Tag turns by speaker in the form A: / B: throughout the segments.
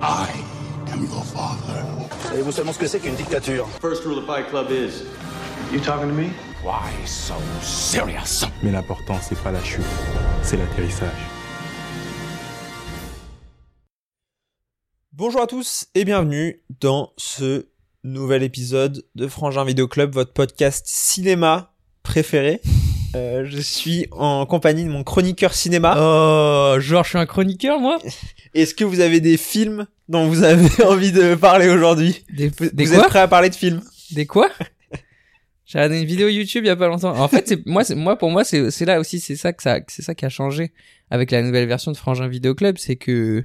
A: I am your father.
B: Savez-vous seulement ce que c'est qu'une dictature
C: First rule of Fight Club is You talking to me
A: Why so serious?
D: Mais l'important, c'est pas la chute, c'est l'atterrissage.
E: Bonjour à tous et bienvenue dans ce nouvel épisode de Frangin Vidéo Club, votre podcast cinéma préféré. Euh, je suis en compagnie de mon chroniqueur cinéma.
F: Oh, genre je suis un chroniqueur moi
E: Est-ce que vous avez des films dont vous avez envie de parler aujourd'hui
F: Des, des
E: Vous
F: quoi
E: êtes prêts à parler de films
F: Des quoi J'ai regardé une vidéo YouTube il y a pas longtemps. En fait, c'est moi c'est moi pour moi c'est c'est là aussi c'est ça que ça c'est ça qui a changé avec la nouvelle version de Frangin Vidéo Club, c'est que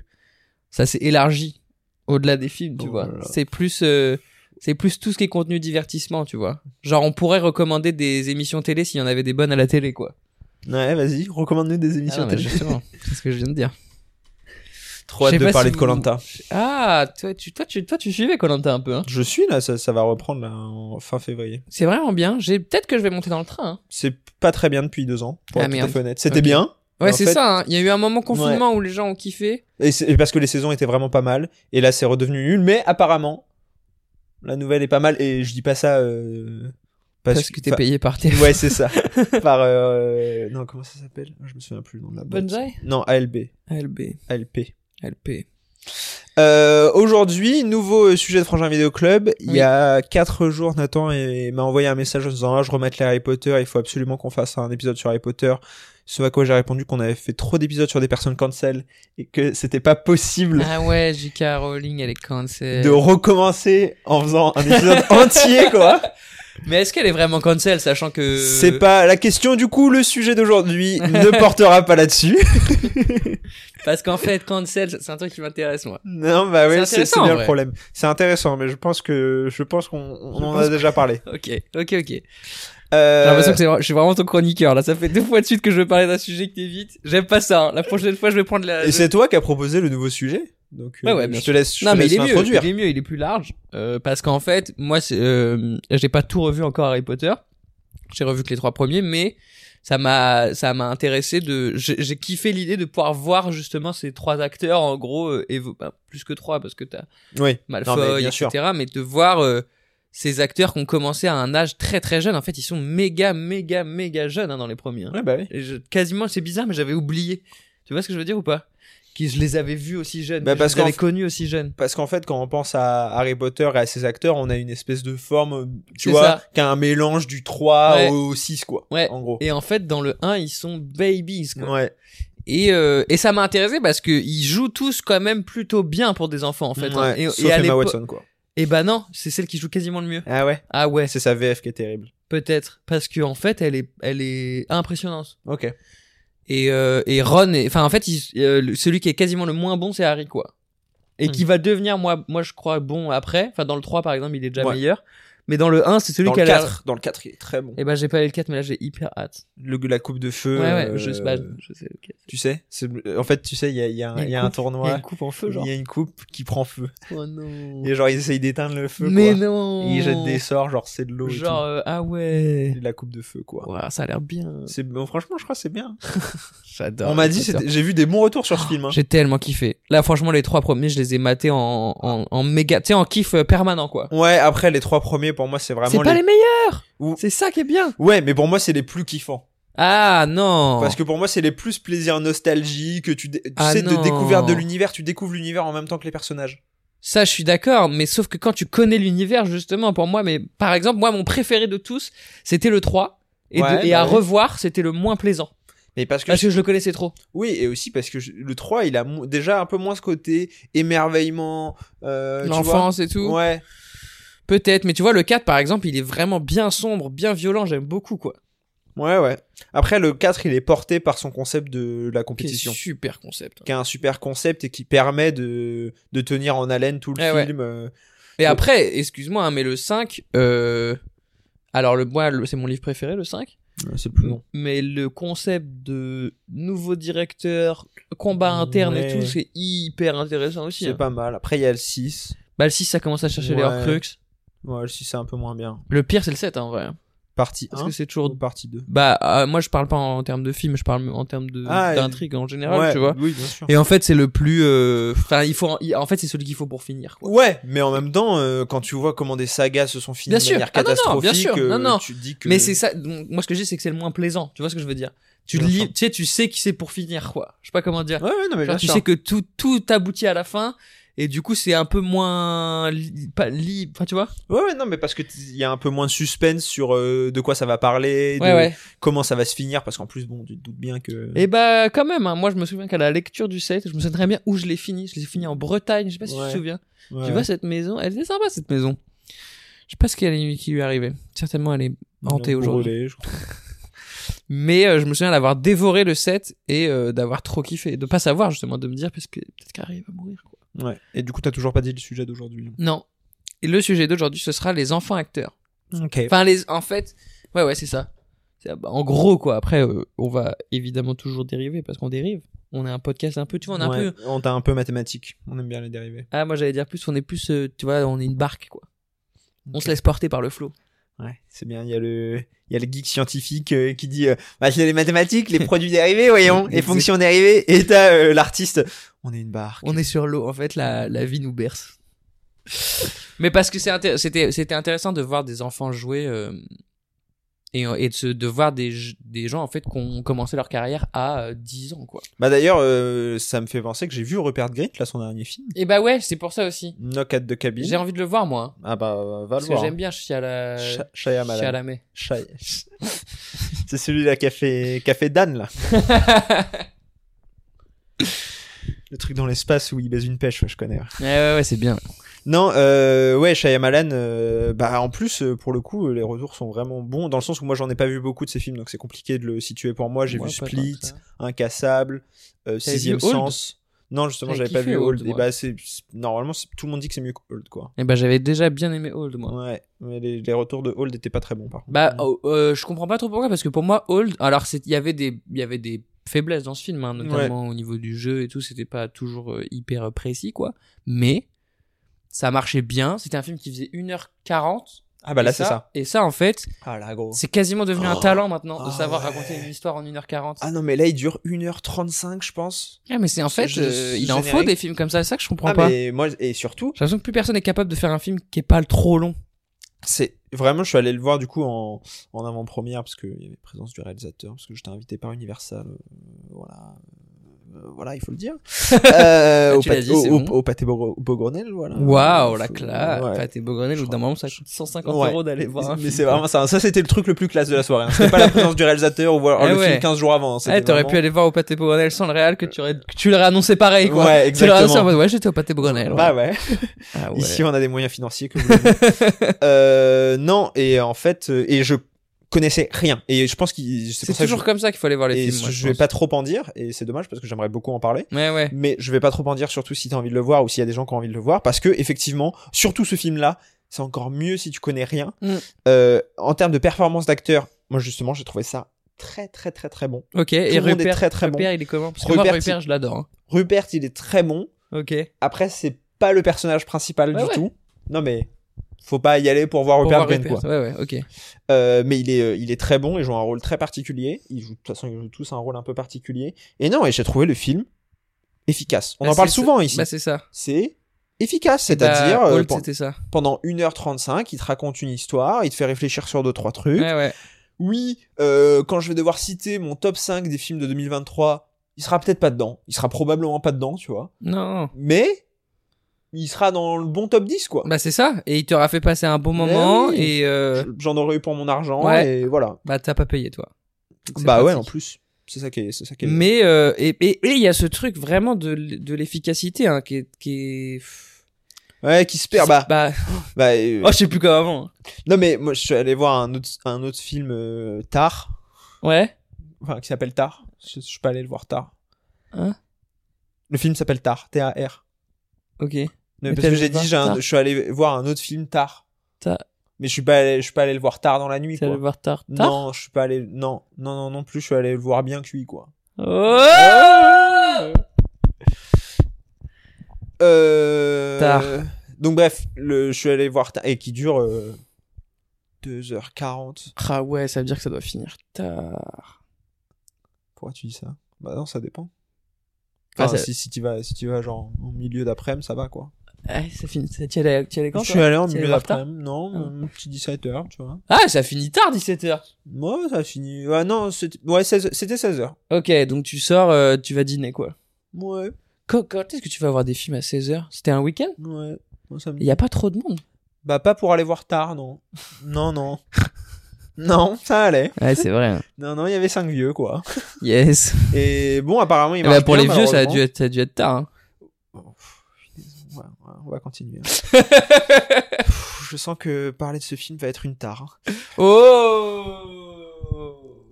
F: ça s'est élargi au-delà des films, tu
E: Oh
F: vois.
E: là là.
F: C'est plus euh, c'est plus tout ce qui est contenu divertissement, tu vois. Genre on pourrait recommander des émissions télé s'il y en avait des bonnes à la télé quoi.
E: Ouais, vas-y, recommande-nous des
F: Ah,
E: émissions
F: non, mais
E: télé.
F: justement, c'est ce que je viens de dire.
E: bah,
F: Je
E: Trop hâte
F: sais
E: de
F: pas
E: parler
F: si
E: de
F: vous-
E: Colanta.
F: Ah, toi tu toi tu toi tu suivais Colanta un peu hein.
E: Je suis là, ça, ça va reprendre là, en fin février.
F: C'est vraiment bien. J'ai peut-être que je vais monter dans le train. hein.
E: C'est pas très bien depuis deux ans, pour
F: Ah,
E: être tout à
F: merde.
E: fait honnête. C'était
F: Ok.
E: bien,
F: Ouais,
E: En
F: c'est
E: fait-
F: ça. hein. Il y a eu un moment confinement où les gens ont kiffé.
E: et, c'est- et parce que les saisons étaient vraiment pas mal, et là c'est redevenu nul, mais apparemment, la nouvelle est pas mal, et je dis pas ça... euh,
F: Parce, que t'es
E: enfin,
F: payé par tes.
E: Ouais, c'est ça. Par... euh, non, comment ça s'appelle Je me souviens plus le nom de la boîte.
F: Banzai
E: Non, ALB.
F: LB.
E: ALP.
F: LP.
E: Euh, Aujourd'hui, nouveau euh, sujet de Frangin Vidéo Club. Il y
F: Oui.
E: a quatre jours, Nathan et- m'a envoyé un message en disant ah, je remette les Harry Potter, il faut absolument qu'on fasse un épisode sur Harry Potter. Ce à quoi j'ai répondu qu'on avait fait trop d'épisodes sur des personnes cancel et que c'était pas possible
F: Ah ouais, J.K. Rowling, elle est cancel.
E: de recommencer en faisant un épisode entier, quoi.
F: Mais est-ce qu'elle est vraiment cancel, sachant que.
E: C'est pas la question. Du coup, le sujet d'aujourd'hui ne portera pas là-dessus.
F: Parce qu'en fait, cancel, c'est un truc qui m'intéresse, moi.
E: Non, bah ouais,
F: C'est
E: c'est c'est
F: intéressant, en
E: bien le
F: vrai.
E: problème. C'est intéressant, mais je pense que je pense qu'on on
F: Je
E: en
F: pense
E: a déjà parlé.
F: Ok, ok, ok. J'ai
E: Euh,
F: l'impression que c'est vra- je suis vraiment ton chroniqueur, là. Ça fait deux fois de suite que je veux parler d'un sujet que t'évites. J'aime pas ça. hein. La prochaine fois, je vais prendre la.
E: Et c'est toi qui as proposé le nouveau sujet. Donc euh,
F: Ouais, ouais,
E: je
F: bien
E: te laisse, je
F: non
E: te
F: mais
E: laisse
F: il est mieux,
E: l'introduire.
F: il est mieux, il est plus large euh, parce qu'en fait, moi c'est euh, j'ai pas tout revu encore Harry Potter. J'ai revu que les trois premiers mais ça m'a ça m'a intéressé de j'ai j'ai kiffé l'idée de pouvoir voir justement ces trois acteurs en gros euh, évo- bah, plus que trois parce que t'as
E: Oui. Non, mais
F: Malfoy
E: bien
F: etc
E: sûr.
F: mais de voir euh, ces acteurs qui ont commencé à un âge très très jeune en fait ils sont méga méga méga jeunes hein, dans les premiers. hein.
E: Ouais, bah oui.
F: Et je- quasiment c'est bizarre mais j'avais oublié. Tu vois ce que je veux dire ou pas Qui je les avais vus aussi jeunes,
E: Bah,
F: je
E: parce
F: les avais
E: qu'en-
F: connus aussi jeunes.
E: Parce qu'en fait, quand on pense à Harry Potter et à ses acteurs, on a une espèce de forme, euh,
F: C'est
E: tu vois,
F: ça.
E: qui a un mélange du 3
F: Ouais.
E: au 6, quoi.
F: Ouais.
E: En gros.
F: Et en fait, dans le 1, ils sont babies. Quoi.
E: Ouais.
F: Et, euh, et ça m'a intéressé parce que ils jouent tous quand même plutôt bien pour des enfants, en fait. hein.
E: Ouais.
F: Et,
E: Sauf
F: et à
E: Emma
F: l'époque-
E: Watson, quoi.
F: Eh ben non, c'est celle qui joue quasiment le mieux.
E: Ah ouais.
F: Ah ouais,
E: C'est sa VF qui est terrible.
F: peut-être. Parce que en fait, elle est, elle est impressionnante.
E: Ok.
F: Et, euh, et Ron, est- enfin en fait, il- euh, le- celui qui est quasiment le moins bon, c'est Harry, quoi. Et
E: Hmm.
F: qui va devenir, moi, moi je crois, bon après. Enfin, dans le 3, par exemple, il est déjà
E: Ouais.
F: meilleur. Mais dans le 1, c'est celui
E: Dans
F: qui
E: le
F: a l'air-
E: 4, dans le 4, il est très bon.
F: Eh ben, j'ai pas eu le 4, mais là, j'ai hyper hâte.
E: Le, la coupe de feu.
F: Ouais, ouais,
E: euh,
F: je sais pas, je sais. ok.
E: Tu sais, c'est- en fait, tu sais, il y a, il y a
F: Il
E: un-
F: y a une
E: il y a un
F: coupe- Il y a
E: tournoi.
F: une coupe en feu, genre.
E: Il y a une coupe qui prend feu.
F: Oh non.
E: Et genre, ils essayent d'éteindre le feu.
F: Mais
E: quoi.
F: non.
E: Et Ils jettent des sorts, genre, c'est de l'eau. et
F: Genre, euh, ah ouais.
E: de la coupe de feu quoi.
F: Ouah, ça a l'air bien.
E: C'est bon, franchement je crois que c'est bien.
F: J'adore.
E: On m'a dit
F: Harry Potter.
E: c'était- j'ai vu des bons retours sur ce film. hein.
F: Oh, J'ai tellement kiffé. Là, franchement, les trois premiers, je les ai matés en, en, en méga. Tu sais, en kiff euh, permanent, quoi.
E: Ouais, après les trois premiers pour moi c'est vraiment
F: C'est pas les meilleurs
E: Ou-
F: C'est ça qui est bien
E: Ouais, mais pour moi c'est les plus kiffants
F: Ah non
E: parce que pour moi c'est les plus plaisir nostalgie que tu, dé- tu
F: Ah
E: sais de
F: non.
E: découverte de l'univers, tu découvres l'univers en même temps que les personnages.
F: Ça, je suis d'accord, mais sauf que quand tu connais l'univers, justement, pour moi, mais par exemple, moi, mon préféré de tous, c'était le 3. Et, de-
E: Ouais,
F: et
E: bah
F: à
E: oui.
F: revoir, c'était le moins plaisant.
E: Mais parce que
F: Parce que je le connaissais trop.
E: oui, et aussi parce que je- le 3, il a mo- déjà un peu moins ce côté émerveillement euh, tu vois.
F: L'enfance et tout.
E: Ouais.
F: Peut-être, mais tu vois, le 4, par exemple, il est vraiment bien sombre, bien violent, j'aime beaucoup, quoi.
E: Ouais ouais. Après le 4, il est porté par son concept de la
F: Quel
E: compétition.
F: super concept.
E: qui a un super concept et qui permet de, de tenir en haleine tout le
F: Eh ouais.
E: film. euh,
F: Et après, excuse-moi, hein, mais le 5, euh... alors le moi, le- c'est mon livre préféré, le 5.
E: c'est plus long.
F: Mais le concept de nouveau directeur, combat interne et
E: Ouais.
F: tout, c'est hyper intéressant aussi.
E: C'est
F: hein.
E: pas mal. Après, il y a le 6.
F: Bah, le 6, ça commence à chercher les
E: Ouais.
F: Horcruxes.
E: Ouais, le 6, c'est un peu moins bien.
F: Le pire, c'est le 7, hein, en vrai.
E: Partie
F: Parce
E: 1
F: que c'est toujours
E: ou partie 2
F: Bah, euh, moi, je parle pas en, termes de film, je parle en termes de-
E: Ah,
F: d'intrigue en général, tu vois.
E: Oui, bien sûr.
F: Et en fait, c'est le plus. euh, Enfin, il faut. il- En fait, c'est celui qu'il faut pour finir. Quoi.
E: Ouais, mais en même temps, euh, quand tu vois comment des sagas se sont finies
F: Bien
E: de
F: sûr.
E: manière
F: Ah non, non, bien
E: catastrophique,
F: sûr.
E: euh,
F: Non, non.
E: tu te dis que...
F: Mais c'est ça. donc, moi, ce que je dis, c'est que c'est le moins plaisant. Tu vois ce que je veux dire Tu
E: Bien
F: lis-
E: sûr.
F: tu sais, tu sais qui c'est pour finir, quoi. Je sais pas comment dire.
E: Ouais, ouais, non, mais
F: Genre,
E: bien
F: tu
E: sûr.
F: sais que tout tout aboutit à la fin. Et du coup, c'est un peu moins li- pas libre, enfin, tu vois
E: Ouais, ouais, non, mais parce que t- il y a un peu moins de suspense sur euh, de quoi ça va parler, de
F: Ouais, ouais.
E: comment ça va se finir, parce qu'en plus, bon, tu te doutes bien que.
F: Et bah, quand même, hein, moi, je me souviens qu'à la lecture du set, je me souviens très bien où je l'ai fini. Je l'ai fini en Bretagne, je sais pas si tu
E: Ouais.
F: te souviens.
E: Ouais.
F: Tu vois cette maison, elle était sympa cette maison. Je sais pas ce qui, allait- qui lui est arrivé. Certainement elle est
E: Ils l'ont
F: hantée aujourd'hui.
E: brûlé, je crois.
F: Mais euh, je me souviens d'avoir dévoré le set et euh, d'avoir trop kiffé. De pas savoir justement, de me dire parce que peut-être qu'Harry va mourir. Quoi.
E: Ouais. Et du coup, t'as toujours pas dit le sujet d'aujourd'hui.
F: Non. Et le sujet d'aujourd'hui ce sera les enfants acteurs.
E: Ok.
F: Enfin les, en fait, ouais ouais c'est ça. C'est- bah, En gros quoi. Après euh, on va évidemment toujours dériver parce qu'on dérive. On est un podcast un peu, tu vois, on est un peu.
E: On t'a un peu mathématique. On aime bien les dérivés.
F: Ah moi j'allais dire plus, on est plus, euh, tu vois, on est une barque quoi. On
E: Ok.
F: se laisse porter par le flot.
E: Ouais, c'est bien. Il y a le, il y a le geek scientifique euh, qui dit, euh, bah, c'est les mathématiques, les produits dérivés, voyons, les
F: Exact.
E: fonctions dérivées. Et t'as euh, l'artiste. On est une barque.
F: On est sur l'eau. En fait, la, la vie nous berce. Mais parce que c'est intér- c'était c'était intéressant de voir des enfants jouer euh, et, et de, se, de voir des, j- des gens en fait qui ont commencé leur carrière à euh, 10 ans quoi.
E: Bah d'ailleurs, euh, ça me fait penser que j'ai vu Rupert Grint là son dernier film,
F: Et bah ouais, c'est pour ça aussi.
E: Knock at the Cabin.
F: J'ai envie de le voir moi. hein,
E: Ah bah va le
F: Parce que
E: voir.
F: j'aime euh, bien Shyala...
E: Sha- Shyamalan.
F: Chalamet.
E: Shy. c'est celui-là qui a fait, qui a fait Dan, là. Le truc dans l'espace où il baise une pêche, ouais, je connais. ouais.
F: Ouais ouais ouais, c'est bien.
E: Non, euh, ouais, Shyamalan, euh, bah en plus, euh, pour le coup, euh, les retours sont vraiment bons, dans le sens où moi j'en ai pas vu beaucoup de ces films, donc c'est compliqué de le situer pour moi. J'ai
F: Moi,
E: vu
F: pas tant que
E: Split,
F: ça.
E: Incassable,
F: T'avais
E: euh,
F: vu
E: Sixième
F: Old
E: Sens. Non, justement,
F: T'avais
E: j'avais pas
F: kiffé
E: vu Old.
F: Old,
E: Et
F: moi.
E: bah, c'est, normalement, c'est- tout le monde dit que c'est mieux que Old, quoi.
F: Et bah j'avais déjà bien aimé Old moi.
E: Ouais, mais les, les retours de Old étaient pas très bons, par contre.
F: Bah, oh, euh, je comprends pas trop pourquoi, parce que pour moi, Old, alors c'est- il y avait des, il y avait des faiblesses dans ce film, hein, notamment au niveau du jeu et tout, c'était pas toujours euh, hyper précis, quoi. Mais ça marchait bien. C'était un film qui faisait 1h40.
E: ah bah là,
F: Et
E: c'est ça.
F: Et ça, en fait,
E: Ah là, gros.
F: c'est quasiment devenu un
E: Oh.
F: talent maintenant de
E: Ah
F: savoir
E: ouais.
F: raconter une histoire en 1h40.
E: Ah non, mais là, il dure 1h35, je pense.
F: Ah, mais c'est en fait,
E: je-
F: euh,
E: je-
F: il en
E: générique.
F: faut des films comme ça, c'est ça que je comprends
E: Ah,
F: pas.
E: mais moi, et surtout,
F: J'ai l'impression que plus personne est capable de faire un film qui est pas trop long.
E: c'est vraiment, je suis allé le voir du coup en, en avant-première parce qu'il y avait présence du réalisateur, parce que j'étais invité par Universal. euh, voilà. Euh, Voilà, il faut le dire. Euh, au,
F: Tu l'as
E: pâté-
F: dit, c'est
E: au-
F: bon.
E: au pâté Beau- Beaugrenelle, voilà.
F: Waouh, la
E: Ah, Faut-
F: classe.
E: ouais.
F: Pâté Beaugrenelle, au
E: Je
F: bout d'un
E: crois.
F: moment, ça coûte 150
E: Ouais.
F: euros d'aller voir un
E: Mais
F: film,
E: c'est
F: quoi.
E: vraiment ça. Ça, c'était le truc le plus classe de la soirée. hein. C'était pas la présence du réalisateur ou voir
F: Eh
E: le film
F: ouais.
E: 15 jours avant. C'était
F: Eh, t'aurais
E: vraiment-
F: pu aller voir au pâté Bogonel sans le Real que tu, aurais- que tu l'aurais annoncé pareil, quoi.
E: Ouais,
F: Tu l'aurais annoncé en
E: exactement.
F: mode, ouais, j'étais au pâté Bogonel.
E: Bah ouais.
F: Ah ouais.
E: Ici, on a des moyens financiers que vous l'avez vu. euh, Non, et en fait, euh, et je connaissais rien. Et je pense que
F: c'est toujours comme ça qu'il faut aller voir les
E: Et
F: films. moi,
E: je,
F: je
E: vais
F: pense.
E: pas trop en dire, et c'est dommage parce que j'aimerais beaucoup en parler.
F: Ouais, ouais.
E: Mais je vais pas trop en dire, surtout si t'as envie de le voir ou s'il y a des gens qui ont envie de le voir, parce que effectivement, surtout ce film-là, c'est encore mieux si tu connais rien.
F: Mm.
E: Euh, en termes de performance d'acteur, moi justement, j'ai trouvé ça très très très très bon.
F: Ok. et
E: Tout le monde est
F: Rupert,
E: très très bon.
F: Rupert, il est comment Parce que
E: Rupert,
F: moi,
E: il-
F: Rupert, je l'adore. hein.
E: Rupert, il est très bon.
F: Ok.
E: Après, c'est pas le personnage principal
F: Ouais,
E: du
F: ouais.
E: tout. Non mais faut pas y aller pour voir
F: Pour
E: Rupert
F: voir
E: Grint,
F: Rupert.
E: quoi.
F: Ouais, ouais, ok.
E: Euh, mais il est, euh, il est très bon, il joue un rôle très particulier. Il joue, de toute façon, ils jouent tous un rôle un peu particulier. Et non, et j'ai trouvé le film efficace. On
F: Bah,
E: en parle
F: c'est-
E: souvent ici.
F: Bah, c'est ça.
E: c'est efficace, c'est-à-dire
F: Bah,
E: euh,
F: Holt,
E: pen-
F: c'était ça.
E: pendant 1h35, il te raconte une histoire, il te fait réfléchir sur deux trois trucs.
F: Ouais, ouais.
E: Oui, euh, quand je vais devoir citer mon top 5 des films de 2023, il sera peut-être pas dedans, il sera probablement pas dedans, tu vois.
F: Non.
E: Mais il sera dans le bon top 10 quoi.
F: Bah, c'est ça. Et il t'aura fait passer un bon
E: Mais
F: moment
E: Eh oui.
F: et, euh,
E: J'en aurais eu pour mon argent
F: Ouais.
E: et voilà.
F: bah, t'as pas payé, toi. Donc, c'est
E: Bah ouais,
F: pratique.
E: en plus, c'est ça qui est, c'est ça qui est-
F: Mais euh, et et- et il y a ce truc vraiment de, l- de l'efficacité hein, qui est qui est
E: Ouais, qui se perd bah,
F: bah
E: bah, euh,
F: oh je sais plus comme avant
E: non mais moi je suis allé voir un autre un autre film euh, tard
F: ouais
E: enfin, qui s'appelle Tar. Je, je suis pas allé le voir Tar.
F: Hein
E: Le film s'appelle Tar, T-A-R.
F: ok
E: Non,
F: Mais t'as
E: Parce que
F: allé
E: j'ai
F: voir
E: dit, j'ai un-
F: Tar
E: je suis allé voir un autre film Tar.
F: Tar.
E: Mais je suis pas allé, je suis pas allé le voir tard dans la nuit,
F: t'as
E: quoi.
F: le voir tard tard
E: Non, je suis pas allé, non, non, non, non plus, je suis allé le voir bien cuit, quoi.
F: Oh
E: Euh...
F: Tar.
E: euh, Donc bref, le, je suis allé voir Tar, et qui dure, euh, 2h40.
F: Ah ouais, ça veut dire que ça doit finir tard.
E: Pourquoi tu dis ça Bah non, ça dépend.
F: Ah,
E: Enfin,
F: ça-
E: si, si tu vas, si tu vas genre en milieu d'après-midi, ça va quoi.
F: Ah, ça finit. ça- Tu y allais, tu y allais quand
E: je suis
F: toi
E: allé en
F: Tu y
E: milieu
F: allais voir tard
E: d'après-midi, non, petit 17h, tu vois.
F: Ah, ça finit tard, 17h.
E: Moi, ça finit. Ah non, c'était ouais, 16 c'était 16h.
F: Ok, donc tu sors, euh, tu vas dîner quoi.
E: Ouais,
F: Quand, quand est-ce que tu vas voir des films à 16h C'était un week-end
E: ouais. Moi, ça me-
F: Il y a pas trop de monde.
E: Bah, pas pour aller voir tard, non. non, non. non, ça allait.
F: Ouais, c'est vrai.
E: Non, non, il y avait 5 vieux, quoi.
F: Yes.
E: Et bon, apparemment, il
F: Eh ben,
E: marche
F: pour
E: bien,
F: les vieux, ça a
E: malheureusement.
F: dû être, ça a dû être tard. hein.
E: Ouais, ouais, on va continuer. hein. Pff, Je sens que parler de ce film va être une tare.
F: Oh.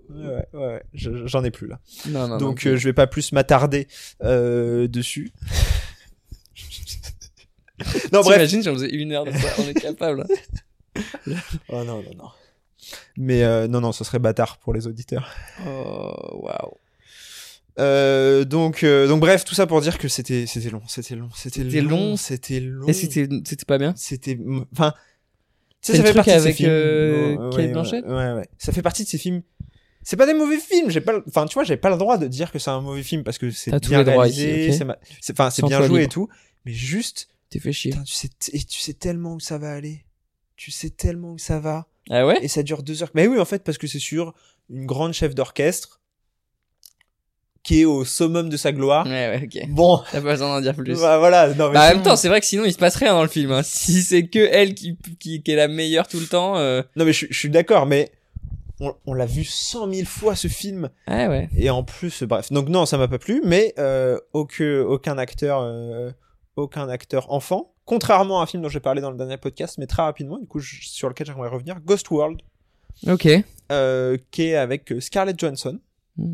E: Ouais, ouais, ouais, je- j'en ai plus là.
F: Non, Ah, non.
E: Donc euh, je vais pas plus m'attarder euh, dessus.
F: euh,
E: non, bref.
F: T'imagines si on faisait une heure de ça, on est capable. hein.
E: Oh non, non, non. Mais euh, non, non, ce serait bâtard pour les auditeurs.
F: Oh, waouh.
E: Euh, donc, euh, donc bref, tout ça pour dire que c'était, c'était long, c'était long, c'était
F: C'était long.
E: long, c'était long.
F: Et c'était c'était pas bien
E: c'était enfin tu
F: C'est le truc
E: de ces
F: avec,
E: films-
F: euh,
E: Ouais,
F: Kate
E: ouais,
F: Blanchett
E: ouais, ouais, ouais. ça fait partie de ces films c'est pas des mauvais films j'ai pas le- enfin tu vois j'ai pas le droit de dire que c'est un mauvais film parce que c'est
F: T'as
E: bien
F: tous les droits
E: réalisé
F: ici, ok.
E: c'est ma- c'est enfin c'est
F: Sans
E: bien
F: toi
E: joué
F: libre.
E: et tout mais juste
F: T'es fait chier.
E: putain, tu sais t- et tu sais tellement où ça va aller tu sais tellement où ça va
F: Ah ouais
E: et ça dure deux heures mais oui en fait parce que c'est sur une grande chef d'orchestre qui est au summum de sa gloire
F: Ouais, ouais, ok.
E: bon
F: T'as pas besoin d'en dire plus.
E: bah, voilà non, mais
F: Bah, en
E: c'est
F: même
E: bon.
F: temps, c'est vrai que sinon il se passe rien dans le film. hein. Si c'est que elle qui, qui, qui est la meilleure tout le temps. euh,
E: Non, mais je, je suis d'accord, mais on, on l'a vu cent mille fois ce film.
F: Ah ouais.
E: Et en plus, bref. Donc, non, ça m'a pas plu, mais euh, aucun, aucun acteur. euh, aucun acteur enfant. Contrairement à un film dont j'ai parlé dans le dernier podcast, mais très rapidement, du coup, je- sur lequel j'aimerais revenir, Ghost World,
F: Ok.
E: euh, qui est avec euh, Scarlett Johansson.
F: Mm.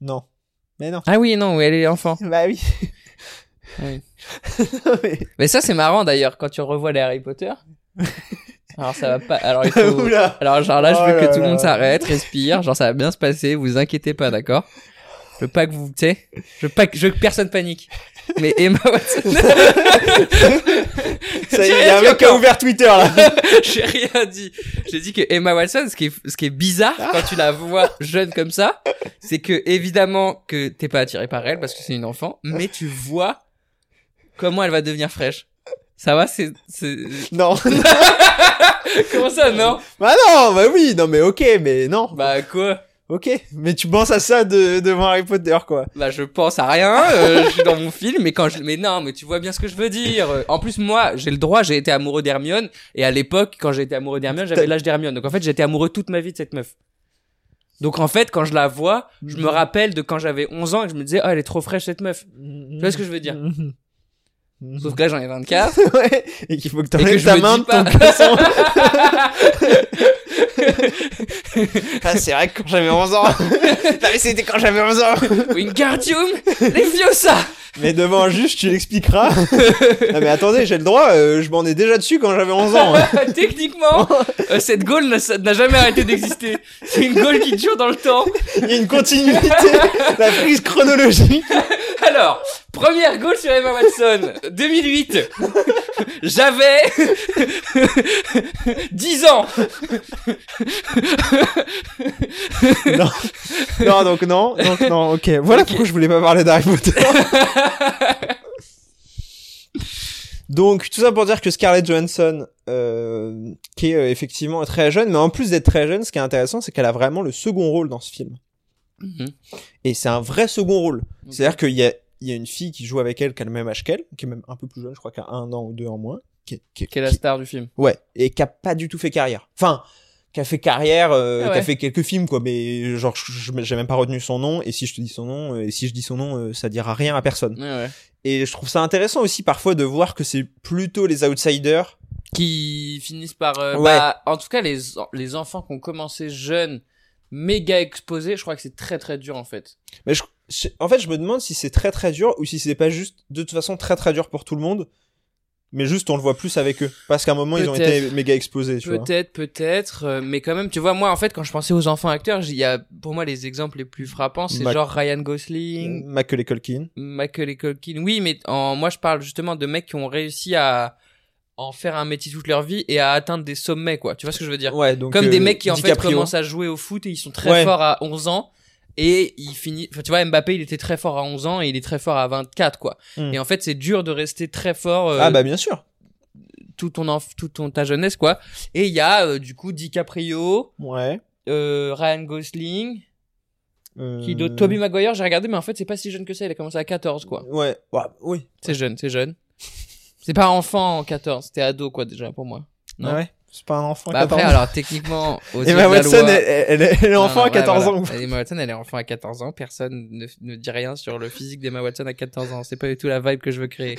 E: Non. Mais non.
F: Ah oui, non, oui, elle est enfant.
E: Bah oui.
F: Ah Oui.
E: Mais-
F: Mais ça, c'est marrant d'ailleurs quand tu revois les Harry Potter. Alors ça va pas. Alors il faut.
E: euh, Oula.
F: Alors genre là, je
E: Oh
F: veux que
E: là
F: tout le
E: là.
F: monde s'arrête, respire. Genre ça va bien se passer. Vous inquiétez pas, d'accord. Je veux pas que vous, tu sais, je veux pas que, je veux que personne panique. Mais Emma Watson,
E: Ça y
F: J'ai
E: est, il y
F: rien
E: a un
F: dit
E: mec qui a
F: encore.
E: ouvert Twitter là.
F: j'ai rien dit. J'ai dit que Emma Watson, ce qui est, ce qui est bizarre quand tu la vois jeune comme ça, c'est que évidemment que t'es pas attiré par elle parce que c'est une enfant, mais tu vois comment elle va devenir fraîche. Ça va, c'est, c'est,
E: non.
F: comment ça, non?
E: Bah non, bah oui, non mais ok, mais non.
F: Bah, quoi?
E: Ok, mais tu penses à ça de, devant Harry Potter, quoi.
F: Bah je pense à rien, euh, je suis dans mon film, mais quand je, mais non, mais tu vois bien ce que je veux dire. Euh, En plus moi, j'ai le droit, j'ai été amoureux d'Hermione, et à l'époque, quand j'ai été amoureux d'Hermione, j'avais
E: T'as-
F: l'âge d'Hermione. Donc en fait, j'étais amoureux toute ma vie de cette meuf. Donc en fait, quand je la vois, je me rappelle de quand j'avais 11 ans et que je me disais, ah elle est trop fraîche cette meuf.
E: Tu
F: vois ce que je veux dire Sauf que là j'en ai 24.
E: ouais, et qu'il faut que
F: Et que
E: t'enlèves
F: je
E: ta
F: me
E: main
F: dis
E: de
F: pas.
E: ton caleçon. ah, c'est vrai que quand j'avais 11 ans. Non, mais c'était quand j'avais 11 ans.
F: Wingardium, les vieux ça.
E: Mais devant un juge, tu l'expliqueras. non, mais attendez, j'ai le droit, euh, je m'en ai déjà dessus quand j'avais 11 ans. hein.
F: Techniquement, euh, cette gaule n'a n'a jamais arrêté d'exister. C'est une gaule qui dure dans le temps.
E: Il y a une continuité, la prise chronologique.
F: Alors, première goal sur Emma Watson, 2008. J'avais 10 ans.
E: non. non, donc non, donc non, ok. Voilà pourquoi je voulais pas parler d'Harry Potter. donc, tout ça pour dire que Scarlett Johansson, euh, qui est euh, effectivement très jeune, mais en plus d'être très jeune, ce qui est intéressant, c'est qu'elle a vraiment le second rôle dans ce film. Et c'est un vrai second rôle. C'est-à-dire qu'il y a, il y a une fille qui joue avec elle qui a le même âge qu'elle, qui est même un peu plus jeune, je crois qu'elle a un an ou deux en moins. Qui, est- qui est-
F: Quelle est la
E: qui-
F: star du film
E: Ouais, et qui a pas du tout fait carrière. Enfin, qui a fait carrière, euh,
F: Ah ouais.
E: qui a fait quelques films, quoi, mais genre, je- je- j'ai même pas retenu son nom, et si je te dis son nom, euh, et si je dis son nom, euh, ça dira rien à personne. Et je trouve ça intéressant aussi parfois de voir que c'est plutôt les outsiders.
F: Qui finissent par... euh,
E: Ouais.
F: bah, en tout cas, les, les enfants qui ont commencé jeunes, méga exposés, je crois que c'est très très dur en fait.
E: Mais je, je- en fait, je me demande si c'est très très dur, ou si c'est pas juste, de toute façon, très très dur pour tout le monde, mais juste on le voit plus avec eux. Parce qu'à un moment, ils ont
F: Peut-être.
E: été méga exposés, tu vois.
F: Peut-être, peut-être, euh, mais quand même, tu vois, moi en fait, quand je pensais aux enfants acteurs, j'y- il y a, pour moi, les exemples les plus frappants, c'est
E: Mac-
F: genre Ryan Gosling,
E: Macaulay Culkin.
F: Macaulay Culkin. Oui, mais en, moi je parle justement de mecs qui ont réussi à en faire un métier toute leur vie et à atteindre des sommets, quoi. Tu vois ce que je veux dire
E: Ouais, donc,
F: Comme
E: euh,
F: des mecs qui en fait
E: DiCaprio.
F: commencent à jouer au foot et ils sont très
E: Ouais.
F: forts à 11 ans et ils finissent. Enfin, tu vois, Mbappé, il était très fort à 11 ans et il est très fort à 24, quoi.
E: Hmm.
F: Et en fait, c'est dur de rester très fort euh,
E: Ah bah bien sûr.
F: tout ton enf- tout ton ta jeunesse, quoi. Et il y a euh, du coup DiCaprio,
E: Ouais.
F: euh, Ryan Gosling,
E: Euh,
F: qui d'autre Toby Maguire, j'ai regardé, mais en fait, c'est pas si jeune que ça. Il a commencé à 14, quoi.
E: Euh, Ouais. Ouais, oui.
F: C'est jeune, c'est jeune. C'est pas enfant en 14, c'était ado quoi déjà pour moi. Non.
E: Ah ouais. C'est pas un enfant.
F: Bah
E: à
F: après
E: 14 ans.
F: alors techniquement aux yeux de
E: Emma
F: la
E: Watson,
F: loi-
E: elle, elle- elle est
F: Non,
E: enfant
F: non,
E: à
F: ouais,
E: 14
F: voilà.
E: ans.
F: Emma Watson elle est enfant à 14 ans, personne ne, ne dit rien sur le physique d'Emma Watson à 14 ans, c'est pas du tout la vibe que je veux créer.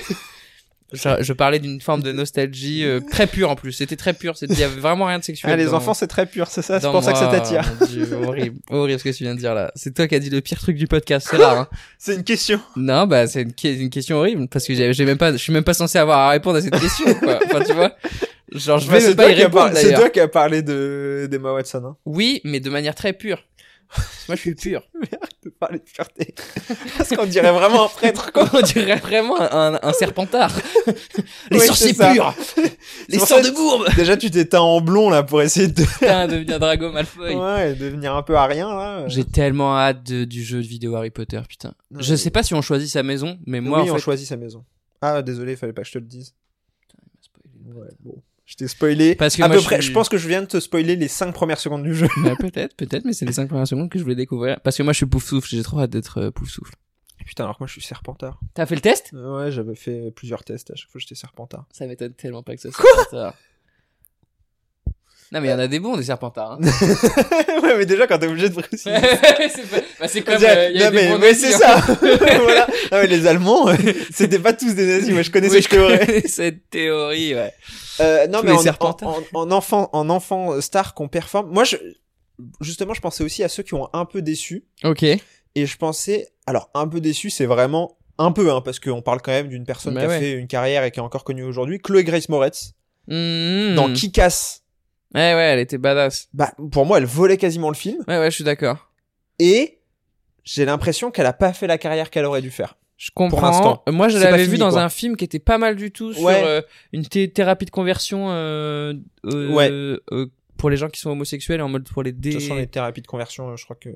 F: Je, je parlais d'une forme de nostalgie euh, très pure en plus, c'était très pur, c'était- il y avait vraiment rien de sexuel.
E: Ah, les
F: dans-
E: enfants, c'est très pur, c'est ça. C'est
F: dans
E: pour ça que ça
F: moi.
E: t'attire.
F: Mon Dieu, horrible, horrible ce que tu viens de dire là. C'est toi qui as dit le pire truc du podcast, c'est rare. hein.
E: C'est une question.
F: Non, bah c'est une, que- une question horrible parce que j'ai j'ai même pas, je suis même pas censé avoir à répondre à cette question. Quoi. Enfin, tu vois, genre je vais
E: Bah,
F: même
E: c'est
F: pas
E: toi
F: y
E: qui as
F: répondre
E: par- c'est
F: d'ailleurs.
E: toi qui as parlé de d'Emma Watson. Hein.
F: Oui, mais de manière très pure. Parce que Moi, je suis pur.
E: De parler de pureté. Parce qu'on dirait vraiment un prêtre. Quoi.
F: On dirait vraiment un, un serpentard. Les
E: Ouais,
F: sorciers
E: c'est ça.
F: purs, les
E: C'est pour
F: sorts
E: ça
F: de gourbe.
E: Déjà, tu t'étais en blond là pour essayer de
F: Putain, devenir Drago Malfoy.
E: ouais, devenir un peu à rien là.
F: J'ai tellement hâte de- du jeu de vidéo Harry Potter, putain.
E: Ouais.
F: Je sais pas si on choisit sa maison, mais moi,
E: oui,
F: en
E: on
F: fait,
E: choisit sa maison. Ah, désolé, fallait pas que je te le dise. Ouais, bon. Je t'ai spoilé.
F: Parce que
E: à
F: moi,
E: peu
F: je
E: près,
F: suis-
E: je pense que je viens de te spoiler les 5 premières secondes du jeu.
F: Bah, peut-être, peut-être, mais c'est les cinq premières secondes que je voulais découvrir. Parce que moi, je suis pouf souffle. J'ai trop hâte d'être euh, pouf souffle.
E: Putain, alors que moi je suis serpentard.
F: T'as fait le test
E: Ouais, j'avais fait plusieurs tests, à chaque fois j'étais serpentard.
F: Ça m'étonne tellement pas que ça soit Serpentard. Non, mais il y en a des bons, des Serpentards. Hein.
E: ouais, mais déjà quand t'es obligé de préciser.
F: c'est pas- bah, c'est comme.
E: On dirait-
F: euh, il y a
E: non,
F: des
E: mais,
F: bons
E: mais
F: nazis,
E: c'est
F: hein.
E: ça! voilà. Non, mais les Allemands, euh, c'était pas tous des nazis, moi je connaissais
F: Oui,
E: je théorie.
F: connais cette théorie, ouais.
E: Euh, non,
F: Tous
E: mais
F: les
E: en, en,
F: serpentards.
E: en- en enfant, en enfant star qu'on performe. Moi, je, justement, je pensais aussi à ceux qui ont un peu déçu.
F: Ok.
E: Et je pensais, alors un peu déçu, c'est vraiment un peu, hein, parce qu'on parle quand même d'une personne
F: Mais
E: qui
F: Bah ouais.
E: a fait une carrière et qui est encore connue aujourd'hui, Chloé Grace Moretz, dans
F: Dans qui
E: Kick-Ass.
F: Hmm. Ouais, ouais, elle était badass.
E: Bah, pour moi, elle volait quasiment le film,
F: Ouais, ouais, je suis d'accord.
E: et j'ai l'impression qu'elle a pas fait la carrière qu'elle aurait dû faire.
F: Je comprends.
E: l'instant.
F: Euh, Moi, je
E: C'est pas
F: l'avais
E: fini,
F: vu dans
E: quoi.
F: un film qui était pas mal du tout sur
E: Ouais.
F: euh, une thé- thérapie de conversion euh, euh,
E: Ouais.
F: euh, pour les gens qui sont homosexuels en mode pour les
E: De
F: dé.
E: toute façon, les thérapies de conversion, euh, je crois que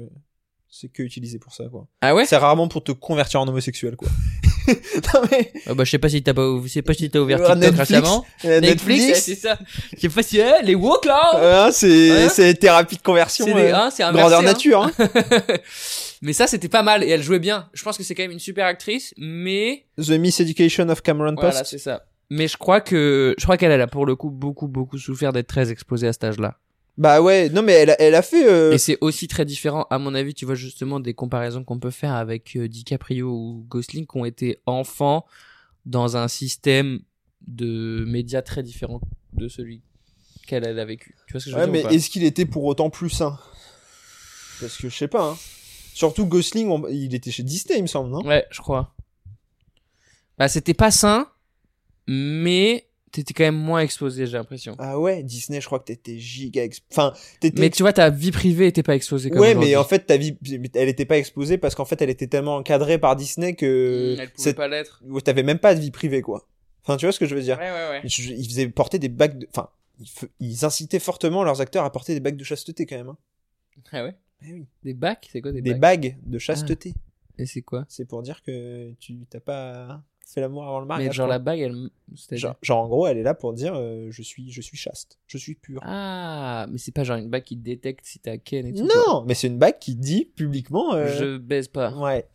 E: c'est que utilisé pour ça, quoi.
F: Ah ouais
E: C'est rarement pour te convertir en homosexuel, quoi. non, mais,
F: Ah bah, je sais pas si t'as pas, je sais pas si t'as ouvert
E: Euh,
F: TikTok
E: Netflix.
F: récemment.
E: euh,
F: Netflix, ouais, Eh, c'est ça. Je sais pas si eh, les woke là.
E: euh, hein, c'est
F: Hein
E: c'est thérapie de conversion,
F: c'est des-
E: euh,
F: hein, c'est inversé,
E: grandeur
F: hein.
E: nature. hein.
F: mais ça c'était pas mal et elle jouait bien. Je pense que c'est quand même une super actrice, mais
E: The Miseducation of Cameron
F: voilà
E: Post.
F: c'est ça. Mais je crois que je crois qu'elle elle a pour le coup beaucoup beaucoup souffert d'être très exposée à cet âge-là.
E: Bah ouais, non mais elle a, elle a fait. euh,
F: Et c'est aussi très différent à mon avis. Tu vois justement des comparaisons qu'on peut faire avec euh, DiCaprio ou Gosling qui ont été enfants dans un système de médias très différent de celui qu'elle elle a vécu. Tu vois ce que je veux
E: Ouais,
F: dire
E: mais
F: ou pas
E: est-ce qu'il était pour autant plus sain Parce que je sais pas. Hein. Surtout Gosling, on- il était chez Disney, il me semble, non
F: Ouais, je crois. Bah, c'était pas sain, mais t'étais quand même moins exposé, j'ai l'impression.
E: Ah ouais, Disney, je crois que t'étais giga. exp- Enfin, t'étais.
F: Mais tu vois, ta vie privée était pas exposée comme
E: ouais, mais
F: aujourd'hui.
E: en fait, ta vie, elle était pas exposée parce qu'en fait, elle était tellement encadrée par Disney que.
F: Hmm, elle pouvait
E: euh, cette-
F: pas l'être.
E: où T'avais même pas de vie privée, quoi. Enfin, tu vois ce que je veux
F: Ouais,
E: dire
F: ouais, ouais.
E: Je- Ils faisaient porter des bacs de. Enfin, ils, fe- ils incitaient fortement leurs acteurs à porter des bacs de chasteté, quand même. hein.
F: Ah ouais
E: Eh oui.
F: Des bacs C'est quoi des, Ah.
E: Des
F: bacs
E: bagues de chasteté.
F: Et c'est quoi
E: C'est pour dire que tu t'as pas fait l'amour avant le mariage.
F: Mais genre
E: quoi.
F: la bague, elle. c'est-à-dire-
E: Ah, Genre, genre, en gros, elle est là pour dire euh, je suis je suis chaste, je suis pure.
F: Ah, mais c'est pas genre une bague qui te détecte si t'as Ken et tout. quoi.
E: non, mais c'est une bague qui dit publiquement. euh,
F: Je baise pas.
E: Ouais.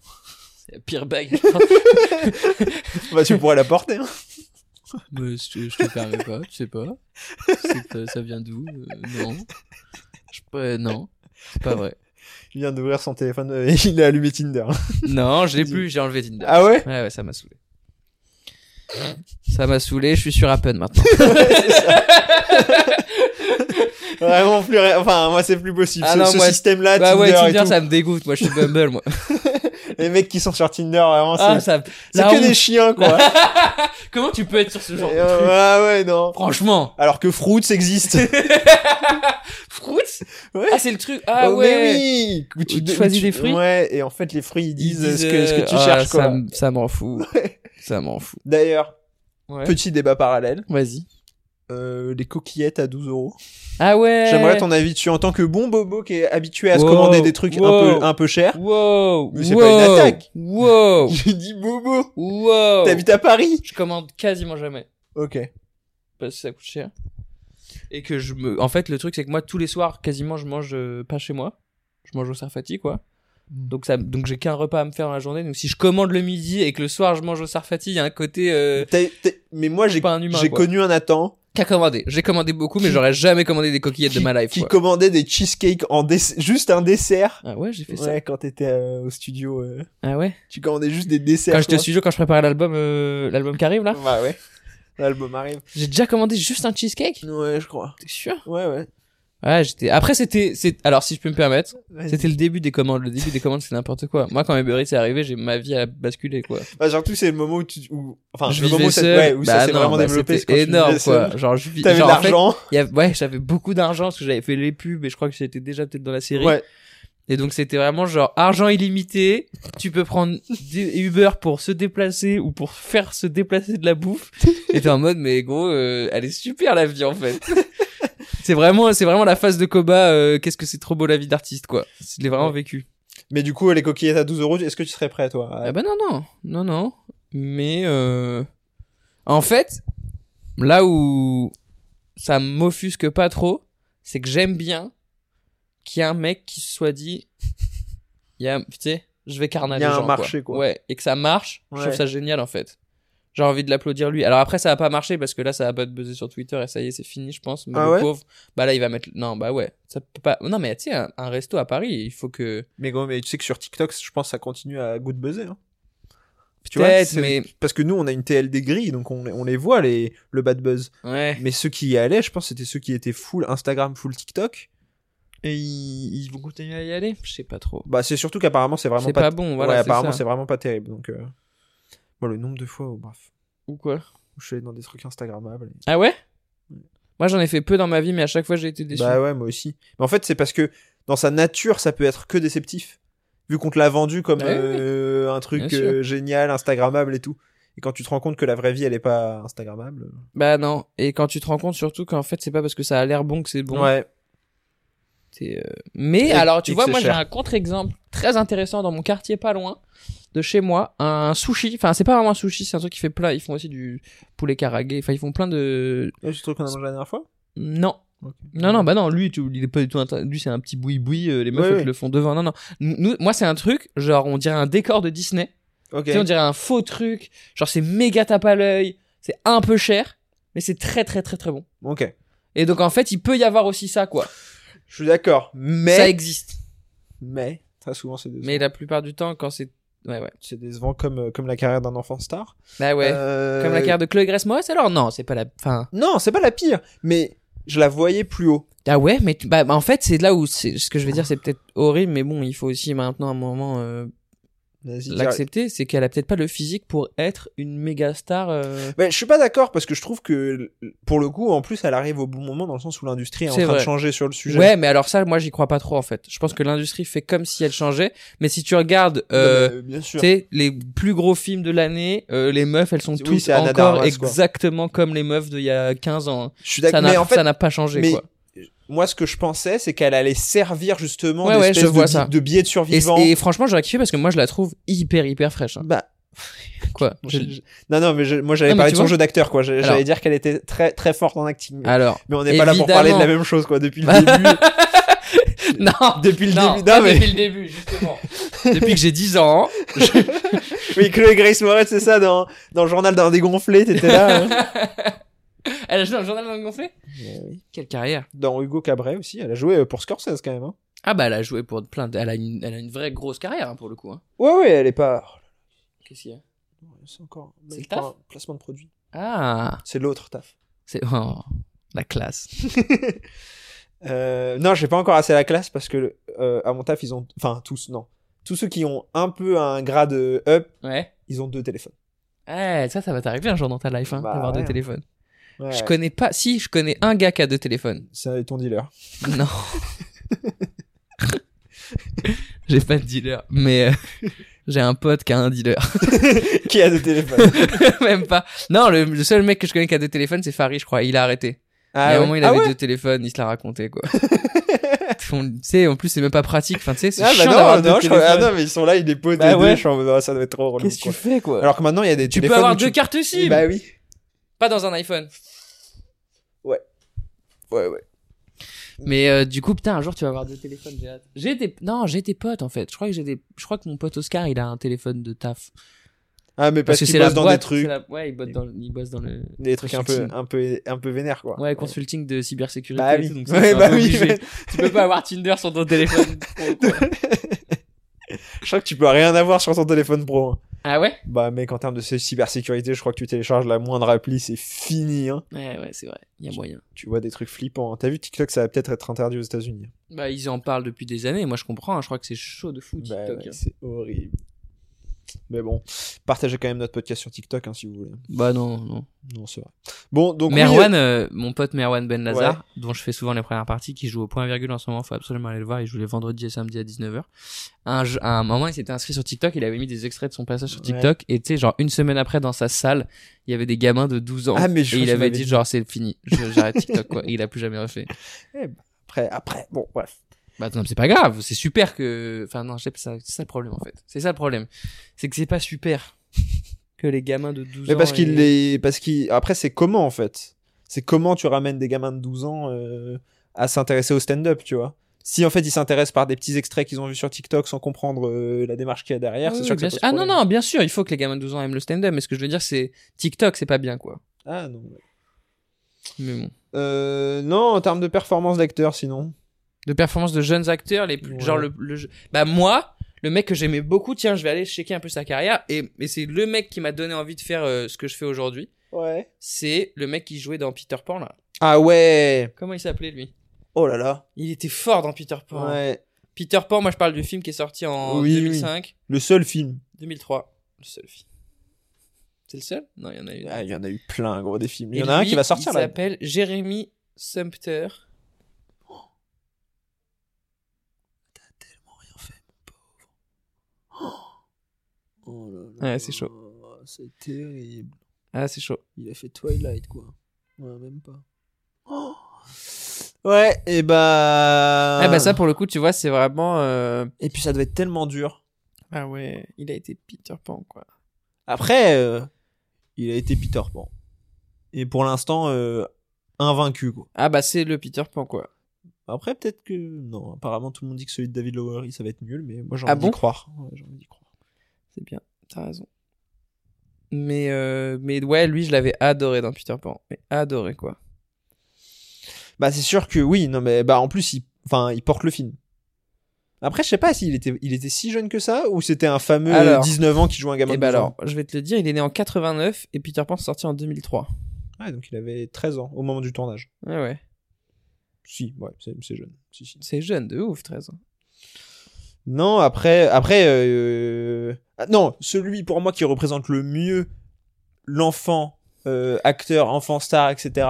F: C'est la pire bague.
E: Bah, tu pourrais la porter. hein.
F: Mais je, je te permets pas, tu sais pas. C'est pas- Ça vient d'où Euh, Non. Je, euh, non, c'est pas vrai.
E: Il vient d'ouvrir son téléphone euh, et il a allumé Tinder.
F: Non, je l'ai plus, j'ai enlevé Tinder.
E: Ah ouais
F: Ouais, ouais, ça m'a saoulé. Ça m'a saoulé, je suis sur Appen maintenant.
E: Vraiment plus. rien. Enfin, moi, c'est plus possible.
F: Ah
E: ce
F: non,
E: ce
F: moi,
E: système-là,
F: bah
E: Tinder,
F: ouais,
E: et
F: Tinder,
E: tout.
F: ça me dégoûte, moi je suis Bumble, moi.
E: Les mecs qui sont sur Tinder, vraiment,
F: Ah,
E: c'est.
F: ça...
E: C'est
F: la
E: que
F: honte.
E: des chiens, quoi.
F: Comment tu peux être sur ce genre
E: Et,
F: de truc
E: euh, ouais, ouais, non.
F: Franchement.
E: Alors que Fruits existe.
F: Fruits
E: Ouais.
F: Ah, c'est le truc. Ah
E: Oh,
F: ouais.
E: Mais oui. Où
F: Où tu choisis
E: où
F: des fruits
E: Ouais, et en fait, les fruits, ils
F: Ils
E: disent, ce, que, ce que tu
F: euh,
E: cherches,
F: ah,
E: quoi.
F: Ça, m- ça m'en fout.
E: Ouais.
F: Ça m'en fout.
E: D'ailleurs,
F: Ouais.
E: petit débat parallèle.
F: Vas-y.
E: euh, les coquillettes à 12 euros.
F: Ah ouais.
E: J'aimerais ton avis dessus en tant que bon bobo qui est habitué à se
F: Wow,
E: commander des trucs un
F: wow.
E: peu un peu chers.
F: Wow.
E: Mais c'est pas une
F: wow,
E: attaque.
F: Wow.
E: J'ai dit bobo.
F: wow. Euh,
E: T'habites à Paris
F: Je commande quasiment jamais
E: Ok.
F: parce que ça coûte cher. Et que je me. En fait, le truc c'est que moi tous les soirs quasiment je mange euh, pas chez moi. Je mange au Sarfati quoi.
E: Hmm.
F: Donc ça, donc j'ai qu'un repas à me faire dans la journée. Donc si je commande le midi et que le soir je mange au Sarfati, il y a un côté. Euh...
E: T'as- t'as- Mais moi
F: je
E: j'ai
F: suis pas un humain,
E: j'ai
F: quoi.
E: connu un Nathan
F: Qu'à commander. J'ai commandé beaucoup, mais j'aurais jamais commandé des coquillettes
E: qui,
F: de ma life.
E: qui
F: quoi.
E: commandait des cheesecakes en dess- juste un dessert.
F: Ah ouais, j'ai fait ça.
E: Ouais, quand t'étais euh, au studio, euh,
F: Ah ouais.
E: tu commandais juste des desserts.
F: Quand j'étais au
E: quoi.
F: studio, quand je préparais l'album, euh, l'album qui arrive là,
E: Bah ouais. L'album arrive.
F: j'ai déjà commandé juste un cheesecake.
E: Ouais, je crois.
F: T'es sûr
E: Ouais, ouais.
F: Ouais, j'étais. Après, c'était, c'est. Alors, si je peux me permettre,
E: Vas-y.
F: c'était le début des commandes. Le début des commandes, c'est n'importe quoi. Moi, quand Uber Eats est arrivé, j'ai ma vie à basculer quoi.
E: Bah, surtout, c'est le moment où tu. Où... Enfin,
F: je
E: le
F: vivais
E: moment où ça,
F: seul.
E: ouais, où ça
F: Bah
E: s'est
F: non,
E: vraiment
F: bah,
E: développé. c'est
F: c'était
E: quand tu
F: énorme
E: vivais seul.
F: quoi. Genre, je vis.
E: T'avais de
F: genre, en fait,
E: l'argent.
F: il y a- ouais, j'avais beaucoup d'argent parce que j'avais fait les pubs et je crois que j'étais déjà peut-être dans la série.
E: Ouais.
F: Et donc c'était vraiment genre argent illimité, tu peux prendre des Uber pour se déplacer ou pour faire se déplacer de la bouffe. Et t'es en mode mais gros, euh, elle est super la vie en fait. c'est vraiment c'est vraiment la phase de Koba euh, qu'est-ce que c'est trop beau la vie d'artiste quoi. Je l'ai vraiment vécu.
E: Mais du coup, les coquillettes à 12 euros, est-ce que tu serais prêt, toi à-
F: Ah bah non non, non non, mais euh, en fait là où ça m'offusque pas trop, c'est que j'aime bien qu'il y ait un mec qui se soit dit il y a tu sais, je vais carnager
E: Il y a
F: les
E: un
F: gens,
E: marché, quoi.
F: Ouais, et que ça marche, je trouve
E: Ouais.
F: ça génial en fait. J'ai envie de l'applaudir lui. Alors après ça va pas marcher parce que là ça va pas te buzzer sur Twitter et ça y est, c'est fini je pense, mais
E: Ah
F: le
E: ouais
F: pauvre, bah là il va mettre non, bah ouais, ça peut pas Non mais tu sais un, un resto à Paris, il faut que
E: Mais gros, mais tu sais que sur TikTok, je pense que ça continue à goût de buzzer. Hein. Tu vois,
F: peut-être
E: c'est-
F: mais
E: Parce que nous, on a une TLD grille, donc on, on les voit, les, le bad buzz.
F: ouais.
E: Mais ceux qui y allaient, je pense, c'était ceux qui étaient full Instagram, full TikTok. Et ils, ils vont continuer.
F: à y aller Je sais pas trop.
E: Bah, c'est surtout qu'apparemment, c'est vraiment
F: C'est
E: pas.
F: pas, bon, voilà.
E: ouais,
F: c'est
E: apparemment,
F: ça.
E: c'est vraiment pas terrible. Donc, euh, bon, le nombre de fois, oh, bref,
F: Ou quoi
E: où je suis allé dans des trucs Instagrammables. et-
F: Ah ouais Moi, j'en ai fait peu dans ma vie, mais à chaque fois, j'ai été déçu.
E: Bah ouais, moi aussi. Mais en fait, c'est parce que dans sa nature, ça peut être que déceptif. Vu qu'on te l'a vendu comme
F: Ouais,
E: euh, un
F: Bien
E: truc
F: sûr.
E: euh, génial, Instagrammable et tout. Et quand tu te rends compte que la vraie vie, elle est pas Instagrammable.
F: Bah non. Et quand tu te rends compte, surtout qu'en fait, c'est pas parce que ça a l'air bon que c'est bon.
E: Ouais.
F: C'est, euh, Mais
E: Et-
F: alors, tu
E: et que
F: vois,
E: c'est
F: moi, j'ai
E: cher.
F: un contre-exemple très intéressant dans mon quartier, pas loin de chez moi, un sushi. Enfin, c'est pas vraiment un sushi, c'est un truc qui fait plein. Ils font aussi du poulet karaage. Enfin, ils font plein de.
E: Et ce truc qu'on a mangé la dernière fois
F: Non.
E: Ok.
F: Non, non, bah non, lui, tu, il est pas du tout. intér- Lui, c'est un petit boui-boui, euh, les meufs
E: Ouais,
F: elles
E: ouais.
F: te le font devant. Non, non. Nous, moi, c'est un truc, genre, on dirait un décor de Disney.
E: Ok.
F: Tu sais, on dirait un faux truc. Genre, c'est méga tape à l'œil. C'est un peu cher, mais c'est très, très, très, très bon.
E: Ok.
F: Et donc, en fait, il peut y avoir aussi ça, quoi.
E: Je suis d'accord. Mais.
F: Ça existe.
E: Mais. Très souvent, c'est décevant.
F: Mais la plupart du temps, quand c'est. Ouais, ouais.
E: C'est décevant comme, euh, comme la carrière d'un enfant star.
F: Bah ouais.
E: Euh,
F: Comme la carte de Chloé Grace Moretz, alors non, c'est pas la. Enfin.
E: Non, c'est pas la pire. Mais je la voyais plus haut.
F: Ah ouais, mais tu- bah, bah, en fait, c'est là où. c'est- Ce que je vais dire, c'est peut-être horrible, mais bon, il faut aussi maintenant un moment euh,
E: Vas-y, direct.
F: l'accepter. C'est qu'elle a peut-être pas le physique pour être une méga star. euh,
E: Ben, je suis pas d'accord parce que je trouve que pour le coup, en plus, elle arrive au bon moment dans le sens où l'industrie est en
F: C'est
E: train
F: vrai.
E: de changer sur le sujet.
F: Ouais, mais alors ça, moi, j'y crois pas trop en fait. Je pense que l'industrie fait comme si elle changeait. Mais si tu regardes euh,
E: Non, mais, euh, bien sûr.
F: Tu sais, les plus gros films de l'année, euh, les meufs, elles sont
E: Oui,
F: toutes
E: c'est Anna
F: encore
E: Darmas, quoi.
F: exactement comme les meufs d'il y a 15 ans. hein.
E: Je suis
F: Ça
E: d'accord. Mais
F: n'a
E: en fait,
F: ça n'a pas changé,
E: mais
F: quoi.
E: moi, ce que je pensais, c'est qu'elle allait servir justement
F: Ouais, ouais,
E: d'espèce
F: je vois
E: de,
F: ça.
E: de biais de
F: Et,
E: survivants.
F: et franchement, j'aurais kiffé parce que moi, je la trouve hyper, hyper fraîche. hein.
E: Bah,
F: Quoi.
E: je-
F: Je-
E: je- non, non, mais je- moi, j'allais
F: Non, mais
E: parler
F: tu
E: de son
F: vois-
E: jeu d'acteur, quoi. J'ai-
F: Alors.
E: J'allais dire qu'elle était très, très forte en acting. Mais,
F: Alors.
E: mais on n'est pas là pour
F: évidemment. Bah,
E: parler de la même chose, quoi, depuis le début.
F: non,
E: Depuis le
F: non,
E: début-
F: pas
E: non, mais-
F: depuis le début, justement. depuis que j'ai 10 ans. hein.
E: oui, Chloé Grace Moretz, c'est ça, dans, dans le journal d'un dégonflé, t'étais là. hein.
F: Elle a joué dans le journal d'un gonflé Quelle carrière.
E: Dans Hugo Cabret aussi, elle a joué euh, pour Scorsese, quand même. hein.
F: Ah bah, elle a joué pour plein de... Elle a une, elle a une vraie grosse carrière, hein, pour le coup. hein.
E: Ouais, ouais, elle est pas.
F: Qu'est-ce qu'il y a
E: C'est encore.
F: C'est
E: je
F: le taf
E: crois, un placement de produit.
F: Ah,
E: C'est l'autre taf.
F: c'est... Oh, la classe.
E: Euh, non, j'ai pas encore assez la classe parce que euh, à mon taf, ils ont. Enfin, tous, non. Tous ceux qui ont un peu un grade euh, up,
F: Ouais.
E: ils ont deux téléphones.
F: Eh, ça, ça va t'arriver un jour dans ta life, hein,
E: Bah,
F: d'avoir
E: ouais.
F: deux téléphones.
E: Ouais,
F: Je
E: ouais.
F: connais pas. Si, je connais un gars qui a deux téléphones.
E: C'est ton dealer.
F: Non. J'ai pas de dealer. Mais euh, j'ai un pote qui a un dealer.
E: Qui a deux téléphones
F: Même pas. Non, le, le seul mec que je connais qui a deux téléphones, c'est Farid, je crois. Il a arrêté. il y a un
E: ouais.
F: moment, il
E: Ah
F: avait
E: ouais
F: deux téléphones, il se l'a raconté, quoi. On- tu sais, en plus, c'est même pas pratique. Enfin, tu sais, c'est
E: Ah
F: chiant
E: bah
F: d'avoir
E: non,
F: deux
E: non, je crois- ah
F: téléphones.
E: non, mais ils sont là, ils déposent
F: Bah
E: les deux,
F: ouais.
E: je suis en mode, ah, ça doit être trop relou.
F: Qu'est-ce que tu fais, quoi
E: Alors que maintenant, il y a des
F: Tu peux
E: téléphones
F: avoir
E: où
F: deux cartes SIM
E: Bah oui.
F: Pas dans un iPhone.
E: Ouais, ouais.
F: Mais euh, du coup, putain, un jour, tu vas avoir deux téléphones, j'ai hâte. J'ai des... Non, j'ai des potes, en fait. Je crois que j'ai des... Je crois que mon pote Oscar, il a un téléphone de taf.
E: Ah, mais parce,
F: que
E: qu'ils
F: c'est la
E: bossent dans
F: boîte,
E: des trucs,
F: c'est la- Ouais, il bosse dans, il bosse dans le...
E: des trucs un peu,
F: consulting.
E: un peu, un peu vénères, quoi.
F: Ouais, consulting de cybersécurité
E: Bah
F: et
E: oui.
F: tout, donc ça, c'est
E: Ouais,
F: un
E: bah
F: peu
E: oui.
F: obligé.
E: mais-
F: tu peux pas avoir Tinder sur ton téléphone. pro, quoi.
E: Je crois que tu peux rien avoir sur ton téléphone pro. hein.
F: ah ouais
E: Bah, mec, en termes de cybersécurité, je crois que tu télécharges la moindre appli, c'est fini, hein.
F: Ouais, ouais, c'est vrai. Il y a moyen.
E: Tu vois des trucs flippants. hein. T'as vu TikTok, ça va peut-être être interdit aux États-Unis. hein.
F: Bah, ils en parlent depuis des années. Moi, je comprends. hein. Je crois que c'est chaud de fou,
E: Bah,
F: TikTok.
E: ouais,
F: hein.
E: c'est horrible. Mais bon, partagez quand même notre podcast sur TikTok, hein, si vous voulez.
F: Bah, non, non.
E: Non, c'est vrai. Bon, donc. oui,
F: Merwan, euh, mon pote Merwan Ben Lazar, dont je fais souvent les premières parties, qui joue au point virgule en ce moment, faut absolument aller le voir. Il joue les vendredis et samedis à 19h. Un, jeu- à un moment, il s'était inscrit sur TikTok, il avait mis des extraits de son passage sur
E: Ouais.
F: TikTok, et tu sais, genre une semaine après, dans sa salle, il y avait des gamins de 12 ans.
E: Ah, mais je
F: et
E: crois que
F: il
E: tu
F: avait
E: m'avais
F: dit,
E: dit.
F: genre, c'est fini, je- j'arrête TikTok, quoi. Et il a plus jamais refait.
E: euh, Après, après, bon, bref.
F: Bah, non, mais c'est pas grave, c'est super que. Enfin, non, je sais pas, c'est ça- c'est ça le problème, en fait. C'est ça le problème. C'est que c'est pas super que les gamins de 12 ans.
E: Mais parce
F: et-
E: qu'il est. Parce qu'il... Après, c'est comment en fait C'est comment tu ramènes des gamins de 12 ans euh, à s'intéresser au stand-up, tu vois Si en fait ils s'intéressent par des petits extraits qu'ils ont vus sur TikTok sans comprendre euh, la démarche qu'il y a derrière,
F: Ah
E: c'est
F: oui,
E: sûr
F: bien
E: que ça
F: sûr. Ah
E: pose
F: non, non, bien sûr, il faut que les gamins de 12 ans aiment le stand-up, mais ce que je veux dire, c'est TikTok, c'est pas bien, quoi.
E: problème. Ah non. ouais.
F: Mais bon.
E: Euh, non, en termes de performance d'acteur, sinon.
F: De performance de jeunes acteurs, les plus,
E: Ouais.
F: genre le, le- Bah, moi, le mec que j'aimais beaucoup, tiens, je vais aller checker un peu sa carrière, et, et c'est le mec qui m'a donné envie de faire euh, ce que je fais aujourd'hui.
E: Ouais.
F: C'est le mec qui jouait dans Peter Pan, là.
E: Ah ouais
F: Comment il s'appelait, lui
E: Oh là là.
F: Il était fort dans Peter Pan.
E: Ouais.
F: Peter Pan, moi, je parle du film qui est sorti en
E: Oui, oui.
F: 2005,
E: Le seul film.
F: 2003. Le seul film. C'est le seul Non, il y en a eu.
E: Ah, il y en a eu plein, gros, des films. Il y
F: Et
E: en a un
F: lui,
E: qui va sortir
F: il
E: là.
F: s'appelle Jérémy Sumpter.
E: Oh
F: Ouais, c'est chaud.
G: C'est terrible.
F: Ah, c'est chaud.
G: Il a fait Twilight, quoi. Ouais, même pas.
E: Oh Ouais, et bah.
F: Ah bah ça pour le coup, tu vois, c'est vraiment. euh,
E: Et puis ça devait être tellement dur.
F: Ah ouais, il a été Peter Pan quoi.
E: Après, euh, il a été Peter Pan. Et pour l'instant, euh, invaincu, quoi.
F: Ah bah c'est le Peter Pan quoi.
E: Après, peut-être que. Non, apparemment, tout le monde dit que celui de David Lowery, ça va être nul, mais moi, j'ai
F: Ah
E: envie d'y
F: bon
E: croire. Ouais, j'ai envie d'y croire.
F: C'est bien, t'as raison. Mais euh, mais ouais, lui je l'avais adoré dans Peter Pan, mais adoré quoi.
E: Bah, c'est sûr que oui, non, mais bah, en plus, il, enfin, il porte le film. Après, je sais pas s'il était, il était si jeune que ça, ou c'était un fameux
F: Alors.
E: 19 ans qui joue un gamin
F: Et
E: de
F: bah
E: 12 ans.
F: alors, je vais te le dire, il est né en 89 et Peter Pan est sorti en 2003.
E: Ouais, donc il avait 13 ans au moment du tournage.
F: Ouais Ah ouais,
E: Si, ouais, c'est c'est jeune. Si, si.
F: c'est jeune de ouf 13 ans.
E: Non, après, après, euh, ah, non, celui pour moi qui représente le mieux l'enfant, euh, acteur, enfant star, etc.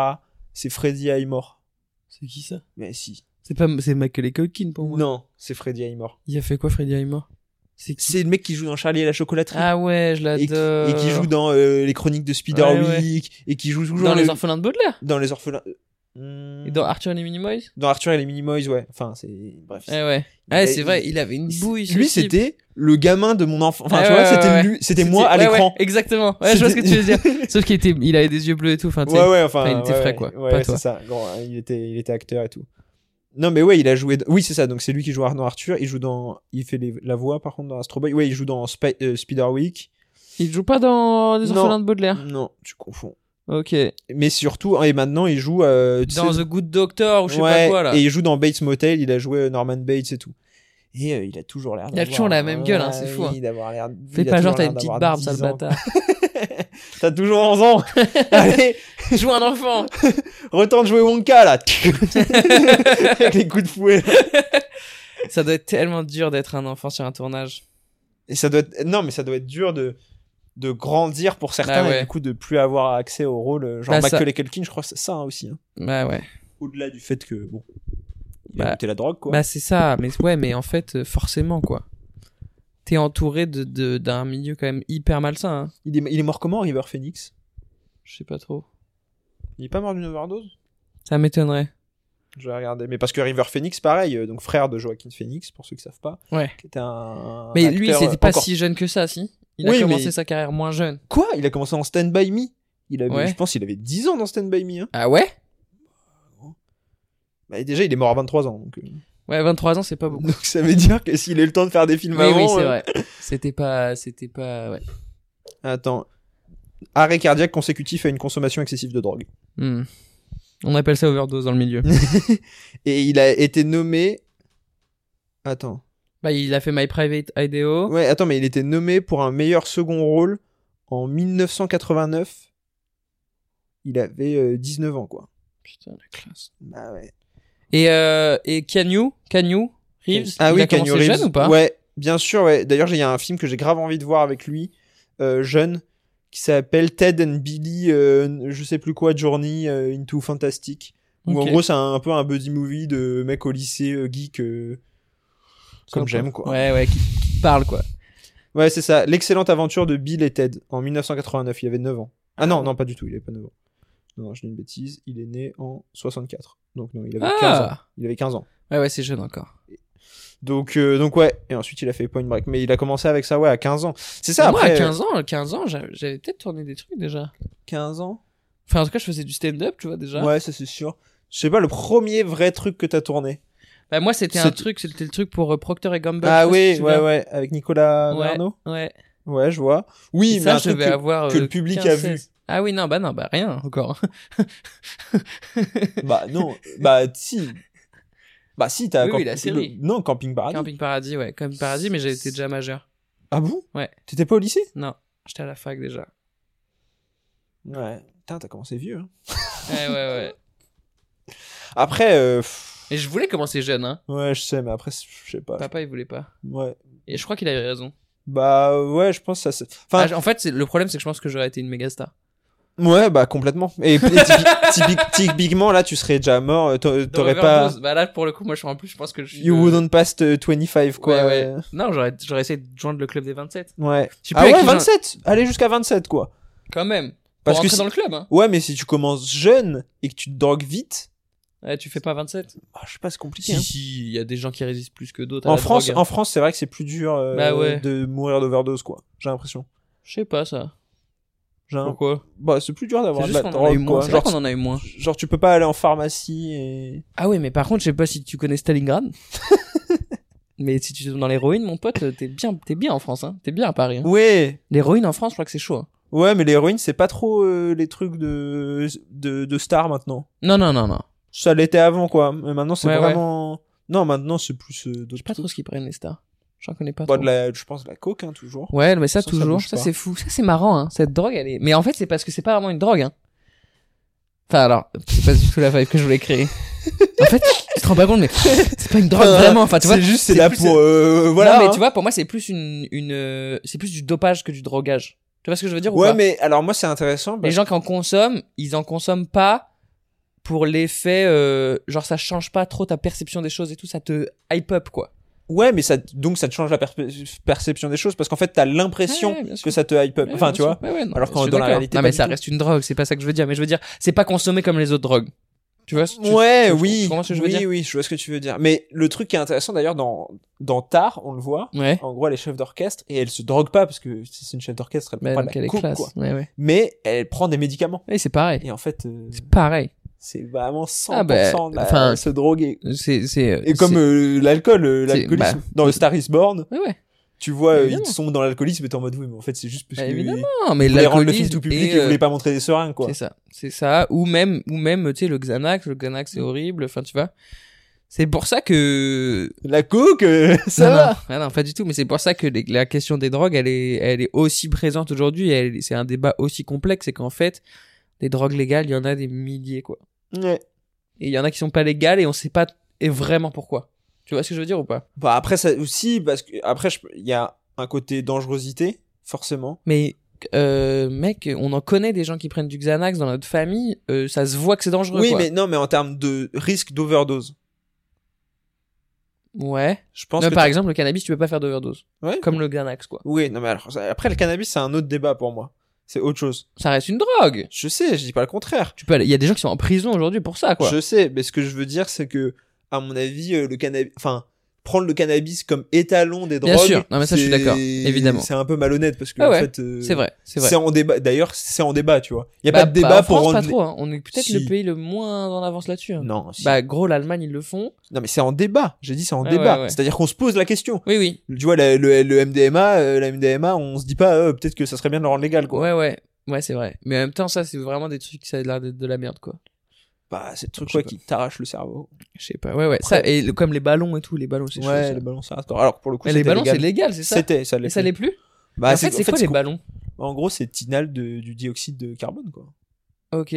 E: C'est Freddy Aymor.
F: C'est qui ça
E: Mais si.
F: C'est pas c'est Macaulay Culkin pour moi.
E: Non, c'est Freddy Aymor.
F: Il a fait quoi Freddy Aymor
E: C'est le mec qui joue dans Charlie et la chocolaterie.
F: Ah ouais, je
E: et, qui-
F: l'adore.
E: et qui joue dans euh, les Chroniques de Spiderwick
F: Ouais,
E: et qui joue toujours
F: dans
E: le-
F: les orphelins de Baudelaire.
E: dans les orphelins. euh,
F: Et dans Arthur et les Minimoys.
E: dans Arthur et les Minimoys, ouais. Enfin, c'est bref.
F: Eh ouais.
E: Il
F: Ouais,
E: a-
F: c'est
E: il-
F: vrai, il avait une
E: il-
F: bouille. ce
E: lui,
F: type.
E: c'était le gamin de mon enfant. Enfin,
F: Ah
E: tu
F: ouais,
E: vois,
F: ouais,
E: c'était
F: ouais.
E: lui- c'était
F: C'était-
E: moi à
F: ouais, ouais,
E: l'écran.
F: exactement. Ouais, je vois ce que tu veux dire. Sauf qu'il était, il avait des yeux bleus et tout. Enfin, tu sais.
E: ouais, ouais, enfin,
F: enfin, il était
E: ouais,
F: frais,
E: ouais.
F: quoi.
E: Ouais,
F: Pas
E: ouais,
F: toi.
E: c'est ça. Bon, hein, il était, il était acteur et tout. Non, mais ouais, il a joué. d- Oui, c'est ça. Donc c'est lui qui joue Arnaud Arthur. Il joue dans. Il fait les- la voix par contre dans Astro Boy. Ouais, il joue dans Spi- euh, Spiderwick.
F: Il joue pas dans Les
E: Non.
F: Orphelins de Baudelaire.
E: Non, tu confonds.
F: Ok.
E: Mais surtout, hein, et maintenant il joue. euh, tu
F: Dans
E: sais-
F: The Good Doctor ou je sais
E: Ouais,
F: pas quoi là.
E: Et il joue dans Bates Motel. Il a joué euh, Norman Bates et tout. Et euh, il a toujours l'air.
F: Il a
E: d'avoir-
F: toujours la même gueule, hein,
E: Ouais,
F: c'est fou, hein.
E: oui, d'avoir l'air.
F: Fais
E: il a
F: pas genre
E: toujours
F: t'as
E: l'air
F: une petite
E: d'avoir
F: barbe,
E: 10
F: sale
E: ans.
F: bâtard.
E: T'as toujours 11 ans. Allez,
F: Joue un enfant.
E: retente de jouer Wonka là. Avec les coups de fouet.
F: Ça doit être tellement dur d'être un enfant sur un tournage.
E: Et ça doit être... Non, mais ça doit être dur de, de grandir pour certains
F: Bah ouais.
E: et du coup de plus avoir accès au rôle. euh, Genre
F: Bah, ça-
E: Macaulay Culkin, je crois que c'est ça hein, aussi. hein.
F: Bah ouais.
E: Au-delà du fait que, bon, il
F: Bah-
E: a goûté la drogue, quoi.
F: Bah c'est ça. Mais ouais, mais en fait, euh, forcément quoi. t'es entouré de- de- d'un milieu quand même hyper malsain. hein.
E: Il est, il est mort comment, River Phoenix
F: Je sais pas trop.
E: Il est pas mort d'une overdose
F: Ça m'étonnerait.
E: Je vais regarder. Mais parce que River Phoenix, pareil, euh, donc frère de Joaquin Phoenix, pour ceux qui savent pas,
F: Ouais.
E: qui était un.
F: Mais
E: acteur,
F: lui, c'était
E: euh,
F: pas
E: encore-
F: si jeune que ça, si. Il a
E: Oui,
F: commencé
E: mais-
F: sa carrière moins jeune.
E: Quoi Il a commencé en Stand By Me il avait,
F: Ouais.
E: Je pense qu'il avait 10 ans dans Stand By Me. hein.
F: Ah ouais
E: Bah, déjà, il est mort à 23 ans. Donc, euh,
F: Ouais, 23 ans, c'est pas beaucoup.
E: donc ça veut dire que s'il a eu le temps de faire des films
F: Mais
E: avant.
F: oui, c'est
E: euh,
F: vrai. C'était pas, c'était pas, ouais.
E: Attends. Arrêt cardiaque consécutif à une consommation excessive de drogue.
F: Hmm. On appelle ça overdose dans le milieu.
E: Et il a été nommé. Attends.
F: bah, il a fait My Private Idaho.
E: Ouais, attends, mais il était nommé pour un meilleur second rôle en 1989. Il avait euh, 19 ans, quoi.
F: Putain, la classe.
E: Bah ouais.
F: Et euh, et Canyon, Canyon Reeves.
E: ah
F: il
E: oui,
F: a commencé
E: Keanu Reeves.
F: jeune ou pas
E: Ouais, bien sûr, ouais. D'ailleurs, il y a un film que j'ai grave envie de voir avec lui, euh, jeune, qui s'appelle Ted and Billy, euh, je sais plus quoi, Journey euh, into Fantastic. Où en
F: Ok.
E: gros, c'est un, un peu un buddy movie de mec au lycée euh, geek. euh, comme
F: Sympa.
E: j'aime, quoi. Euh,
F: Ouais, ouais, qui, qui parle quoi.
E: Ouais, c'est ça. L'excellente aventure de Bill et Ted en 1989. Il avait 9 ans. Ah non, non, pas du tout. Il avait pas 9 ans. Non, je dis une bêtise. Il est né en 64. Donc non, il avait 15 ans.
F: Ah.
E: Il avait 15 ans.
F: Ouais, ouais, c'est jeune encore.
E: Donc, euh, donc ouais. Et ensuite, il a fait Point Break. Mais il a commencé avec ça, ouais, à 15 ans. C'est ça,
F: Moi,
E: après. euh,
F: à 15 ans, à 15 ans, j'avais j'avais peut-être tourné des trucs déjà.
E: 15 ans
F: Enfin, en tout cas, je faisais du stand-up, tu vois déjà.
E: Ouais, ça c'est sûr. Je sais pas, le premier vrai truc que t'as tourné.
F: Bah, moi, c'était un
E: C'est-
F: truc, c'était le truc pour euh, Procter et Gamble. je
E: ah
F: sais pas
E: oui,
F: si tu te
E: ouais,
F: souviens.
E: ouais. Avec Nicolas
F: Ouais.
E: Verneau
F: Ouais.
E: Ouais, je vois. Oui,
F: Et
E: mais
F: ça,
E: un
F: je
E: truc
F: devais
E: que-
F: avoir
E: que
F: euh,
E: le public
F: 15,
E: a vu.
F: 16. Ah oui, non, bah non, bah rien encore.
E: Bah non, bah si. Bah si, t'as...
F: Oui, oui,
E: camp-
F: la série.
E: le- Non, Camping Paradis.
F: Camping Paradis, ouais, Camping Paradis, mais j'étais déjà majeur.
E: Ah bon
F: Ouais.
E: T'étais pas au lycée
F: Non, j'étais à la fac déjà.
E: Ouais. Putain, t'as commencé vieux. hein.
F: Eh Ouais, ouais, ouais.
E: Après, euh, pff,
F: Et je voulais commencer jeune, hein.
E: ouais, je sais, mais après, c'est- je sais pas.
F: Papa, il voulait pas.
E: Ouais.
F: Et je crois qu'il avait raison.
E: Bah ouais, je pense que ça. se- Enfin,
F: Ah, en fait, c'est- le problème, c'est que je pense que j'aurais été une méga star.
E: ouais, bah complètement. Et, et typi- typi- typiquement, là, tu serais déjà mort. euh, t'a-
F: Dans
E: T'aurais pas.
F: Overdose, Bah là, pour le coup, moi, je suis en plus, je pense que je suis.
E: You
F: euh,
E: wouldn't pass the 25, quoi.
F: Ouais, ouais.
E: euh,
F: Non, j'aurais j'aurais essayé de joindre le club des 27.
E: ouais.
F: Tu peux
E: Ah ouais,
F: avec les gens-
E: 27 Allez jusqu'à 27, quoi.
F: Quand même.
E: Parce
F: pour
E: que
F: rentrer
E: si-
F: dans le club, hein.
E: Ouais, mais si tu commences jeune et que tu te drogues vite,
F: Ouais, Eh, tu fais pas 27.
E: ah, je sais pas, c'est compliqué.
F: Si,
E: hein.
F: si, il y a des gens qui résistent plus que d'autres. à
E: En
F: la
E: France,
F: drogue, hein.
E: en France, c'est vrai que c'est plus dur euh,
F: Bah ouais.
E: de mourir d'overdose, quoi. J'ai l'impression.
F: Je sais pas ça.
E: J'ai un-
F: Pourquoi
E: Bah, c'est plus dur
F: C'est
E: d'avoir de
F: juste
E: la
F: qu'on en a eu
E: drogue,
F: moins.
E: quoi.
F: C'est vrai
E: Genre,
F: qu'on en a eu moins.
E: genre, tu peux pas aller en pharmacie et.
F: Ah ouais, mais par contre, je sais pas si tu connais Stalingrad. mais si tu te tombes dans l'héroïne, mon pote, t'es bien, t'es bien en France, hein. T'es bien à Paris. hein.
E: Ouais.
F: L'héroïne en France, je crois que c'est chaud. hein.
E: Ouais, mais l'héroïne, c'est pas trop euh, les trucs de, de, de stars maintenant.
F: Non, non, non, non.
E: Ça l'était avant, quoi. Mais maintenant, c'est
F: Ouais, ouais.
E: vraiment. Non, maintenant, c'est plus euh,
F: Je
E: d'autres
F: sais pas trop
E: trucs.
F: ce qu'ils prennent les stars. J'en connais pas
E: Bah,
F: trop.
E: de la, je pense de la coke, hein, toujours.
F: Ouais, mais ça,
E: Ça, ça
F: toujours.
E: bouge
F: Ça,
E: pas.
F: c'est fou. Ça, c'est marrant, hein. Cette drogue, elle est. Mais en fait, c'est parce que c'est pas vraiment une drogue, hein. Enfin, alors, c'est pas du tout la vibe que je voulais créer. en fait, tu te rends pas compte, mais c'est pas une drogue
E: Enfin,
F: vraiment. Enfin, tu vois.
E: c'est juste, c'est là
F: plus-
E: pour. euh, voilà.
F: non, mais
E: hein.
F: tu vois, pour moi, c'est plus une, une, euh, c'est plus du dopage que du drogage. Tu vois ce que je veux dire ou
E: Ouais,
F: pas
E: mais alors, moi, c'est intéressant.
F: Les
E: Parce...
F: gens qui en consomment, ils en consomment pas pour l'effet, euh, genre ça change pas trop ta perception des choses et tout, ça te hype up quoi.
E: Ouais, mais ça, donc, ça te change la perpe- perception des choses parce qu'en fait, t'as l'impression
F: Ouais, ouais, bien sûr.
E: que ça te hype up.
F: Ouais,
E: enfin,
F: bien
E: tu
F: sûr.
E: vois.
F: Ouais, ouais, non,
E: Alors
F: je
E: qu'en-
F: suis
E: dans la
F: d'accord.
E: réalité,
F: Non,
E: pas
F: mais
E: du
F: ça
E: tout.
F: reste une drogue, c'est pas ça que je veux dire. Mais je veux dire, c'est pas consommé comme les autres drogues. Tu vois ce- tu-
E: ouais,
F: tu- tu-
E: oui.
F: Tu comprends ce que je veux
E: oui,
F: dire
E: oui, je vois ce que tu veux dire. Mais le truc qui est intéressant, d'ailleurs, dans, dans Tar, on le voit.
F: Ouais.
E: En gros, elle est chef d'orchestre et elle se drogue pas parce que si c'est une chef d'orchestre, elle prend
F: Mais
E: pas
F: donc
E: de
F: elle
E: la
F: est
E: coke,
F: classe.
E: quoi.
F: Ouais, ouais.
E: Mais elle prend des médicaments.
F: Oui, c'est pareil.
E: Et en fait, euh,
F: C'est pareil.
E: c'est vraiment 100%
F: Ah bah,
E: de la-
F: enfin,
E: se droguer.
F: C'est, c'est. euh,
E: Et comme
F: c'est-
E: euh, l'alcool, euh,
F: c'est-
E: l'alcoolisme,
F: bah,
E: dans le Star is Born,
F: Ouais, ouais.
E: tu vois, euh, ils
F: Évidemment.
E: sont dans l'alcoolisme et t'es en mode oui, mais en fait, c'est juste parce
F: Bah,
E: que
F: évidemment,
E: ils
F: Non, mais
E: voulaient rendre le film
F: l'alcoolisme
E: tout public
F: et,
E: et ils
F: euh,
E: voulaient pas montrer des seringues, quoi.
F: C'est ça, c'est ça. Ou même, ou même, tu sais, le Xanax, le Xanax
E: Mm.
F: c'est horrible. Enfin, tu vois. C'est pour ça que
E: La coke, euh, ça
F: Non,
E: va.
F: non. Ah non, pas du tout. Mais c'est pour ça que les- la question des drogues, elle est, elle est aussi présente aujourd'hui. et elle- C'est un débat aussi complexe. C'est qu'en fait, des drogues légales, il y en a des milliers, quoi.
E: Ouais.
F: Et il y en a qui sont pas légales et on sait pas et vraiment pourquoi. Tu vois ce que je veux dire ou pas
E: Bah après ça aussi parce que après je- il y a un côté dangerosité forcément.
F: Mais euh, mec, on en connaît des gens qui prennent du Xanax dans notre famille. euh, ça se voit que c'est dangereux.
E: Oui
F: quoi.
E: mais non mais en termes de risque d'overdose.
F: Ouais.
E: Je pense
F: Non,
E: que
F: par
E: t'as-
F: exemple, le cannabis, tu peux pas faire d'overdose.
E: Ouais.
F: Comme le Xanax, quoi.
E: Oui, non mais alors ça- après le cannabis c'est un autre débat pour moi. C'est autre chose.
F: Ça reste une drogue.
E: Je sais, je dis pas le contraire.
F: Tu peux aller- Il y a des gens qui sont en prison aujourd'hui pour ça, quoi.
E: Je sais, mais ce que je veux dire c'est que à mon avis euh, le cannabis enfin prendre le cannabis comme étalon des drogues
F: Bien sûr. Non, mais ça, je suis
E: c'est-
F: d'accord. Évidemment.
E: C'est un peu malhonnête parce que
F: Ah
E: en
F: ouais,
E: fait euh,
F: C'est vrai, c'est vrai.
E: C'est en débat. D'ailleurs, c'est en débat, tu vois. Il y a pas
F: Bah,
E: de débat
F: en
E: pour
F: France,
E: rendre
F: pas trop. hein. On est peut-être
E: Si.
F: le pays le moins en avance là-dessus. hein.
E: Non, si.
F: Bah, gros, l'Allemagne, ils le font.
E: non, mais c'est en débat. J'ai dit c'est en
F: Ouais,
E: débat.
F: ouais, ouais.
E: C'est-à-dire qu'on se pose la question.
F: Oui, oui.
E: Tu vois, la- le, le MDMA, euh, la MDMA, on se dit pas, euh, peut-être que ça serait bien de le rendre légal, quoi.
F: Ouais, ouais. Ouais, c'est vrai. Mais en même temps, ça, c'est vraiment des trucs, ça a l'air d'être de la merde, quoi.
E: Bah, c'est le truc,
F: Je
E: quoi,
F: sais pas.
E: qui t'arrache le cerveau.
F: Je sais pas. Ouais, ouais. Ça, et le- comme les ballons et tout, les ballons, c'est chaud, ça.
E: les ballons, ça reste. Alors, pour le coup,
F: Mais les
E: c'était
F: ballons, c'est
E: légal.
F: légal, c'est ça.
E: C'était, ça l'est
F: Et ça
E: plus.
F: l'est plus
E: Bah,
F: En fait, c'est quoi les ballons
E: En gros, c'est tinal de- du dioxyde de carbone, quoi.
F: Ok.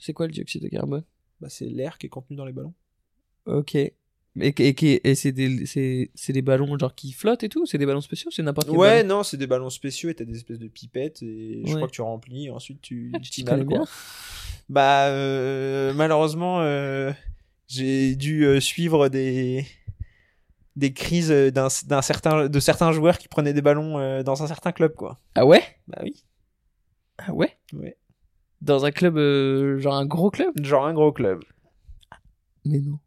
F: C'est quoi le dioxyde de carbone
E: Bah, c'est l'air qui est contenu dans les ballons.
F: Ok. Et, et, et, et c'est des, c'est- c'est des ballons genre qui flottent et tout C'est des ballons spéciaux C'est n'importe quel
E: Ouais,
F: ballon
E: non, c'est des ballons spéciaux et t'as des espèces de pipettes et je
F: Ouais.
E: crois que tu remplis et ensuite tu
F: Ah, tu t'y
E: tinales,
F: connais bien.
E: Bah euh, malheureusement euh, j'ai dû euh, suivre des des crises euh, d'un d'un certain de certains joueurs qui prenaient des ballons euh, dans un certain club quoi.
F: Ah ouais
E: Bah oui,
F: Ah ouais
E: Ouais.
F: Dans un club, euh, genre un gros club
E: genre un gros club.
F: Mais non.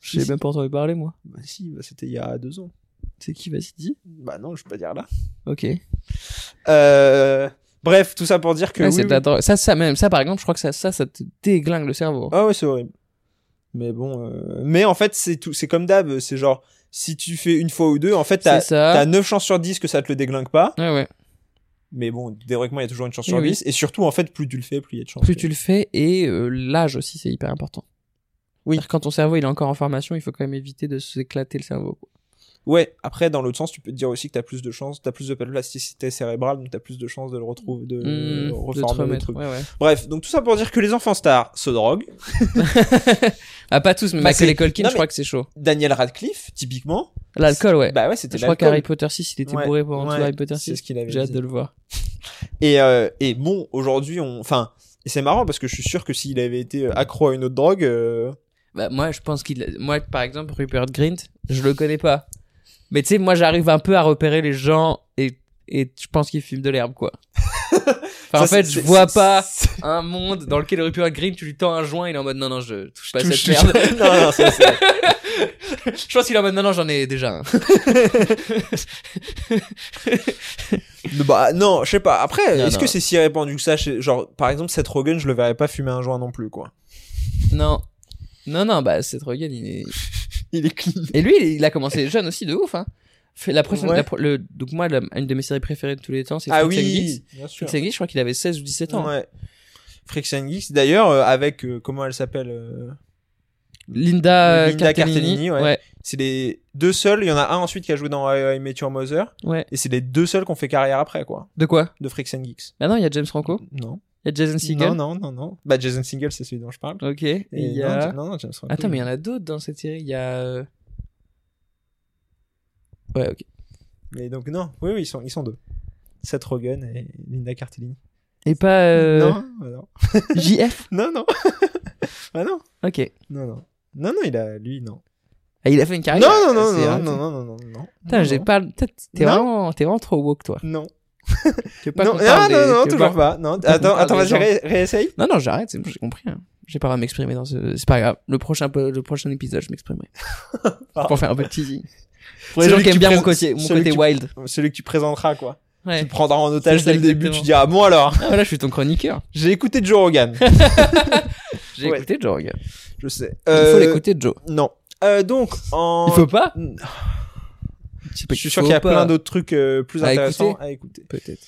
E: Si,
F: J'ai
E: si.
F: même pas entendu parler, moi.
E: Bah si, bah, c'était il y a deux ans.
F: C'est qui, vas-y, dis
E: Bah non, je peux pas dire là.
F: Ok.
E: Euh, bref, tout ça pour dire que
F: Ouais,
E: oui,
F: Ah, c'est de
E: oui.
F: la drogue. Ça, ça, même, ça, par exemple, je crois que ça, ça, ça te déglingue le cerveau.
E: Ah ouais, c'est horrible. Mais bon, euh, mais en fait, c'est tout, c'est comme d'hab, c'est genre, si tu fais une fois ou deux, en fait,
F: c'est
E: t'as,
F: ça.
E: t'as 9 chances sur 10 que ça te le déglingue pas.
F: Ouais, ouais.
E: Mais bon, théoriquement, il y a toujours une chance
F: Eh
E: sur
F: oui.
E: 10. Et surtout, en fait, plus tu le fais, plus il y a de chances.
F: Plus tu le fais, et euh, l'âge aussi, c'est hyper important. Oui. Quand ton cerveau, il est encore en formation, il faut quand même éviter de s'éclater le cerveau. quoi.
E: Ouais, après, dans l'autre sens, tu peux te dire aussi que t'as plus de chances, t'as plus de plasticité cérébrale, donc t'as plus de chances de le retrouver, de
F: Hmm, de te
E: reformer le
F: remettre.
E: truc.
F: Ouais, ouais.
E: Bref, donc tout ça pour dire que les enfants stars se droguent.
F: ah, pas tous, mais
E: Bah, c'est-
F: Michael et Colkin,
E: non,
F: je
E: mais-
F: crois que c'est chaud.
E: Daniel Radcliffe, typiquement.
F: L'alcool, ouais.
E: Bah ouais, c'était
F: je crois
E: l'alcool.
F: qu'Harry Potter 6, il était
E: Ouais,
F: bourré pendant
E: ouais,
F: tout Harry Potter
E: C'est
F: 6.
E: ce qu'il avait
F: J'ai hâte
E: dit.
F: de le voir.
E: Et, euh, et bon, aujourd'hui, on, enfin, et c'est marrant parce que je suis sûr que s'il avait été accro à une autre drogue, euh,
F: Bah, moi, je pense qu'il. a- Moi, par exemple, Rupert Grint, je le connais pas. Mais tu sais, moi, j'arrive un peu à repérer les gens et, et je pense qu'ils fument de l'herbe, quoi. Enfin, en
E: ça,
F: fait,
E: c'est-
F: je
E: c'est-
F: vois
E: c'est-
F: pas
E: c'est-
F: un monde dans lequel Rupert Grint, tu lui tends un joint, il est en mode non, non, je touche pas à
E: touche-
F: Bah, cette merde.
E: non, non, ça, c'est-
F: je pense qu'il est en mode non, non, j'en ai déjà un.
E: bah non, je sais pas. Après,
F: Non,
E: est-ce
F: non.
E: que c'est si répandu que ça chez- Genre, par exemple, Seth Rogen, je le verrais pas fumer un joint non plus, quoi.
F: non. Non, non, bah, cette regaine, il est.
E: Il est clean.
F: Et lui, il- il a commencé jeune aussi, de ouf, hein. Fait- La prochaine,
E: Ouais.
F: la pro- le, donc moi, la- une de mes séries préférées de tous les temps, c'est
E: Ah
F: Freaks and Geeks.
E: oui, bien sûr.
F: Freaks and Geeks, je crois qu'il avait 16 ou 17 ans. hein.
E: Ouais. Freaks and Geeks. D'ailleurs, euh, avec euh, comment elle s'appelle euh,
F: Linda,
E: Linda
F: Cartellini,
E: Cartellini, ouais.
F: ouais.
E: C'est les deux seuls. Il y en a un ensuite qui a joué dans I, I Met Your Mother,
F: Ouais.
E: et c'est les deux seuls qu'on fait carrière après, quoi,
F: De quoi
E: de Freaks and Geeks.
F: Ah non, il y a James Franco,
E: Non.
F: il y a Jason Segel.
E: Non, non, non, non. Bah, Jason Single, c'est celui dont je parle.
F: Ok. Et
E: Et
F: il y
E: non,
F: a...
E: Ja- non, non, James Franco,
F: Attends, mais il y
E: il-
F: en a d'autres dans cette série. Il y a. euh, Ouais, ok.
E: Mais donc, non. Oui, oui, ils sont, ils sont deux. Seth Rogen et Linda Cartellini.
F: Et pas euh,
E: Non, bah non.
F: JF.
E: Non, non. ah non.
F: Ok.
E: Non, non. Non, non, il a. Lui, non.
F: Ah, il a fait une carrière.
E: Non, non, non,
F: C'est
E: non,
F: arrêté.
E: non, non, non, non, non.
F: Putain, j'ai
E: Non.
F: pas. Putain, T'es
E: Non.
F: vraiment, t'es vraiment trop woke, toi.
E: Non.
F: Tu veux pas
E: Non,
F: qu'on parle
E: ah,
F: des-
E: non, non,
F: tu veux
E: toujours
F: pas-
E: pas. Non,
F: qu'on
E: attends,
F: parle
E: attends,
F: des
E: vas-y,
F: gens.
E: ré- réessaye.
F: Non, non, j'arrête. c'est bon, J'ai compris. hein. J'ai pas le droit de m'exprimer dans ce. C'est pas grave. Le prochain, po- le prochain épisode, je m'exprimerai. Pour faire un peu de teasing. Pour les
E: Celui
F: gens qui
E: que tu
F: aiment bien mon
E: présentes-
F: côté, mon
E: celui
F: côté
E: que tu-
F: wild.
E: Celui que tu présenteras, quoi.
F: Ouais.
E: Tu le prendras en otage
F: C'est ça,
E: dès le début,
F: exactement.
E: tu diras, bon alors,
F: Ah, voilà, je suis ton chroniqueur.
E: j'ai écouté Joe Rogan.
F: J'ai
E: Ouais.
F: écouté Joe, regarde.
E: Je sais.
F: Il faut
E: Euh,
F: l'écouter, Joe.
E: Non. Euh, donc, en.
F: Il faut pas
E: Je suis sûr qu'il y a plein d'autres trucs euh, plus
F: À
E: intéressants
F: écouter.
E: à écouter.
F: Peut-être.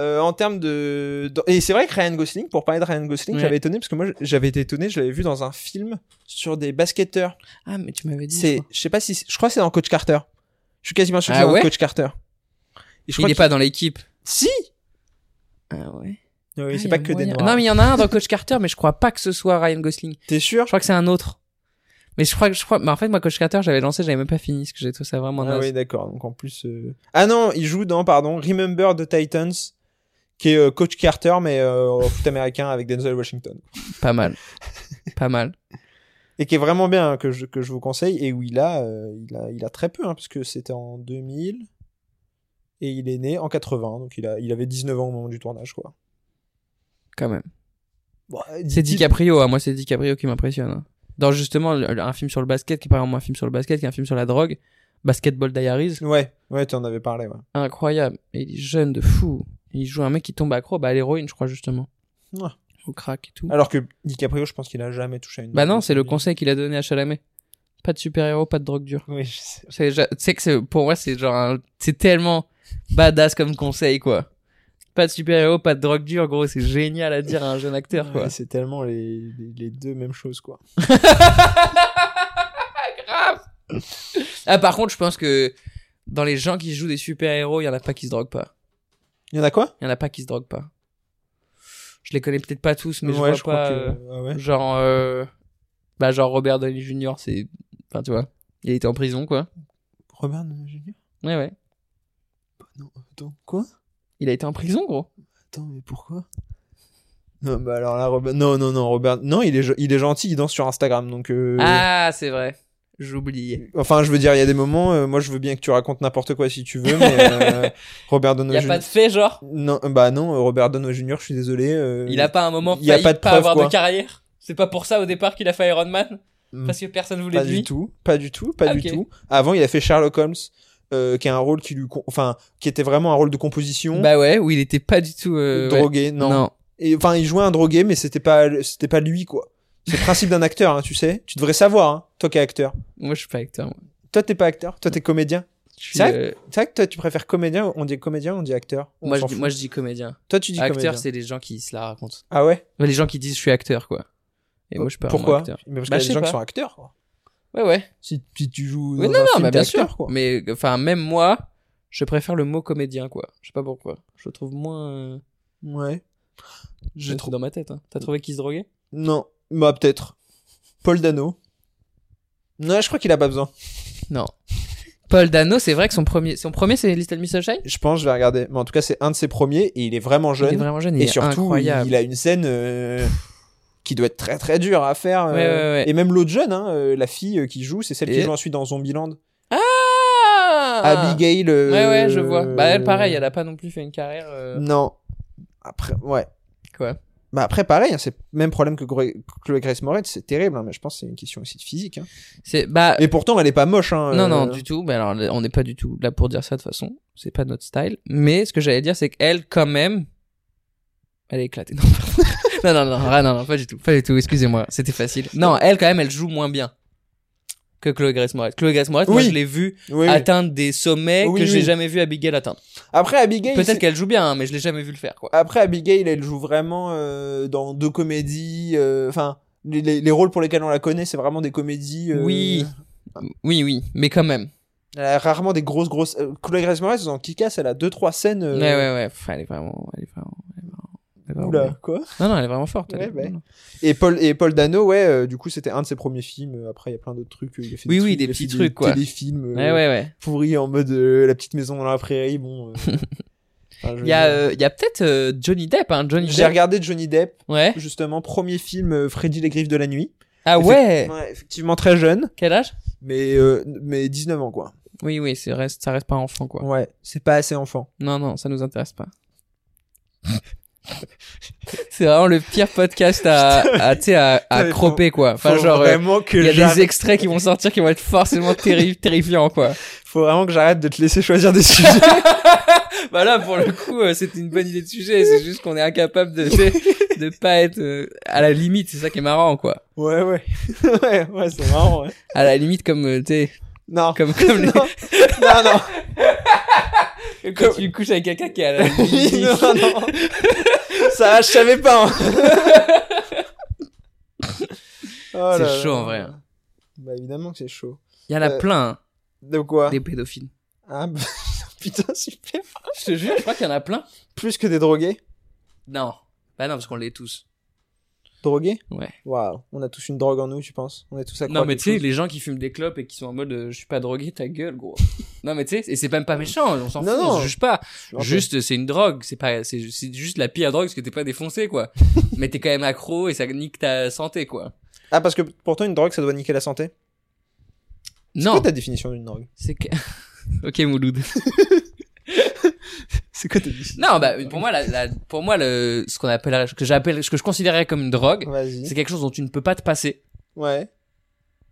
E: Euh, en termes de... dans- Et c'est vrai que Ryan Gosling, pour parler de Ryan Gosling,
F: Ouais.
E: j'avais étonné, parce que moi j'avais été étonné, je l'avais vu dans un film sur des basketteurs.
F: Ah, mais tu m'avais dit.
E: C'est, je sais pas si, c'est- je crois que c'est dans Coach Carter. Je suis quasiment sûr que
F: Ah
E: c'est dans
F: ouais
E: Coach Carter. Et je
F: Il
E: crois
F: n'est
E: que-
F: pas dans l'équipe.
E: Si
F: Ah ouais.
E: Oui,
F: Ah,
E: c'est
F: y
E: pas
F: a
E: que des
F: moyen.
E: noirs.
F: Non, mais il y en a un dans Coach Carter, mais je crois pas que ce soit Ryan Gosling.
E: T'es sûr
F: Je crois que c'est un autre. Mais je crois que je crois. Mais en fait, moi, Coach Carter, j'avais lancé, j'avais même pas fini, parce que j'ai trouvé ça vraiment
E: Ah
F: naze.
E: oui, d'accord. Donc en plus... euh, Ah non, il joue dans, pardon, Remember the Titans, qui est euh, Coach Carter, mais euh, au foot américain avec Denzel Washington.
F: Pas mal. pas mal.
E: et qui est vraiment bien hein, que je, que je vous conseille et où il a euh, il a il a très peu hein, parce que c'était en 2000 et il est né en 80 donc il a il avait 19 ans au moment du tournage quoi.
F: Quand même.
E: Bon, euh,
F: C'est
E: dit-
F: DiCaprio, hein. moi c'est DiCaprio qui m'impressionne. hein. Dans justement le- un film sur le basket, qui est par exemple un film sur le basket, qui est un film sur la drogue, Basketball Diaries,
E: Ouais, ouais, tu en avais parlé ouais.
F: incroyable. Et il est jeune de fou. Il joue un mec qui tombe accro bah, à l'héroïne, je crois justement.
E: Ouais. Ah,
F: Au crack et tout.
E: Alors que DiCaprio, je pense qu'il a jamais touché à une
F: bah non, c'est le conseil qu'il a donné à Chalamet. Pas de super-héros, pas de drogue dure.
E: Oui, je sais.
F: C'est déjà- Tu sais que c'est- pour moi, c'est genre, un- c'est tellement badass comme conseil, quoi. Pas de super-héros, pas de drogue dure, gros, c'est génial à dire à un jeune acteur, quoi.
E: Ouais, c'est tellement les, les, les deux mêmes choses quoi.
F: Grave Ah, par contre, je pense que dans les gens qui jouent des super-héros, il y en a pas qui se droguent pas.
E: Il y en a quoi
F: Il y en a pas qui se droguent pas. Je les connais peut-être pas tous, mais je vois pas. euh,
E: que ah ouais.
F: Genre, euh, bah, genre Robert Downey Jr., c'est. Enfin, tu vois, il était en prison, quoi.
E: Robert Downey Jr.
F: Ouais, ouais.
E: Attends, quoi
F: Il a été en prison, gros.
E: Attends, mais pourquoi Non, bah alors là Robert Non non non Robert non, il est ge- il est gentil, il danse sur Instagram donc euh,
F: Ah, c'est vrai. J'oubliais.
E: Enfin, je veux dire, il y a des moments, euh, moi je veux bien que tu racontes n'importe quoi si tu veux, mais euh, Robert
F: Il y
E: Downey
F: a
E: Jr.
F: pas de fait, genre.
E: Non, bah non, euh, Robert Downey Jr. Je suis désolé. euh,
F: Il a pas un moment.
E: il y a
F: failli
E: pas de preuve,
F: avoir
E: quoi.
F: de carrière. C'est pas pour ça au départ qu'il a fait Iron Man.
E: Mm.
F: Parce que personne voulait
E: pas
F: de
E: du
F: lui.
E: tout, pas du tout, pas
F: Ah,
E: du
F: ok.
E: tout. Avant, il a fait Sherlock Holmes, euh, qui a un rôle qui lui, con- enfin, qui était vraiment un rôle de composition.
F: Bah ouais, où il était pas du tout. euh, ouais.
E: drogué, non. Et enfin, il jouait un drogué, mais c'était pas, c'était pas lui quoi. C'est le principe d'un acteur, hein, tu sais. Tu devrais savoir, hein, toi qui es acteur.
F: Moi, je suis pas acteur. moi.
E: Toi, t'es pas acteur, toi t'es comédien.
F: Je suis,
E: C'est vrai
F: euh,
E: C'est vrai que toi, tu préfères comédien. On dit comédien, on dit acteur. On
F: moi, je
E: s'en
F: dis,
E: fout.
F: moi, je dis comédien.
E: toi, tu dis
F: acteur,
E: comédien.
F: c'est les gens qui se la racontent.
E: Ah ouais.
F: Ouais, Les gens qui disent je suis acteur, quoi. Et moi, je suis pas vraiment
E: Pourquoi
F: acteur.
E: Mais parce
F: Bah,
E: qu'il
F: je
E: y
F: sais
E: a des gens
F: pas.
E: qui sont acteurs. Quoi.
F: Ouais, ouais.
E: Si, si tu joues
F: Oui,
E: dans
F: non,
E: un
F: non,
E: film,
F: mais
E: t'es
F: bien
E: acteur,
F: sûr.
E: quoi.
F: Mais enfin, même moi, je préfère le mot comédien, quoi. Je sais pas pourquoi. Je le trouve moins.
E: Ouais.
F: J'ai trouvé dans ma tête. hein. T'as trouvé qui se droguait
E: Non, bah peut-être. Paul Dano. Non, je crois qu'il a pas besoin.
F: Non. Paul Dano, c'est vrai que son premier, son premier, c'est Little Miss Sunshine.
E: Je pense, je vais regarder. Mais en tout cas, c'est un de ses premiers et il est vraiment jeune.
F: Il est vraiment jeune. il
E: et
F: est
E: surtout,
F: incroyable.
E: il a une scène euh, qui doit être très très dure à faire. euh,
F: Ouais, ouais, ouais.
E: Et même l'autre jeune, hein, euh, la fille euh, qui joue, c'est celle
F: Et-
E: qui joue ensuite dans Zombieland.
F: Ah
E: Abigail. euh,
F: Ouais, ouais, je vois. Bah, elle, pareil, elle a pas non plus fait une carrière. euh,
E: Non. Après, ouais.
F: Quoi
E: Bah après, pareil, hein, c'est le même problème que Gre- Chloé Grace Moretz, c'est terrible, hein, mais je pense que c'est une question aussi de physique. hein.
F: C'est bah.
E: Et pourtant, elle est pas moche. Hein,
F: Non,
E: euh,
F: non, du tout. Mais alors, on n'est pas du tout là pour dire ça de toute façon. C'est pas notre style. Mais ce que j'allais dire, c'est qu'elle, quand même, elle est éclatée. Non, pardon. non, non, non, ah, non, non, pas du tout. Pas du tout. Excusez-moi. C'était facile. Non, elle, quand même, elle joue moins bien que Chloé Grace Moretz. Chloé Grace Moretz, moi,
E: Oui.
F: je l'ai vue
E: Oui, oui.
F: atteindre des sommets
E: Oui,
F: que j'ai
E: oui.
F: jamais vu Abigail atteindre.
E: Après, Abigail.
F: Peut-être
E: c'est-
F: qu'elle joue bien, hein, mais je l'ai jamais vu le faire, quoi.
E: Après, Abigail, elle joue vraiment euh, dans deux comédies. euh, Enfin, les, les- les rôles pour lesquels on la connaît, c'est vraiment des comédies. euh,
F: Oui. Oui, oui, mais quand même.
E: Elle a rarement des grosses, grosses. euh, Chloé Grace Moretz, dans Kick-Ass, elle a deux, trois scènes. euh,
F: Ouais, ouais, ouais. Pff, elle est vraiment, elle est vraiment, elle est vraiment- elle est vraiment
E: oula,
F: bien.
E: hein, quoi.
F: Non, non, elle est vraiment forte. elle
E: Ouais,
F: est-
E: bah.
F: non, non.
E: Et Paul, et Paul Dano, ouais, euh, du coup, c'était un de ses premiers films. Après, il y a plein d'autres trucs. euh, Il a fait
F: Oui,
E: des euh,
F: oui,
E: trucs,
F: des
E: il a
F: petits
E: fait
F: trucs, quoi.
E: Des films
F: Ouais, ouais, ouais.
E: pourris en mode euh, La petite maison dans la prairie. Bon. euh, enfin, je veux
F: Il y a,
E: dire.
F: euh, il y a peut-être euh, Johnny Depp, hein, Johnny
E: J'ai
F: Depp.
E: regardé Johnny Depp,
F: Ouais.
E: justement, premier film euh, Freddy les griffes de la nuit.
F: Ah ouais.
E: Ouais, effectivement très jeune,
F: Quel âge
E: mais euh, mais 19 ans quoi.
F: Oui, oui, c'est reste, ça reste pas enfant quoi.
E: Ouais, c'est pas assez enfant.
F: Non, non, ça nous intéresse pas. c'est vraiment le pire podcast à, à tu sais, à, à
E: Putain, mais faut-
F: croper quoi. Enfin,
E: Faut
F: genre, euh,
E: vraiment que
F: il y a
E: j'arrête-
F: des extraits qui vont sortir qui vont être forcément terri- terrifiants quoi.
E: faut vraiment que j'arrête de te laisser choisir des sujets.
F: Bah là, pour le coup, euh, c'était une bonne idée de sujet. C'est juste qu'on est incapable de, de, de pas être euh, à la limite. C'est ça qui est marrant quoi.
E: Ouais ouais. ouais ouais, c'est marrant. Ouais.
F: À la limite, comme euh, tu sais,
E: Non.
F: comme comme les,
E: non. non non.
F: Et Quand tu couches avec quelqu'un qui est à la limite.
E: non non. Ça je savais pas. hein. Oh là
F: C'est
E: là.
F: chaud, en vrai, hein.
E: Bah évidemment que c'est chaud.
F: Il y en a
E: Euh,
F: plein, hein,
E: De quoi
F: des pédophiles.
E: Ah, bah, putain super.
F: Je te jure, je crois qu'il y en a plein.
E: Plus que des drogués.
F: Non. Bah non, parce qu'on l'est tous.
E: Drogués
F: Ouais.
E: Waouh, on a tous une drogue en nous, tu penses On est tous à
F: Non, mais tu sais, les gens qui fument des clopes et qui sont en mode euh, je suis pas drogué, ta gueule, gros. non, mais tu sais, et c'est même pas méchant, on s'en fout,
E: Non,
F: on
E: non.
F: se juge pas.
E: Ok.
F: Juste, c'est une drogue, c'est pas, c'est c'est juste la pire drogue parce que t'es pas défoncé, quoi. mais t'es quand même accro et ça nique ta santé, quoi.
E: Ah, parce que pourtant, une drogue, ça doit niquer la santé. C'est
F: Non,
E: quoi ta définition d'une drogue
F: c'est que. ok, Mouloud.
E: C'est quoi ta définition
F: Non, bah pour moi, la, la- pour moi, le, ce qu'on appelle, ce que j'appelle, ce que je considérais comme une drogue, c'est
E: Vas-y.
F: quelque chose dont tu ne peux pas te passer.
E: Ouais.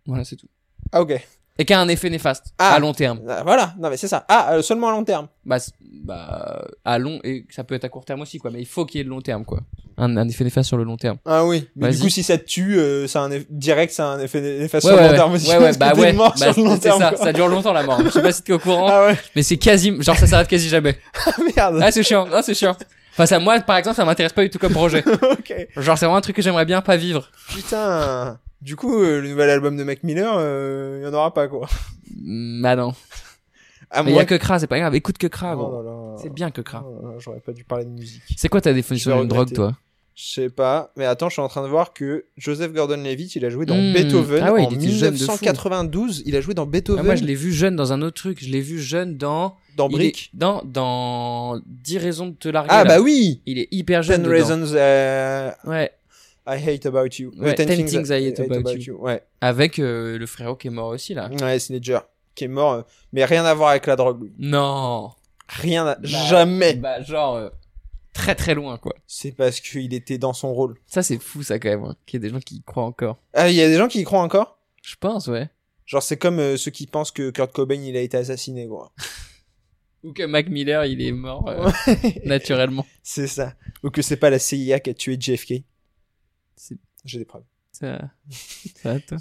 F: Voilà, c'est tout.
E: Ah, ok.
F: Et qui a un effet néfaste
E: Ah.
F: à long terme.
E: Ah, Voilà, non mais c'est ça. Ah, euh, seulement à long terme.
F: Bah, c'est- bah, à long et ça peut être à court terme aussi, quoi. Mais il faut qu'il y ait de long terme, quoi. Un, un effet néfaste sur le long terme.
E: Ah oui. Mais du
F: Vas-y.
E: coup, si ça te tue, euh, ça a un eff- direct, ça a un effet néfaste
F: Ouais,
E: sur le
F: ouais,
E: long
F: ouais.
E: terme aussi.
F: ouais, ouais,
E: parce que
F: bah
E: t'es
F: ouais,
E: mort
F: Bah,
E: sur le long
F: c'est
E: terme.
F: ça,
E: quoi.
F: ça dure longtemps la mort. Je sais pas si t'es au courant,
E: Ah ouais.
F: mais c'est quasi, genre ça s'arrête quasi jamais.
E: Ah merde.
F: Ah c'est chiant, ah c'est chiant. Enfin ça, moi par exemple ça m'intéresse pas du tout comme projet.
E: ok.
F: Genre c'est vraiment un truc que j'aimerais bien pas vivre.
E: Putain. Du coup, euh, le nouvel album de Mac Miller, euh, il y en aura pas quoi.
F: Mm, Bah non.
E: À
F: Mais il y
E: moins
F: a que Kra, c'est pas grave. Écoute que Kra, gros.
E: Ah, Oh là là.
F: C'est bien que Kra.
E: Oh là là, J'aurais pas dû parler de musique.
F: C'est quoi ta
E: Je
F: définition
E: vais
F: d'une drogue
E: regretter.
F: toi
E: Je sais pas, mais attends, je suis en train de voir que Joseph Gordon-Levitt, il a joué dans
F: Hmm.
E: Beethoven
F: Ah ouais,
E: en
F: il était jeune de fou.
E: 1992. Il a joué dans
F: Ah,
E: Beethoven,
F: Moi je l'ai vu jeune dans un autre truc. Je l'ai vu jeune dans.
E: dans
F: il est-
E: Brick.
F: Dans dans 10 raisons de te larguer.
E: Ah
F: là.
E: bah oui.
F: Il est hyper jeune.
E: 10
F: dedans.
E: Reasons euh,
F: Ouais.
E: I hate about you.
F: Ouais,
E: Euh,
F: 10 things I hate about you.
E: Ouais,
F: Avec euh, le frérot qui est mort aussi là.
E: ouais c'est Ledger qui est mort, euh, mais rien à voir avec la drogue. lui.
F: Non.
E: Rien, à-
F: Bah,
E: jamais.
F: Bah genre euh, très très loin quoi.
E: C'est parce qu'il était dans son rôle.
F: Ça c'est fou ça quand même. hein, Qu'il y ait des gens qui y croient encore.
E: Ah, il y a des gens qui y croient encore.
F: Je pense ouais.
E: Genre c'est comme euh, ceux qui pensent que Kurt Cobain il a été assassiné, quoi.
F: Ou que Mac Miller, il est mort euh, naturellement.
E: c'est ça. Ou que c'est pas la CIA qui a tué JFK.
F: C'est-
E: J'ai des preuves.
F: Ça, ça, toi.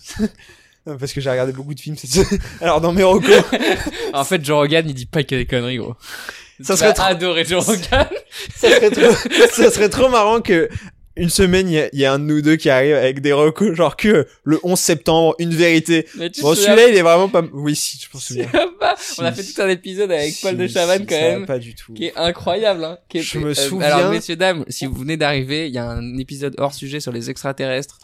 E: Euh, Parce que j'ai regardé beaucoup de films. cette- Alors dans mes recos,
F: Ah, En fait, Joe Rogan, il dit pas qu'il y a des conneries, gros. Ça
E: Ça serait
F: serait
E: trop-
F: adoré Joe Rogan.
E: ça serait trop, ça serait trop marrant que une semaine il y a- il y, a un de nous deux qui arrive avec des recos genre que euh, le 11 septembre une vérité.
F: Mais tu te
E: Bon
F: souviens-
E: celui-là il est vraiment pas. Oui si je pense
F: tu
E: bien.
F: te souviens pas On a
E: Si,
F: fait tout un épisode avec Paul de
E: Si,
F: Chavannes
E: si,
F: quand
E: ça va
F: même,
E: Pas du tout.
F: qui est incroyable. Hein, qui est-
E: Je me
F: euh,
E: souviens-
F: Alors, messieurs, dames, si vous venez d'arriver, il y a un épisode hors sujet sur les extraterrestres.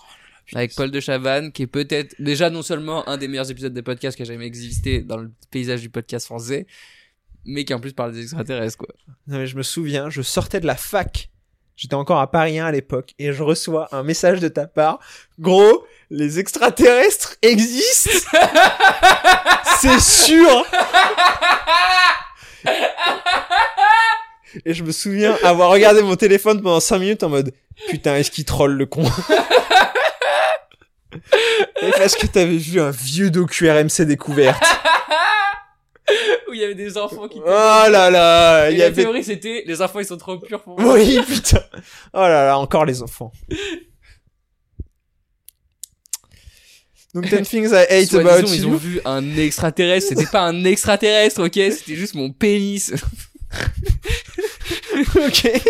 F: Avec Paul de Chavannes, qui est peut-être déjà non seulement un des meilleurs épisodes de podcast qui a jamais existé dans le paysage du podcast français, mais qui en plus parle des extraterrestres, quoi.
E: Non, mais je me souviens, je sortais de la fac. J'étais encore à Paris 1 à l'époque et je reçois un message de ta part. Gros, les extraterrestres existent. C'est sûr. Et je me souviens avoir regardé mon téléphone pendant 5 minutes en mode putain, est-ce qu'il troll le con Et parce que t'avais vu un vieux docu RMC découverte.
F: Où il y avait des enfants qui
E: Oh là là,
F: Et
E: il y
F: la
E: avait
F: théorie, c'était les enfants, ils sont trop purs pour moi.
E: Oui, putain. Oh là là, encore les enfants. Donc, 10 things I hate
F: Soit
E: about
F: disant, ils
E: you.
F: ont vu un extraterrestre. C'était pas un extraterrestre, ok C'était juste mon pénis.
E: ok.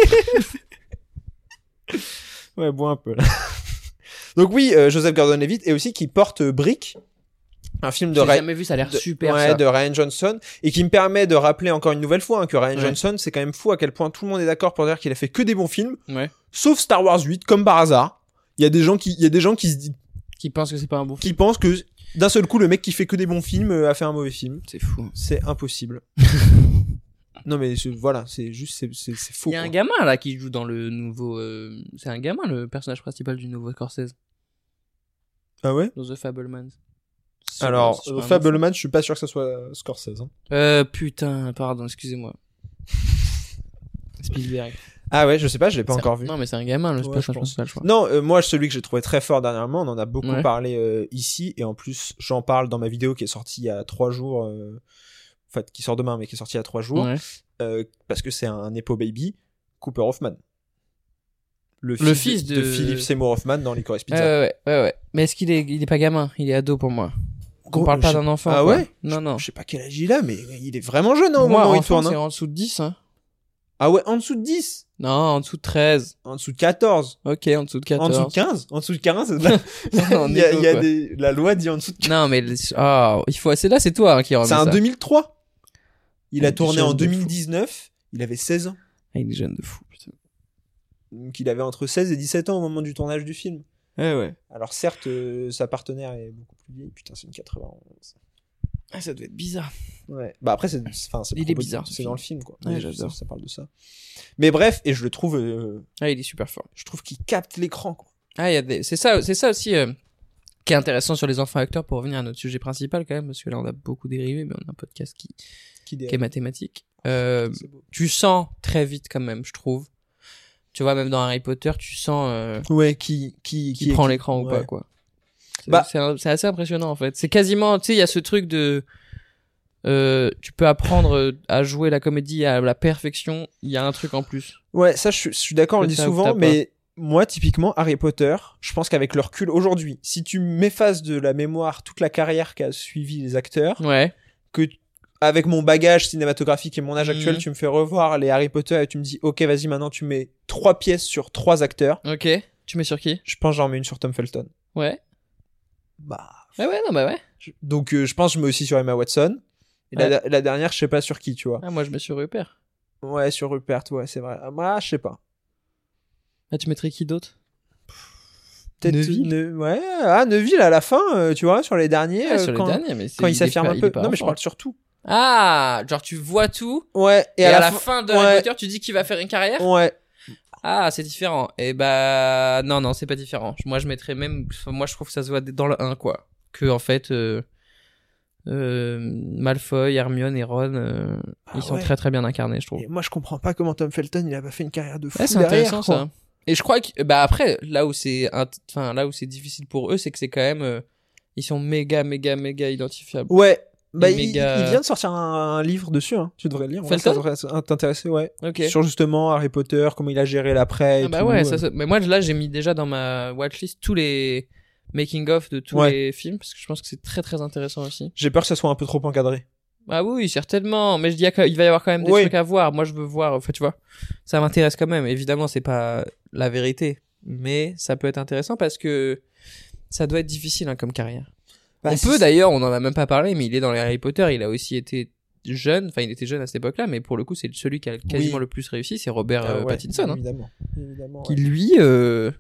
E: ouais, bois un peu. là. Donc oui, euh, Joseph Gordon-Levitt et aussi qui porte euh, Brick, un film de
F: J'ai
E: Ray.
F: jamais vu, ça a l'air
E: de-
F: super.
E: ouais,
F: ça.
E: de Ryan Johnson et qui me permet de rappeler encore une nouvelle fois hein, que Ryan
F: Ouais.
E: Johnson c'est quand même fou à quel point tout le monde est d'accord pour dire qu'il a fait que des bons films
F: Ouais.
E: sauf Star Wars 8 comme par hasard il y a des gens qui il y a des gens qui se disent
F: Qui pense que c'est pas un bon film.
E: qui pense que d'un seul coup le mec qui fait que des bons films euh, a fait un mauvais film.
F: C'est fou.
E: C'est impossible. non mais c'est- voilà, c'est juste c'est- c'est c'est faux.
F: Il y a un
E: quoi.
F: gamin là qui joue dans le nouveau. euh, C'est un gamin le personnage principal du nouveau Scorsese
E: Ah ouais
F: dans The Fablemans. C'est-
E: Alors
F: c'est pas un bon film.
E: Fableman, je suis pas sûr que ça soit euh, Scorsese. hein.
F: Euh, putain, pardon, excusez-moi. Spielberg.
E: Ah ouais, je sais pas, je l'ai pas
F: C'est-
E: encore vu.
F: Non, mais c'est un gamin le
E: Ouais, je
F: personnage
E: pense.
F: principal, je crois.
E: Non, euh, moi celui que j'ai trouvé très fort dernièrement, on en a beaucoup
F: Ouais.
E: parlé euh, ici et en plus j'en parle dans ma vidéo qui est sortie il y a trois jours, euh, enfin qui sort demain mais qui est sortie il y a trois jours
F: Ouais.
E: euh, parce que c'est un Nepo Baby, Cooper Hoffman. Le,
F: fils
E: de...
F: de- Euh,
E: Philippe Seymour Hoffman dans Licorice Pizza.
F: Ouais, ouais, ouais, ouais. Mais est-ce qu'il est, il est pas gamin Il est ado pour moi. On parle pas
E: je-
F: d'un enfant.
E: Ah
F: quoi.
E: ouais
F: Non, non.
E: Je sais pas quel âge il a, mais il est vraiment jeune hein, au
F: moi,
E: moment où il
F: enfant,
E: tourne. hein.
F: c'est en dessous de 10, hein.
E: Ah ouais, en dessous de 10,
F: Non, en dessous de 13.
E: en dessous de 14,
F: Ok, en dessous de 14.
E: en dessous de 15, en dessous de 15. là,
F: On
E: il
F: est
E: y a,
F: ado,
E: il y a
F: quoi.
E: des... La loi dit en dessous de 15.
F: Non, mais, le- ah, il faut, c'est là, c'est toi hein, qui remets
E: C'est un
F: ça.
E: 2003. Il a
F: Il est
E: tourné
F: jeune
E: en
F: de fou.
E: 2019, il avait 16 ans.
F: Ah, il est jeune de fou, putain.
E: Donc il avait entre 16 et 17 ans au moment du tournage du film.
F: Ouais, ouais.
E: Alors certes, euh, sa partenaire est beaucoup plus vieille. Putain, c'est une 91.
F: Ah, ça doit être bizarre.
E: Ouais. Bah après, c'est, c'est- enfin, c'est,
F: Il est
E: propos-
F: bizarre, ce
E: C'est
F: film.
E: dans le film, quoi.
F: Ouais,
E: Mais
F: j'adore.
E: Ça, ça parle de ça. Mais bref, et je le trouve, euh,
F: Ah, il est super fort.
E: je trouve qu'il capte l'écran, quoi.
F: Ah, il y a des, c'est ça, c'est ça aussi, euh, qui est intéressant sur les enfants acteurs pour revenir à notre sujet principal quand même, parce que là on a beaucoup dérivé, mais on a un podcast qui,
E: Qui
F: qui est
E: dérive.
F: mathématique. Euh,
G: C'est beau.
F: tu sens très vite quand même, je trouve. Tu vois, même dans Harry Potter, tu sens euh,
E: Ouais, qui,
F: qui,
E: qui, qui est-
F: prend l'écran ou
E: ouais.
F: pas, quoi. C'est-
E: Bah-
F: C'est un- c'est assez impressionnant, en fait. C'est quasiment, tu sais, il y a ce truc de... euh, tu peux apprendre à jouer la comédie à la perfection, il y a un truc en plus.
E: Ouais, ça, je, suis- je suis d'accord, on le
F: Que
E: dit
F: ça ou
E: souvent,
F: t'as
E: mais moi, typiquement, Harry Potter, je pense qu'avec le recul aujourd'hui, si tu m'effaces de la mémoire toute la carrière qu'a suivi les acteurs,
F: Ouais.
E: que t- avec mon bagage cinématographique et mon âge actuel,
F: Mhm.
E: tu me fais revoir les Harry Potter et tu me dis, ok, vas-y, maintenant tu mets trois pièces sur trois acteurs.
F: Ok. Tu mets sur qui
E: Je pense que j'en mets une sur Tom Felton.
F: Ouais.
E: Bah.
F: Ouais, ouais, non, bah ouais.
E: je- Donc, euh, je pense que je mets aussi sur Emma Watson. Et la- la, dernière, je sais pas sur qui, tu vois.
F: Ah, moi, je mets sur Rupert.
E: Ouais, sur Rupert, ouais, c'est vrai. Ah, Moi, je sais pas.
F: Ah, tu mettrais qui d'autre
E: Peut-être
F: Neville
E: Ne- Ouais, ah, Neville à la fin, euh, tu vois, sur les derniers.
F: Ah,
E: euh,
F: Sur
E: quand...
F: les derniers, mais c'est-
E: quand il
F: est
E: s'affirme
F: pas-
E: un
F: est
E: peu.
F: pas
E: Non, mais je
F: enfant.
E: parle surtout.
F: Ah, genre tu vois tout,
E: Ouais,
F: et,
E: et, à, la,
F: fin, de
E: ouais.
F: Harry Potter, tu dis qu'il va faire une carrière
E: Ouais.
F: Ah, c'est différent. Et bah non non, c'est pas différent. Moi je mettrais même enfin, moi je trouve que ça se voit dans le 1 quoi. Que en fait euh, euh, Malfoy, Hermione et Ron euh, ils sont
E: Ah ouais.
F: très très bien incarnés, je trouve.
E: Et moi, je comprends pas comment Tom Felton, il a pas fait une carrière de fou.
F: Ouais, c'est
E: derrière,
F: intéressant
E: quoi.
F: ça. Et je crois que bah après là où c'est int- enfin là où c'est difficile pour eux, c'est que c'est quand même euh, ils sont méga méga méga identifiables.
E: Ouais. Bah,
F: Et
E: il,
F: méga-
E: il vient de sortir un, un livre dessus, hein. Tu devrais le lire. ouais,
F: Felton
E: ça devrait s- euh, t'intéresser, ouais.
F: OK.
E: Oh, Sur justement Harry Potter, comment il a géré l'après. et
F: Ah bah
E: tout,
F: ouais,
E: euh.
F: ça, ça- mais moi là j'ai mis déjà dans ma watchlist tous les making of de tous
E: Ouais.
F: les films parce que je pense que c'est très très intéressant aussi.
E: Euh, J'ai peur que ça soit un peu trop encadré.
F: Ah oui, certainement, mais je dis il va y avoir quand même des
E: Oui.
F: trucs à voir. Moi je veux voir, enfin tu vois, ça m'intéresse quand même. Évidemment, c'est pas la vérité, mais ça peut être intéressant parce que ça doit être difficile hein, comme carrière.
E: Bah,
F: on
E: c'est-
F: peut d'ailleurs, on en a même pas parlé, mais il est dans les Harry Potter, il a aussi été jeune, enfin il était jeune à cette époque-là, mais pour le coup, c'est celui qui a quasiment le plus réussi, c'est Robert
E: Ah
F: euh,
E: ouais,
F: Pattinson. hein,
E: Évidemment. Évidemment,
F: qui
E: ouais.
F: lui euh,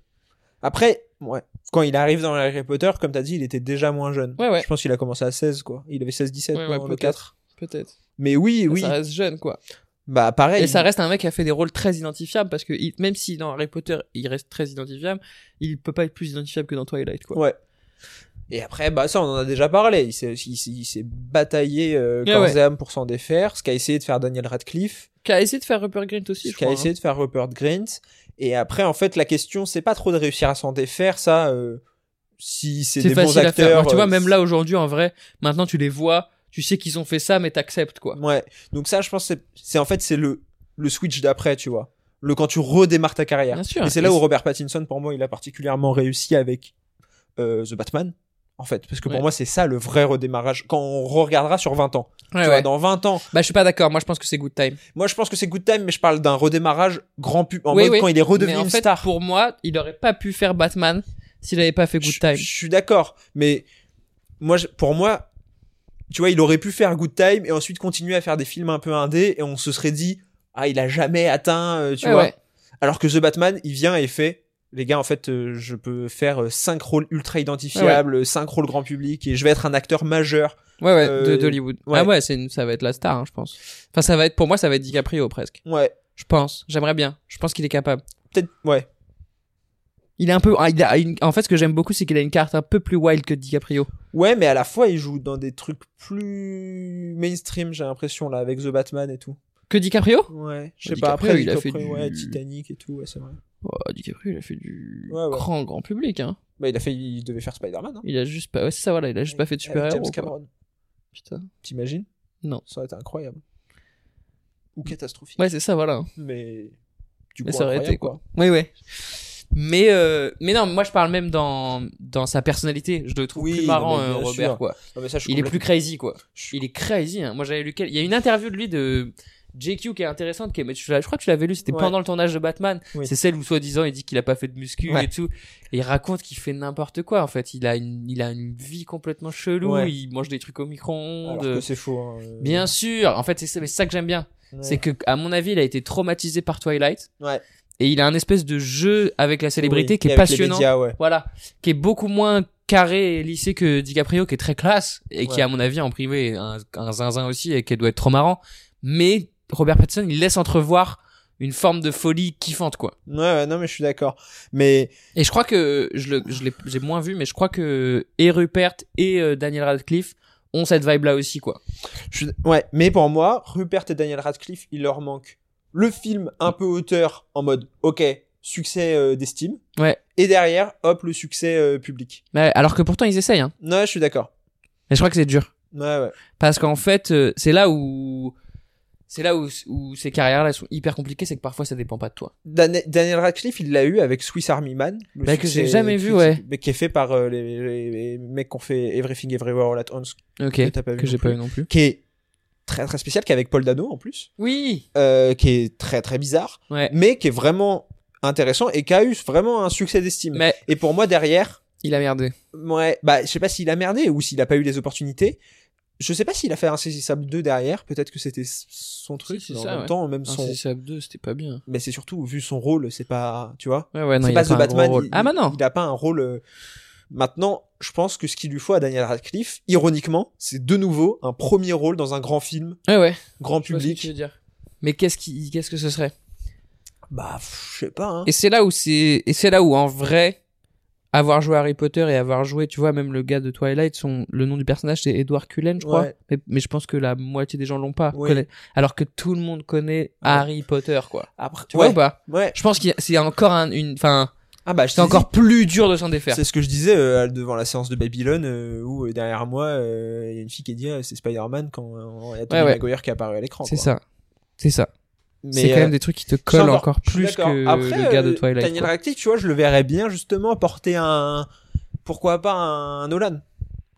E: Après, ouais. Quand il arrive dans Harry Potter, comme t'as dit, il était déjà moins jeune.
F: Ouais, ouais.
E: Je pense qu'il a commencé à 16, quoi. Il avait 16-17
F: Ouais,
E: dans
F: ouais,
E: le
F: peut-être.
E: 4.
F: peut-être
E: Mais oui,
F: Ça,
E: oui.
F: Ça reste jeune, quoi.
E: Bah, pareil.
F: Et ça
E: il-
F: reste un mec qui a fait des rôles très identifiables parce que il- même si dans Harry Potter il reste très identifiable, il peut pas être plus identifiable que dans Twilight, quoi.
E: Ouais. Et après, bah ça, on en a déjà parlé. Il s'est, il s'est, il s'est bataillé euh,
F: Ah
E: corps
F: ouais.
E: et âme pour s'en défaire. Ce qu'a essayé de faire Daniel Radcliffe,
F: Qui a essayé de faire Rupert Grint aussi, je
E: ce qu'a
F: crois. hein.
E: essayé de faire Rupert Grint. Et après, en fait, la question, c'est pas trop de réussir à s'en défaire. Ça, euh,
F: hein.
E: si c'est,
F: C'est
E: des
F: facile
E: bons
F: à faire.
E: acteurs,
F: tu vois,
E: euh,
F: même là aujourd'hui, en vrai, maintenant tu les vois, tu sais qu'ils ont fait ça, mais t'acceptes, quoi.
E: Ouais. Donc ça, je pense, que c'est, c'est en fait, c'est le le switch d'après, tu vois. Le quand tu redémarres ta carrière.
F: Bien sûr.
E: Et c'est là où Robert Pattinson, pour moi, il a particulièrement réussi avec euh, The Batman. En fait, parce que pour
F: Ouais.
E: moi, c'est ça le vrai redémarrage. Quand on regardera sur 20 ans.
F: Ouais,
E: tu
F: ouais.
E: vois, dans 20 ans,
F: Bah, je suis pas d'accord. Moi, je pense que c'est Good Time.
E: Moi, je pense que c'est Good Time, mais je parle d'un redémarrage grand pub. En
F: Oui,
E: mode
F: oui.
E: quand il est redevenu
F: mais en
E: une
F: fait,
E: star.
F: pour moi, il aurait pas pu faire Batman s'il avait pas fait Good
E: Je-
F: Time.
E: Je, suis d'accord, mais moi, je- pour moi, tu vois, il aurait pu faire Good Time et ensuite continuer à faire des films un peu indés et on se serait dit, ah, il a jamais atteint, euh, tu
F: Ouais,
E: vois.
F: ouais.
E: Alors que The Batman, il vient et fait. Les gars, en fait, euh, je peux faire euh, cinq rôles ultra identifiables, cinq rôles grand public, et je vais être un acteur majeur.
F: Ouais, ouais, de-
E: Euh,
F: d'Hollywood.
E: ouais.
F: Ah ouais, c'est une- ça va être la star, hein, je pense. Enfin, ça va être, pour moi, ça va être DiCaprio presque.
E: Ouais,
F: Je pense. J'aimerais bien. Je pense qu'il est capable.
E: peut-être, ouais,
F: Il est un peu. ah, il a une- En fait, ce que j'aime beaucoup, c'est qu'il a une carte un peu plus wild que DiCaprio.
E: ouais, mais à la fois, il joue dans des trucs plus mainstream, j'ai l'impression là, avec The Batman et tout.
F: Que DiCaprio
E: Ouais, je sais
F: DiCaprio,
E: pas. Après,
F: il a fait
E: DiCaprio,
F: du-
E: ouais, Titanic et tout, ouais, c'est vrai.
F: oh, DiCaprio, il a fait du
E: Ouais, ouais.
F: grand grand public. Hein.
E: Bah, il a fait, il devait faire Spider-Man. Hein.
F: Il a juste pas. Ouais, c'est ça, voilà. Il a juste pas fait de
E: Avec
F: super héros.
E: James Cameron.
F: Putain.
E: T'imagines
F: Non.
E: Ça aurait été incroyable. Ou catastrophique.
F: Ouais, c'est ça, voilà.
E: Mais du coup,
F: Mais ça aurait
E: incroyable,
F: été quoi. Oui, ouais. Mais euh, mais non, moi je parle même dans dans sa personnalité. Je le trouve
E: Oui,
F: plus marrant,
E: non, mais
F: euh,
E: bien
F: Robert,
E: sûr.
F: quoi.
E: Non, mais ça, je suis
F: Il est
E: complètement-
F: plus crazy, quoi. Il est crazy. Hein. Moi, j'avais lu. quel- Il y a une interview de lui de JQ qui est intéressante. Qui est- mais tu l'as- Je crois que tu l'avais lu. C'était
E: Ouais.
F: pendant le tournage de Batman.
E: Oui.
F: C'est celle où soi-disant il dit qu'il a pas fait de muscu
E: Ouais.
F: et tout. Et il raconte qu'il fait n'importe quoi. En fait, il a une, il a une vie complètement chelou.
E: Ouais.
F: Il mange des trucs au
E: Alors
F: micro-ondes.
E: que c'est faux. hein, euh,
F: Bien sûr. En fait, c'est ça, mais c'est ça que j'aime bien.
E: ouais.
F: C'est que, à mon avis, il a été traumatisé par Twilight.
E: Ouais.
F: Et il a un espèce de jeu avec la célébrité
E: Oui,
F: qui est
E: avec les
F: passionnant
E: médias, ouais.
F: voilà, qui est beaucoup moins carré et lissé que DiCaprio, qui est très classe et qui,
E: Ouais.
F: à mon avis, en privé, est un, un zinzin aussi et qui doit être trop marrant. Mais Robert Pattinson, il laisse entrevoir une forme de folie kiffante quoi.
E: Ouais, ouais, non, mais je suis d'accord. Mais
F: Et je crois que je le, je l'ai, j'ai moins vu, mais je crois que et Rupert et euh, Daniel Radcliffe ont cette vibe là aussi quoi.
E: Je suis- Ouais, mais pour moi, Rupert et Daniel Radcliffe, il leur manque le film un peu hauteur en mode OK, succès euh, d'estime.
F: Ouais.
E: Et derrière, hop, le succès euh, public.
F: Mais alors que pourtant ils essayent. Hein.
E: Non, je suis d'accord.
F: Mais je crois que c'est dur
E: Ouais, ouais.
F: parce qu'en fait euh, c'est là où c'est là où, où ces carrières là sont hyper compliquées, c'est que parfois ça dépend pas de toi.
E: Dan- Daniel Radcliffe, il l'a eu avec Swiss Army Man. le
F: Bah, que
E: succès
F: j'ai jamais vu,
E: critique,
F: ouais.
E: Mais qui est fait par euh, les, les- les mecs qui ont fait Everything Everywhere All at Once,
F: Ok.
E: que t'as pas vu.
F: Que
E: non
F: j'ai pas
E: plus.
F: eu non plus.
E: Qui est très très spécial, qui est avec Paul Dano en plus.
F: Oui.
E: euh, qui est très très bizarre,
F: Ouais.
E: mais qui est vraiment intéressant et qui a eu vraiment un succès d'estime.
F: Mais
E: Et pour moi, derrière,
F: il a merdé.
E: ouais, bah, je sais pas s'il a merdé ou s'il a pas eu les opportunités. Je sais pas s'il a fait Insaisissable 2 derrière, peut-être que c'était s- son truc,
F: Si, c'est
E: mais en
F: ça,
E: même
F: ouais.
E: temps, même son.
F: 2, c'était pas bien.
E: Mais c'est surtout, vu son rôle, c'est pas. Tu vois
F: Ouais ouais non,
E: C'est
F: il
E: pas
F: a
E: The
F: pas un gros
E: Batman.
F: rôle.
E: il-
F: Ah bah non.
E: Il a pas un rôle. euh, Maintenant, je pense que ce qu'il lui faut à Daniel Radcliffe, ironiquement, c'est de nouveau un premier rôle dans un grand film,
F: Ouais ouais.
E: grand
F: Je vois ce que tu
E: public.
F: veux dire. Mais qu'est-ce qui qu'est-ce que ce serait
E: Bah, pff, je sais pas. hein.
F: Et c'est là où c'est et c'est là où en vrai avoir joué à Harry Potter et avoir joué, tu vois, même le gars de Twilight, son le nom du personnage c'est Edward Cullen, je crois.
E: Ouais.
F: Mais, mais je pense que la moitié des gens l'ont pas.
E: Oui.
F: connaît- Alors que tout le monde connaît Harry Potter, quoi.
E: Après,
F: Tu
E: ouais,
F: vois ou pas
E: ouais.
F: Je pense que c'est encore un, une, enfin,
E: Ah bah, je
F: c'est
E: t'ai
F: encore plus dur de s'en défaire.
E: C'est ce que je disais euh, devant la séance de Babylone euh, où euh, derrière moi euh, il y a une fille qui dit ah, c'est Spider-Man quand euh, il y a Tobey
F: Ouais, ouais.
E: Maguire qui est apparu à l'écran.
F: C'est
E: quoi.
F: ça. C'est ça.
E: Mais,
F: C'est quand
E: euh,
F: même des trucs qui te
E: je suis
F: collent encore
E: je suis
F: plus
E: d'accord.
F: que
E: Après,
F: le gars de
E: euh,
F: Twilight.
E: Daniel
F: quoi.
E: Radcliffe, tu vois, je le verrais bien justement porter un pourquoi pas un Nolan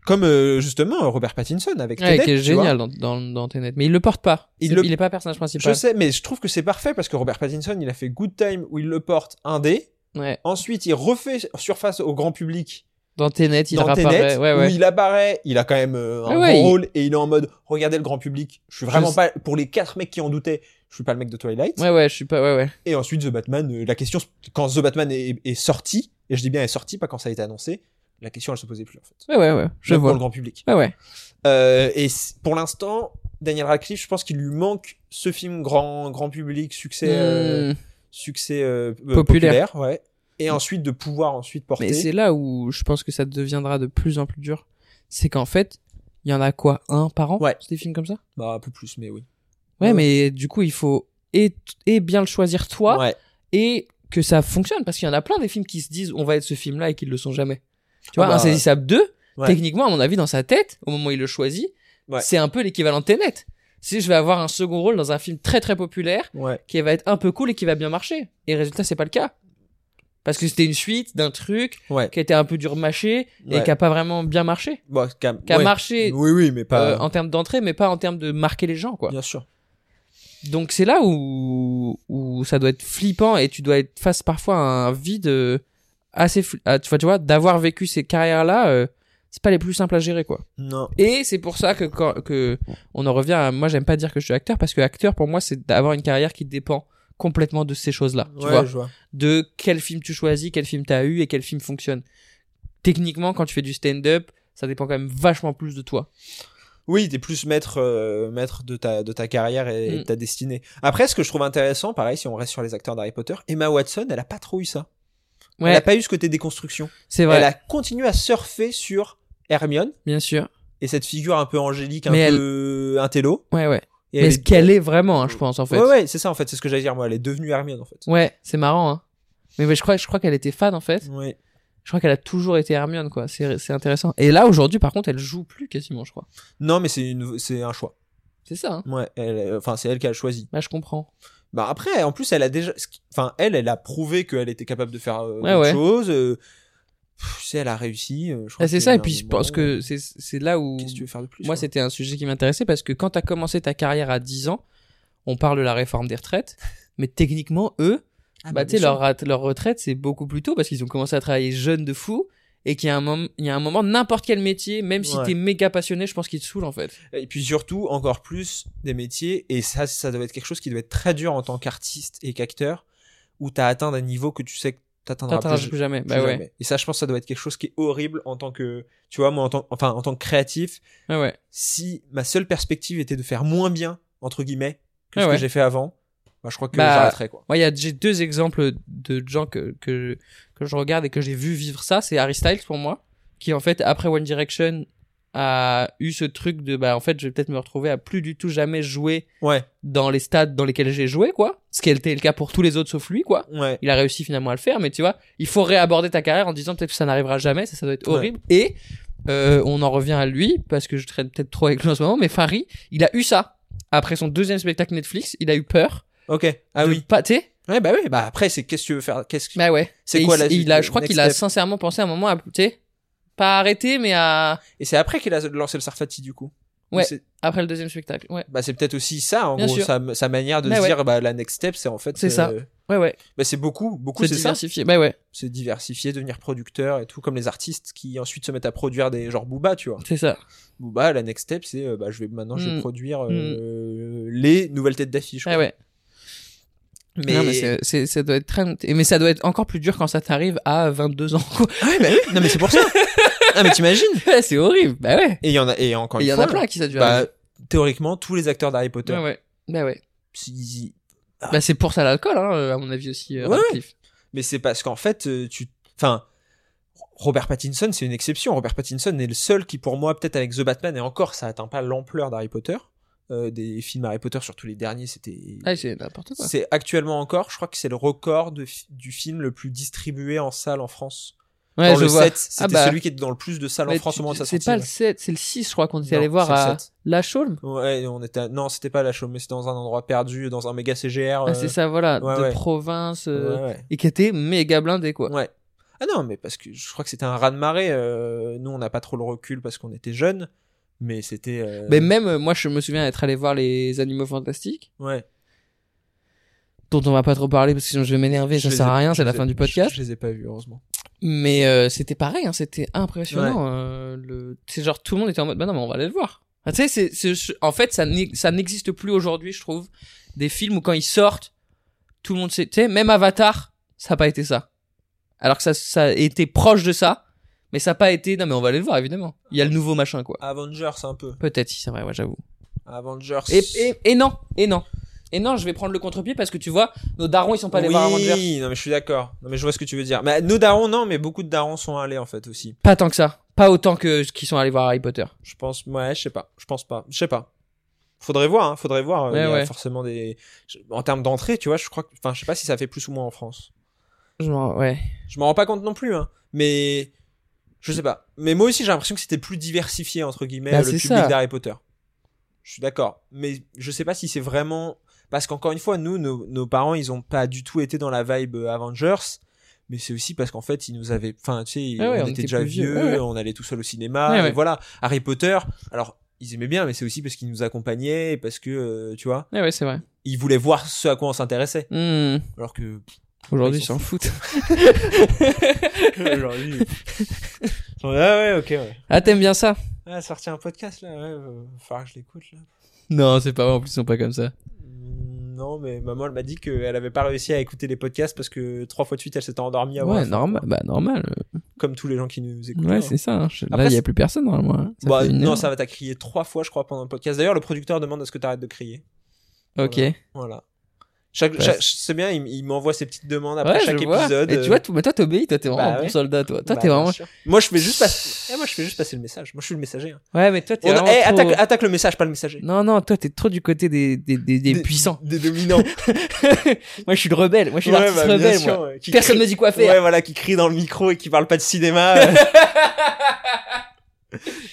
E: comme euh, justement euh, Robert Pattinson avec
F: Ouais,
E: Tenet,
F: qui est
E: tu vois.
F: génial dans, dans, dans Tenet. Mais il le porte pas.
E: Il
F: C'est-
E: le-
F: il est pas personnage
E: Je
F: principal.
E: sais, mais je trouve que c'est parfait parce que Robert Pattinson, il a fait Good Time où il le porte un dé.
F: Ouais.
E: Ensuite, il refait surface au grand public
F: Dans Tenet, il
E: dans
F: réapparaît.
E: Tenet,
F: Ouais,
E: où
F: ouais.
E: il apparaît, il a quand même euh, un
F: Ah ouais,
E: gros
F: il-
E: rôle et il est en mode regardez le grand public. Je suis vraiment
F: Je-
E: pas pour les quatre mecs qui en doutaient. Je suis pas le mec de Twilight.
F: Ouais, ouais, je suis pas, ouais, ouais.
E: Et ensuite The Batman. euh, la question quand The Batman est, est sorti et je dis bien est sorti, pas quand ça a été annoncé. La question elle se posait plus en fait.
F: Ouais, ouais, ouais. Je
E: Même
F: vois.
E: pour le grand public.
F: Ouais, ouais.
E: Euh, et c- pour l'instant, Daniel Radcliffe, je pense qu'il lui manque ce film grand grand public, succès euh,
F: Hmm.
E: succès euh, euh,
F: Populaire.
E: populaire, ouais. Et ensuite de pouvoir ensuite porter.
F: Mais c'est là où je pense que ça deviendra de plus en plus dur. C'est qu'en fait, il y en a quoi Un par an
E: Ouais.
F: C'est des films comme ça
E: Bah un peu plus, mais oui.
F: ouais,
E: Ouais.
F: mais du coup, il faut et, et bien le choisir toi
E: ouais.
F: et que ça fonctionne. Parce qu'il y en a plein des films qui se disent on va être ce film-là et qui le sont jamais. Tu vois,
E: Ah bah,
F: Insaisissable 2,
E: ouais.
F: techniquement, à mon avis, dans sa tête, au moment où il le choisit,
E: Ouais.
F: c'est un peu l'équivalent de Tenet. Si je vais avoir un second rôle dans un film très très populaire,
E: Ouais.
F: qui va être un peu cool et qui va bien marcher. Et résultat, c'est pas le cas. Parce que c'était une suite d'un truc
E: Ouais.
F: qui a été un peu dur mâché et
E: Ouais.
F: qui a pas vraiment bien marché.
E: Bon, qu'à-
F: Qui a
E: ouais.
F: marché
E: Oui, oui, mais pas.
F: euh, en termes d'entrée, mais pas en termes de marquer les gens, quoi.
E: Bien sûr.
F: Donc c'est là où, où ça doit être flippant et tu dois être face parfois à un vide euh, assez, fl- ah, tu vois, tu vois, d'avoir vécu ces carrières-là, euh, c'est pas les plus simples à gérer, quoi.
E: Non.
F: Et c'est pour ça que quand, que on en revient à moi j'aime pas dire que je suis acteur parce que acteur pour moi c'est d'avoir une carrière qui dépend complètement de ces choses-là, tu
E: Ouais,
F: vois,
E: je vois.
F: de quel film tu choisis, quel film t'as eu et quel film fonctionne. Techniquement quand tu fais du stand-up, ça dépend quand même vachement plus de toi.
E: Oui, t'es plus maître, euh, maître de, ta, de ta carrière et, et
F: Mm.
E: de ta destinée. Après, ce que je trouve intéressant, pareil, si on reste sur les acteurs d'Harry Potter, Emma Watson, elle a pas trop eu ça. Elle
F: Ouais,
E: a pas eu ce côté déconstruction.
F: c'est vrai,
E: Elle a continué à surfer sur Hermione
F: bien sûr.
E: et cette figure un peu angélique, un
F: Mais elle-
E: peu intello.
F: Ouais ouais.
E: Et
F: Mais
E: elle
F: ce qu'elle est vraiment, hein, je pense en fait.
E: Ouais, ouais, c'est ça en fait, c'est ce que j'allais dire moi. Elle est devenue Hermione en fait.
F: Ouais, c'est marrant. Hein. Mais, mais je crois je crois qu'elle était fan en fait.
E: Ouais.
F: Je crois qu'elle a toujours été Hermione quoi. C'est c'est intéressant. Et là aujourd'hui par contre elle joue plus quasiment je crois.
E: Non, mais c'est une, c'est un choix.
F: C'est ça. Hein.
E: Ouais. elle- Enfin, c'est elle qui a choisi.
F: Bah je comprends.
E: Bah après, en plus, elle a déjà, ce qui- enfin, elle, elle a prouvé qu'elle était capable de faire euh,
F: Ouais,
E: autre
F: ouais.
E: chose. euh, pff, tu sais, elle a réussi. euh, je crois
F: Ah, c'est
E: qu'il
F: ça,
E: y a
F: et
E: un
F: puis je
E: moment,
F: pense que
E: euh,
F: c'est c'est là où
E: Qu'est-ce que tu veux faire de plus
F: moi
E: quoi
F: c'était un sujet qui m'intéressait parce que quand t'as commencé ta carrière à 10 ans, on parle de la réforme des retraites, mais techniquement eux,
E: Ah,
F: bah,
E: bah,
F: tu sais
E: bien
F: leur, rat- leur retraite c'est beaucoup plus tôt parce qu'ils ont commencé à travailler jeunes de fou et qu'il y a un moment, il y a un moment n'importe quel métier, même si
E: Ouais.
F: t'es méga passionné, je pense qu'il te saoule en fait.
E: sûr. Et puis surtout, encore plus des métiers, et ça, ça doit être quelque chose qui doit être très dur en tant qu'artiste et qu'acteur, où t'as atteint un niveau que tu sais que t'atteindras
F: T'atteindras
E: Ah, plus.
F: plus jamais.
E: plus
F: Bah ouais.
E: jamais. Et ça, je pense, que ça doit être quelque chose qui est horrible en tant que, tu vois, moi, en tant, enfin, en tant que créatif,
F: ouais, ouais.
E: si ma seule perspective était de faire moins bien, entre guillemets, que
F: Ah
E: ce
F: ouais.
E: que j'ai fait avant, Bah, je crois que
F: Bah,
E: j'arrêterai quoi.
F: Moi, il y a- j'ai deux exemples de gens que, que, que je regarde et que j'ai vu vivre ça. C'est Harry Styles pour moi, qui en fait, après One Direction, a eu ce truc de bah en fait je vais peut-être me retrouver à plus du tout jamais jouer
E: Ouais,
F: dans les stades dans lesquels j'ai joué quoi ce qui était le cas pour tous les autres sauf lui quoi
E: ouais.
F: il a réussi finalement à le faire mais tu vois il faut réaborder ta carrière en disant peut-être que ça n'arrivera jamais ça ça doit être
E: Ouais.
F: horrible et euh, on en revient à lui parce que je traîne peut-être trop avec lui en ce moment mais Farid il a eu ça après son deuxième spectacle Netflix il a eu peur
E: Ok. Ah
F: de
E: oui.
F: pas tu sais
E: Ouais, bah oui. Bah après, c'est qu'est-ce que tu veux faire Qu'est-ce que
F: bah ouais
E: c'est
F: Et
E: quoi
F: il,
E: la
F: il
E: suite,
F: a
E: le
F: je crois
E: next
F: qu'il a
E: step
F: sincèrement pensé à un moment à tu sais pas arrêter mais à
E: Et c'est après qu'il a lancé le Sarfati du coup.
F: Ouais.
E: Ou c'est-
F: après le deuxième spectacle ouais
E: Bah c'est peut-être aussi ça en
F: Bien
E: gros
F: sûr.
E: sa, sa manière de
F: Mais
E: se
F: ouais.
E: dire bah la next step c'est en fait
F: C'est ça. ouais ouais
E: Bah c'est beaucoup beaucoup
F: se
E: c'est ça.
F: diversifier bah ouais
E: C'est diversifier, devenir producteur et tout comme les artistes qui ensuite se mettent à produire des genre Booba tu vois.
F: c'est ça
E: Booba la next step c'est euh, bah je vais maintenant je vais
F: Mm. Ah
E: produire euh, les nouvelles têtes d'affiche. quoi.
F: ouais ouais
E: Mais,
F: Non, mais c'est- c'est- ça doit être très et- mais ça doit être encore plus dur quand ça t'arrive à 22 ans quoi
E: Ah ouais, bah oui. non mais c'est pour ça. ah mais t'imagines
F: Ouais, c'est horrible bah ouais
E: Et il y en a et encore
F: Il
E: une
F: y en
E: fois.
F: a plein qui ça dure.
E: Bah théoriquement tous les acteurs d'Harry Potter.
F: ouais, ouais. Bah ouais.
E: s'ils-
F: Bah c'est pour ça l'alcool, hein, à mon avis aussi. euh,
E: Ouais,
F: Radcliffe.
E: mais c'est parce qu'en fait euh, tu enfin Robert Pattinson c'est une exception Robert Pattinson est le seul qui pour moi peut-être avec The Batman et encore ça atteint pas l'ampleur d'Harry Potter Euh, des films Harry Potter surtout les derniers c'était
F: Ah, c'est n'importe quoi.
E: c'est actuellement encore je crois que c'est le record de fi- du film le plus distribué en salle en France
F: Ouais,
E: dans
F: je
E: le
F: vois.
E: 7 c'était
F: Ah bah.
E: celui qui était dans le plus de salles en
F: Mais
E: France
F: tu-
E: au moment de sa
F: c'est
E: sortie
F: pas le
E: ouais.
F: 7, c'est le 6, je crois qu'on était
E: Non,
F: allé voir
E: c'est le
F: à
E: sept.
F: La Chaume.
E: Ouais, on était à- non c'était pas la chaume mais c'était dans un endroit perdu dans un méga CGR
F: Ah,
E: euh,
F: c'est ça, voilà,
E: ouais,
F: de
E: ouais.
F: province euh,
E: ouais, ouais.
F: et qui était méga blindé quoi.
E: Ouais. Ah non, mais parce que je crois que c'était un raz de marée. euh, nous, on n'a pas trop le recul parce qu'on était jeunes, mais c'était. euh,
F: Mais même euh, moi, je me souviens être allé voir les Animaux Fantastiques,
E: ouais.
F: dont on va pas trop parler parce que sinon je vais m'énerver, ça
E: Je les
F: sert
E: ai-
F: à rien,
E: je
F: c'est la
E: les ai-
F: fin du
E: je-
F: podcast.
E: Je, les ai pas vus, heureusement.
F: Mais euh, c'était pareil, hein, c'était impressionnant. euh, le... C'est genre tout le monde était en mode, bah non, mais on va aller le voir. Ah, tu sais, c'est- c'est- je- en fait, ça n'e- ça n'existe plus aujourd'hui, je trouve, des films où quand ils sortent, tout le monde sait. Tu sais, même Avatar, ça n'a pas été ça. Alors que ça, ça était proche de ça, mais ça n'a pas été. Non, mais on va aller le voir, évidemment. Il y a le nouveau machin, quoi.
E: Avengers, un peu.
F: Peut-être, si c'est vrai, ouais, j'avoue.
E: Avengers.
F: Et, et, et non, et non. Et non, je vais prendre le contre-pied parce que tu vois, nos darons, ils sont pas allés
E: oui,
F: voir Avengers.
E: non mais je suis d'accord. Non mais je vois ce que tu veux dire. Mais nos darons non, mais beaucoup de darons sont allés en fait aussi.
F: Pas tant que ça. Pas autant que ce qu'ils sont allés voir Harry Potter.
E: Je pense, ouais, je sais pas, je pense pas, je sais pas. Faudrait voir, hein, faudrait voir. euh,
F: Ouais,
E: il y a
F: ouais.
E: forcément des. je- En termes d'entrée, tu vois, je crois que, enfin, je sais pas si ça fait plus ou moins en France.
F: Je m'en- ouais.
E: Je m'en rends pas compte non plus, hein. Mais je sais pas. Mais moi aussi, j'ai l'impression que c'était plus diversifié entre guillemets
F: Bah,
E: le
F: c'est
E: public
F: ça.
E: d'Harry Potter. Je suis d'accord, mais je sais pas si c'est vraiment parce qu'encore une fois, nous, nos, nos parents, ils ont pas du tout été dans la vibe euh, Avengers. Mais c'est aussi parce qu'en fait, ils nous avaient, enfin, tu sais,
F: Ah ouais,
E: on,
F: on
E: était
F: était
E: déjà
F: plus vieux,
E: vieux,
F: ouais, ouais.
E: on allait tout seul au cinéma,
F: Ouais,
E: et
F: ouais.
E: voilà. Harry Potter, alors ils aimaient bien, mais c'est aussi parce qu'ils nous accompagnaient, et parce que, euh, tu vois,
F: Eh Ouais, ouais, c'est vrai.
E: ils voulaient voir ce à quoi on s'intéressait.
F: Hmm.
E: Alors que
F: Aujourd'hui,
E: Ils
F: ils
E: s'en
F: s'en foutent.
E: aujourd'hui, ah ouais, ok, ouais.
F: ah, t'aimes bien ça
E: Ah, sortir un podcast là, ouais, euh, falloir que je l'écoute là.
F: Non, c'est pas vrai. En plus, ils sont pas comme ça.
E: Mm, Non, mais maman, elle m'a dit qu'elle avait pas réussi à écouter les podcasts parce que trois fois de suite, elle s'était endormie avant. la
F: ouais,
E: fin,
F: normal.
E: quoi.
F: Bah, normal.
E: Comme tous les gens qui nous écoutent.
F: Ouais,
E: hein.
F: c'est ça. hein. Je-
E: Après,
F: Là, il y
E: c'est-
F: a plus personne normalement. hein. Ça
E: Bah,
F: fait une
E: non,
F: heure.
E: ça va t'as crié trois fois, je crois, pendant le podcast. D'ailleurs, le producteur demande à ce que t'arrêtes de crier.
F: Ok.
E: voilà. Voilà. Chaque,
F: Ouais.
E: chaque- c'est bien, il, il m'envoie ses petites demandes après
F: ouais,
E: chaque
F: je vois.
E: épisode.
F: Et
E: euh,
F: tu vois, tu- mais toi, t'obéis. Toi, t'es vraiment
E: bah
F: un
E: ouais.
F: bon soldat. Toi, toi,
E: bah,
F: t'es
E: bien
F: vraiment.
E: sûr. Moi, je fais juste passer. eh, moi, je fais juste passer le message. Moi, je suis le messager. hein.
F: Ouais, mais toi, t'es
E: On-
F: vraiment.
E: eh,
F: trop-
E: attaque, attaque le message, pas le messager.
F: Non, non, toi, t'es trop du côté des des des, des puissants.
E: Des dominants.
F: moi, je suis le rebelle. Moi, je suis
E: Ouais,
F: l'artiste
E: bah, bien
F: rebelle.
E: sûr,
F: moi.
E: ouais, qui
F: Personne
E: crie-
F: me dit quoi faire.
E: Ouais, voilà, qui crie dans le micro et qui parle pas de cinéma. euh.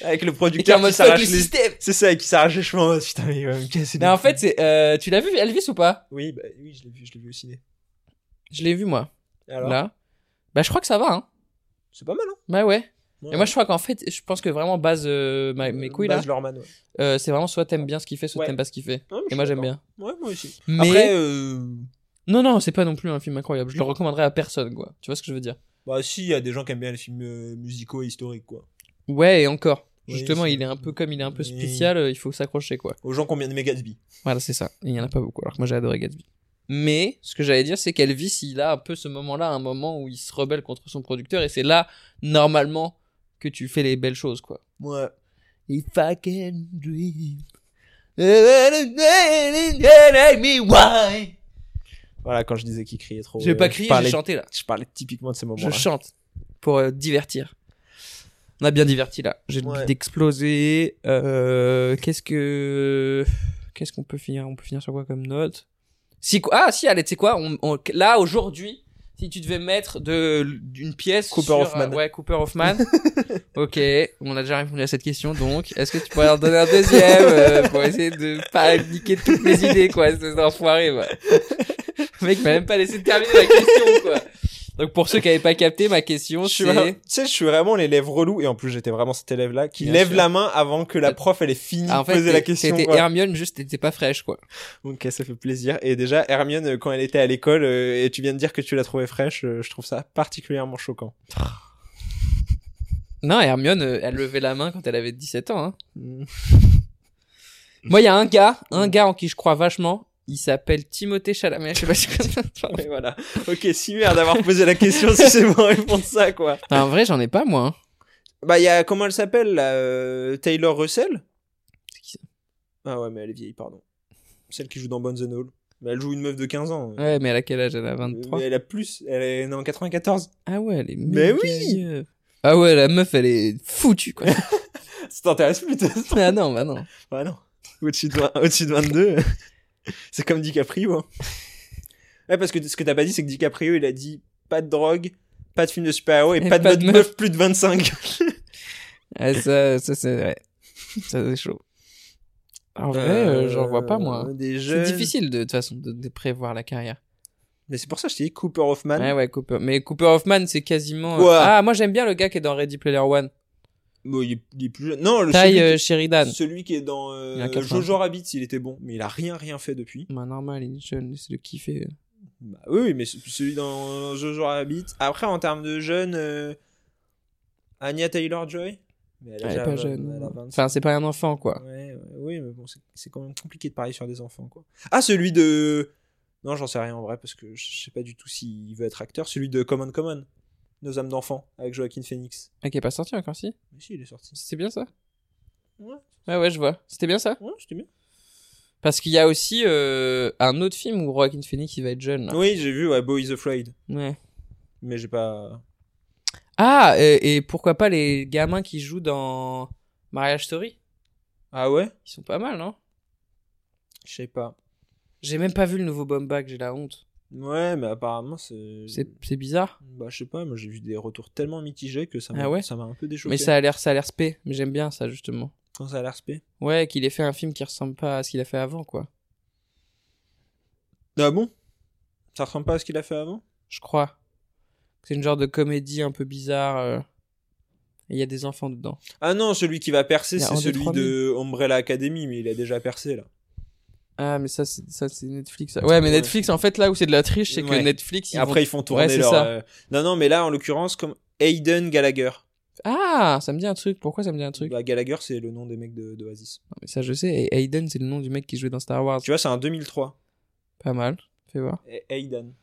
E: Avec le
F: Et qui est en
E: producteur qui
F: mode fuck
E: s'arrache
F: le
E: les...
F: système.
E: C'est ça, et qui s'arrache les cheveux. en mode, Putain, mais euh, il va me casser
F: Mais
E: les
F: en
E: couilles.
F: fait, c'est. euh, tu l'as vu Elvis ou pas
E: Oui, bah, oui, je l'ai vu, je l'ai vu au ciné.
F: Je l'ai vu moi.
E: Alors,
F: Là. Bah, je crois que ça va. Hein.
E: c'est pas mal, hein
F: Bah ouais.
E: Ouais.
F: Et moi, je crois qu'en fait, je pense que vraiment, base euh, ma- mes couilles là,
E: Baz Luhrmann, ouais.
F: euh, c'est vraiment soit t'aimes bien ce qu'il fait, soit
E: Ouais.
F: t'aimes pas ce qu'il fait.
E: Ouais, mais je
F: Et moi,
E: suis
F: j'aime
E: d'accord.
F: bien.
E: Ouais, moi aussi.
F: Mais
E: Après, euh,
F: non, non, c'est pas non plus un film incroyable. Je le recommanderais à personne, quoi. Tu vois ce que je veux dire
E: bah, si, il y a des gens qui aiment bien les films euh, musicaux et historiques, quoi.
F: Ouais, et encore.
E: Oui,
F: Justement,
E: c'est-
F: il est un peu comme il est un peu
E: Oui.
F: spécial, euh, il faut s'accrocher, quoi.
E: Aux gens qui ont bien aimé Gatsby.
F: Voilà, c'est ça. Il y en a pas beaucoup. Alors que moi, j'ai adoré Gatsby. Mais ce que j'allais dire, c'est qu'Elvis, il a un peu ce moment-là, un moment où il se rebelle contre son producteur, et c'est là, normalement, que tu fais les belles choses, quoi.
E: Ouais.
F: If I can dream. Let me why.
E: Voilà, quand je disais qu'il criait trop.
F: J'ai
E: euh,
F: pas
E: je
F: crié,
E: parlais-
F: j'ai chanté là.
E: Je parlais typiquement de ces
F: Je
E: moments-là.
F: chante pour euh, divertir. On a bien diverti là. J'ai le
E: Ouais.
F: goût d'exploser. Euh, Qu'est-ce que qu'est-ce qu'on peut finir On peut finir sur quoi comme note Si quoi- ah si allez tu sais quoi on, on- là aujourd'hui si tu devais mettre de d'une pièce
E: Cooper
F: sur,
E: Hoffman.
F: euh, ouais Cooper Hoffman ok on a déjà répondu à cette question donc est-ce que tu pourrais en donner un deuxième euh, pour essayer de pas niquer toutes mes idées quoi c'est enfoiré quoi. le mec m'a même pas laissé terminer la question quoi donc pour ceux qui n'avaient pas capté ma question,
E: Je suis
F: c'est
E: vraiment- tu sais, je suis vraiment l'élève relou, et en plus j'étais vraiment cet élève-là, qui
F: Bien
E: lève
F: sûr.
E: la main avant que la prof elle ait fini
F: Ah, en
E: de poser
F: fait
E: la
F: t'es-
E: question.
F: C'était
E: quoi.
F: Hermione, juste t'étais pas fraîche quoi.
E: Ok, ça fait plaisir. Et déjà, Hermione, euh, quand elle était à l'école, euh, et tu viens de dire que tu la trouvais fraîche, euh, je trouve ça particulièrement choquant.
F: Non, Hermione, euh, elle levait la main quand elle avait 17 ans. hein.
E: Mm.
F: Moi, il y a un gars, un gars en qui je crois vachement. Il s'appelle Timothée Chalamet. Je sais pas si tu connais-
E: Et voilà. Ok, si merde d'avoir posé la question si c'est bon répondre ça, quoi.
F: Non, En vrai, j'en ai pas moi. hein.
E: Bah, il y a, comment elle s'appelle, là, euh, Taylor Russell
F: C'est qui ça
E: Ah ouais, mais elle est vieille, pardon. Celle qui joue dans Bones and All. Mais elle joue une meuf de 15 ans. euh.
F: Ouais, mais elle a quel âge Elle a
E: Mais
F: 23.
E: elle a plus, elle est née en 94.
F: Ah ouais, elle est. méga
E: Mais oui
F: vieille. Ah ouais, la meuf, elle est foutue quoi.
E: Ça t'intéresse plus, toi
F: ah non, bah non.
E: Ah non. Au-dessus de, vingt- au-dessus de 22, c'est comme DiCaprio. hein. Ouais, parce que ce que t'as pas dit, c'est que DiCaprio, il a dit pas de drogue, pas de film de super-héros et, pas, de, meuf plus de 25.
F: Ah, ça, ça c'est ouais. Ça c'est chaud. En vrai, euh, j'en vois pas moi.
E: Euh, Des
F: C'est
E: jeunes.
F: difficile de, de toute façon de, de prévoir la carrière.
E: Mais c'est pour ça que je t'ai dit Cooper Hoffman.
F: Ouais, ouais, Cooper. Mais Cooper Hoffman, c'est quasiment. euh,
E: Ouais.
F: Ah, moi j'aime bien le gars qui est dans Ready Player One.
E: Bon, il, est, il est plus jeune. Non, le
F: Taille
E: celui,
F: euh,
E: qui,
F: Sheridan.
E: celui qui est dans
F: Il a
E: euh,
F: 80.
E: Jojo Rabbit, il était bon, mais il a rien rien fait depuis.
F: Bah, normal, il est jeune, c'est le euh, kiffer.
E: Bah oui, mais ce- celui dans Jojo Rabbit. Après, en termes de jeune, euh, Anya Taylor Joy. Mais
F: Elle est
E: déjà
F: pas
E: vingt-
F: jeune.
E: elle a vingt-cinq.
F: Enfin, c'est pas un enfant, quoi.
E: Ouais, ouais, oui, mais bon, c'est- c'est quand même compliqué de parier sur des enfants, quoi. Ah, celui de... Non, j'en sais rien en vrai, parce que je sais pas du tout s'il veut être acteur. Celui de Common Common, Nos âmes d'enfants, avec Joaquin Phoenix.
F: Ah, qui est pas sorti encore, si
E: Mais si, il est sorti.
F: C'est bien ça
E: Ouais,
F: Ouais, ouais, je vois. C'était bien ça
E: ouais c'était bien.
F: Parce qu'il y a aussi euh, un autre film où Joaquin Phoenix il va être jeune. là.
E: Oui, j'ai vu, ouais, Boy is Afraid.
F: Ouais.
E: Mais j'ai pas...
F: Ah, et, et pourquoi pas les gamins qui jouent dans Marriage Story
E: Ah ouais
F: Ils sont pas mal, non
E: Je sais pas.
F: J'ai même pas vu le nouveau Bombag, j'ai la honte.
E: Ouais, mais apparemment, c'est...
F: C'est c'est bizarre.
E: Bah, je sais pas, moi j'ai vu des retours tellement mitigés que ça m'a
F: Ah ouais
E: ça m'a un peu déchauffé.
F: Mais ça a l'air ça a l'air spé, mais j'aime bien ça justement.
E: Quand ça a l'air spé.
F: Ouais, qu'il ait fait un film qui ressemble pas à ce qu'il a fait avant quoi.
E: Ah bon Ça ressemble pas à ce qu'il a fait avant
F: Je crois. C'est une genre de comédie un peu bizarre. euh, et Il y a des enfants dedans.
E: Ah non, celui qui va percer,
F: Il y a
E: c'est
F: un des
E: celui
F: 3000.
E: de Umbrella Academy, mais il a déjà percé là.
F: Ah mais ça c'est ça c'est Netflix. ça. Ouais mais
E: Ouais.
F: Netflix en fait là où c'est de la triche c'est
E: Ouais.
F: que Netflix
E: Et
F: ils
E: après,
F: vont-
E: ils font tourner
F: Ouais, c'est
E: leur.
F: ça.
E: euh, Non, non, mais là, en l'occurrence, comme Aiden Gallagher.
F: ah ça me dit un truc. Pourquoi ça me dit un truc
E: Bah, Gallagher, c'est le nom des mecs de- d'Oasis.
F: Non, mais Ça je sais. Et Hayden c'est le nom du mec qui jouait dans Star Wars.
E: Tu vois, c'est un 2003.
F: Pas mal. Fais voir.
E: A- Aiden.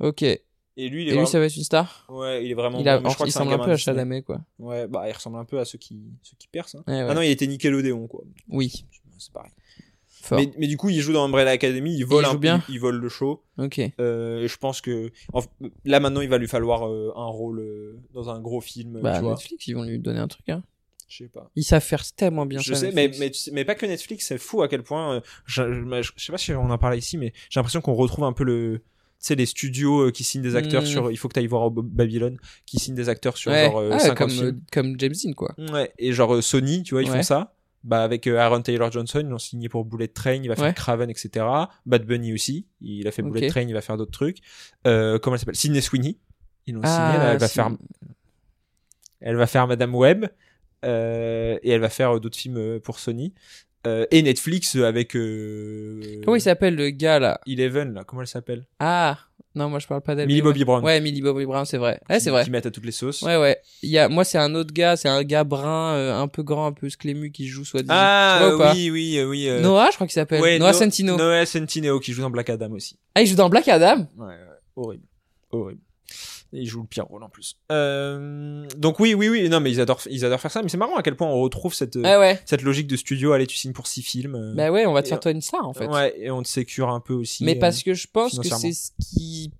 F: Ok. Et
E: Et lui, il
F: lui
E: est vraiment.
F: ça va être une star.
E: Ouais, il est vraiment.
F: Il a
E: bon, mais je crois
F: il
E: que c'est un
F: semble un
E: gamin
F: peu à
E: Disney.
F: Chalamet quoi.
E: Ouais, bah, il ressemble un peu à ceux qui, ceux qui percent. hein.
F: Ouais, ouais.
E: Ah non, il était Nickelodeon, quoi.
F: Oui.
E: C'est pareil.
F: Fort.
E: Mais, mais du coup, il joue dans Umbrella Academy, il vole
F: Il
E: un
F: joue bien.
E: il vole le show.
F: Ok.
E: Euh, et je pense que. en- Là, maintenant, il va lui falloir euh, un rôle euh, dans un gros film,
F: Bah,
E: tu vois.
F: Netflix, ils vont lui donner un truc. Hein.
E: Je sais pas.
F: Ils savent faire tellement bien
E: je
F: ça.
E: sais, mais,
F: Netflix.
E: mais, tu sais- mais pas que Netflix, c'est fou à quel point. euh, Je, je, je- je sais pas si on en parlait ici, mais j'ai l'impression qu'on retrouve un peu le. Tu sais, les studios euh, qui signent des acteurs
F: Mm.
E: sur. Il faut que t'ailles voir au B- Babylone, qui signent des acteurs sur
F: Ouais.
E: genre euh,
F: Ah,
E: 50
F: comme,
E: films.
F: euh, comme James Dean, quoi.
E: Ouais, et genre euh, Sony, tu vois, ils
F: Ouais.
E: font ça. Bah, avec euh, Aaron Taylor Johnson, ils l'ont signé pour Bullet Train, il va faire
F: Ouais.
E: Craven, etc. Bad Bunny aussi, il a fait Bullet
F: Ok.
E: Train, il va faire d'autres trucs. Euh, comment elle s'appelle Sydney Sweeney, ils l'ont
F: Ah,
E: signé, là, elle va
F: si.
E: faire elle va faire Madame Web euh, et elle va faire euh, d'autres films euh, pour Sony Euh, et Netflix euh, avec euh,
F: Comment il s'appelle le gars là
E: Eleven là, comment elle s'appelle
F: Ah Non, moi je parle pas d'elle.
E: Millie
F: mais ouais.
E: Bobby Brown.
F: Ouais, Millie Bobby Brown, c'est vrai. Ouais,
E: Qui-
F: c'est vrai.
E: Qui mettent à toutes les sauces.
F: Ouais, ouais. Il y a... Moi, c'est un autre gars, c'est un gars brun, euh, un peu grand, un peu sclému qui joue soit disant
E: Ah
F: tu vois ou pas
E: oui oui euh, oui. euh,
F: Noah, je crois qu'il s'appelle.
E: ouais,
F: Noah
E: No-
F: Centino.
E: Noah Centineo qui joue dans Black Adam aussi.
F: Ah, il joue dans Black Adam
E: Ouais, ouais, horrible, horrible. Et il joue le pire rôle en plus. Euh, donc oui, oui, oui. Non, mais ils adorent, ils adorent faire ça. Mais c'est marrant à quel point on retrouve cette, euh,
F: Ah ouais.
E: cette logique de studio. Allez, tu signes pour six films. euh,
F: Bah ouais, on va te
E: Et
F: faire
E: on-
F: toi une star en fait.
E: Ouais, et on te sécure un peu aussi.
F: Mais
E: euh,
F: parce que je pense que
E: financièrement.
F: c'est ce qui.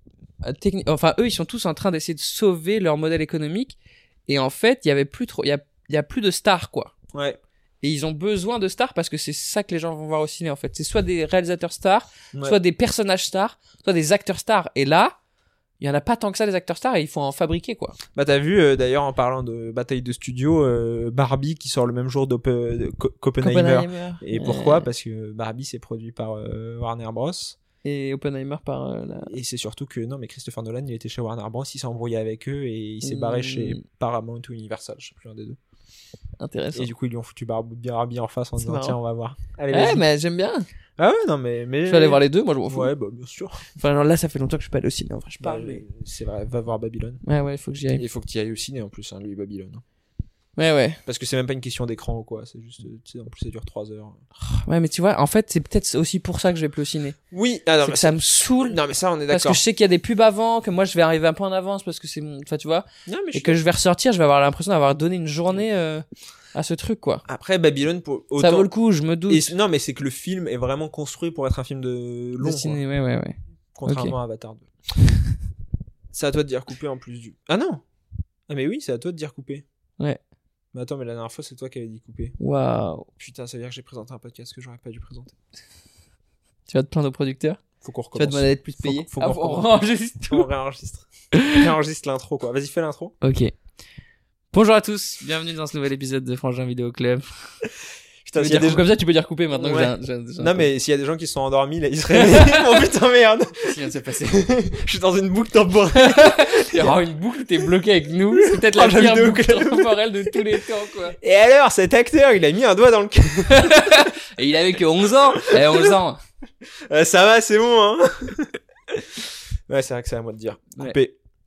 F: euh, techni- Enfin, eux, ils sont tous en train d'essayer de sauver leur modèle économique. Et en fait, il y avait plus trop. Il y a, il y a plus de stars, quoi.
E: Ouais.
F: Et ils ont besoin de stars parce que c'est ça que les gens vont voir au ciné, en fait. C'est soit des réalisateurs stars,
E: Ouais.
F: soit des personnages stars, soit des acteurs stars. Et là, il y en a pas tant que ça, des acteurs stars, et il faut en fabriquer, quoi.
E: Bah t'as vu euh, d'ailleurs en parlant de bataille de studio, euh, Barbie qui sort le même jour d'Ope- de Co- Copenheimer.
F: Oppenheimer.
E: Et
F: Euh,
E: pourquoi Parce que Barbie c'est produit par euh, Warner Bros.
F: et Oppenheimer par euh, la-
E: Et c'est surtout que non mais Christopher Nolan il était chez Warner Bros. Il s'est embrouillé avec eux et il s'est barré
F: Mm.
E: chez Paramount ou Universal, je sais plus un des deux.
F: Intéressant.
E: Et du coup ils lui ont foutu Bar- Barbie en face en
F: Ah, C'est
E: disant
F: marrant.
E: tiens on va voir. Allez
F: Ouais,
E: vas-y.
F: mais j'aime bien.
E: Ah ouais non mais mais.
F: Je vais aller voir les deux, moi je m'en fous.
E: Ouais bah bien sûr.
F: Enfin, alors là, ça fait longtemps que je suis pas allé au ciné, en vrai, je parle.
E: Bah,
F: mais-
E: C'est vrai va voir Babylone.
F: Ouais, ouais, il faut que j'y
E: Et
F: aille.
E: Il faut que tu ailles au ciné en plus hein, lui Babylone.
F: Ouais, ouais.
E: Parce que c'est même pas une question d'écran ou quoi, c'est juste euh, tu sais en plus ça dure 3 heures.
F: Ouais, mais tu vois, en fait, c'est peut-être aussi pour ça que je vais plus au ciné.
E: Oui, ah non,
F: c'est
E: mais
F: que ça me saoule.
E: Non, mais ça, on est
F: Parce que
E: d'accord.
F: je sais qu'il y a des pubs avant, que moi je vais arriver un peu en avance parce que c'est mon. Enfin, tu vois.
E: Non, mais je
F: Et
E: suis-
F: que je vais ressortir, je vais avoir l'impression d'avoir donné une journée euh, à ce truc, quoi.
E: Après, Babylone, pour autant.
F: Ça vaut le coup, je me doute.
E: Et c'est- non, mais c'est que le film est vraiment construit pour être un film de long,
F: De ciné, ouais, ouais, ouais.
E: quoi, contrairement à Avatar 2. c'est à toi de dire couper en plus du. Ah non Ah, mais oui, c'est à toi de dire couper.
F: Ouais.
E: Mais attends, mais la dernière fois, c'est toi qui avais dit couper.
F: Waouh.
E: Putain, ça veut dire que j'ai présenté un podcast que j'aurais pas dû présenter.
F: Tu vas te plaindre aux producteurs
E: Faut qu'on
F: Tu vas
E: recommence.
F: demander d'être plus
E: Faut-
F: payé
E: faut
F: Ah,
E: qu'on
F: bon,
E: recommence.
F: on enregistre tout.
E: On réenregistre. réenregistre l'intro, quoi. Vas-y, fais l'intro.
F: Ok. Bonjour à tous, bienvenue dans ce nouvel épisode de Frangin Vidéo Club.
E: Putain,
F: Tu
E: s'il
F: peux
E: y a
F: dire-
E: des-
F: Comme ça, tu peux dire couper maintenant que
E: Ouais.
F: j'ai un- j'ai un- j'ai un-
E: Non, mais s'il y a des gens qui se sont endormis, là, ils se réveillent. oh putain, merde.
F: Qu'est-ce qui vient de se passer
E: Je suis dans une boucle temporelle.
F: Il y aura une boucle où t'es bloqué avec nous. C'est peut-être Oh, la
E: Frangin
F: pire
E: Vidéo
F: boucle
E: Club.
F: temporelle de tous les temps, quoi.
E: Et alors, cet acteur, il a mis un doigt dans le cul.
F: Et il avait que 11 ans. Eh, 11 ans.
E: Euh, ça va, c'est bon, hein Ouais, c'est vrai que c'est à moi de dire.
F: Ouais.
E: Coupé.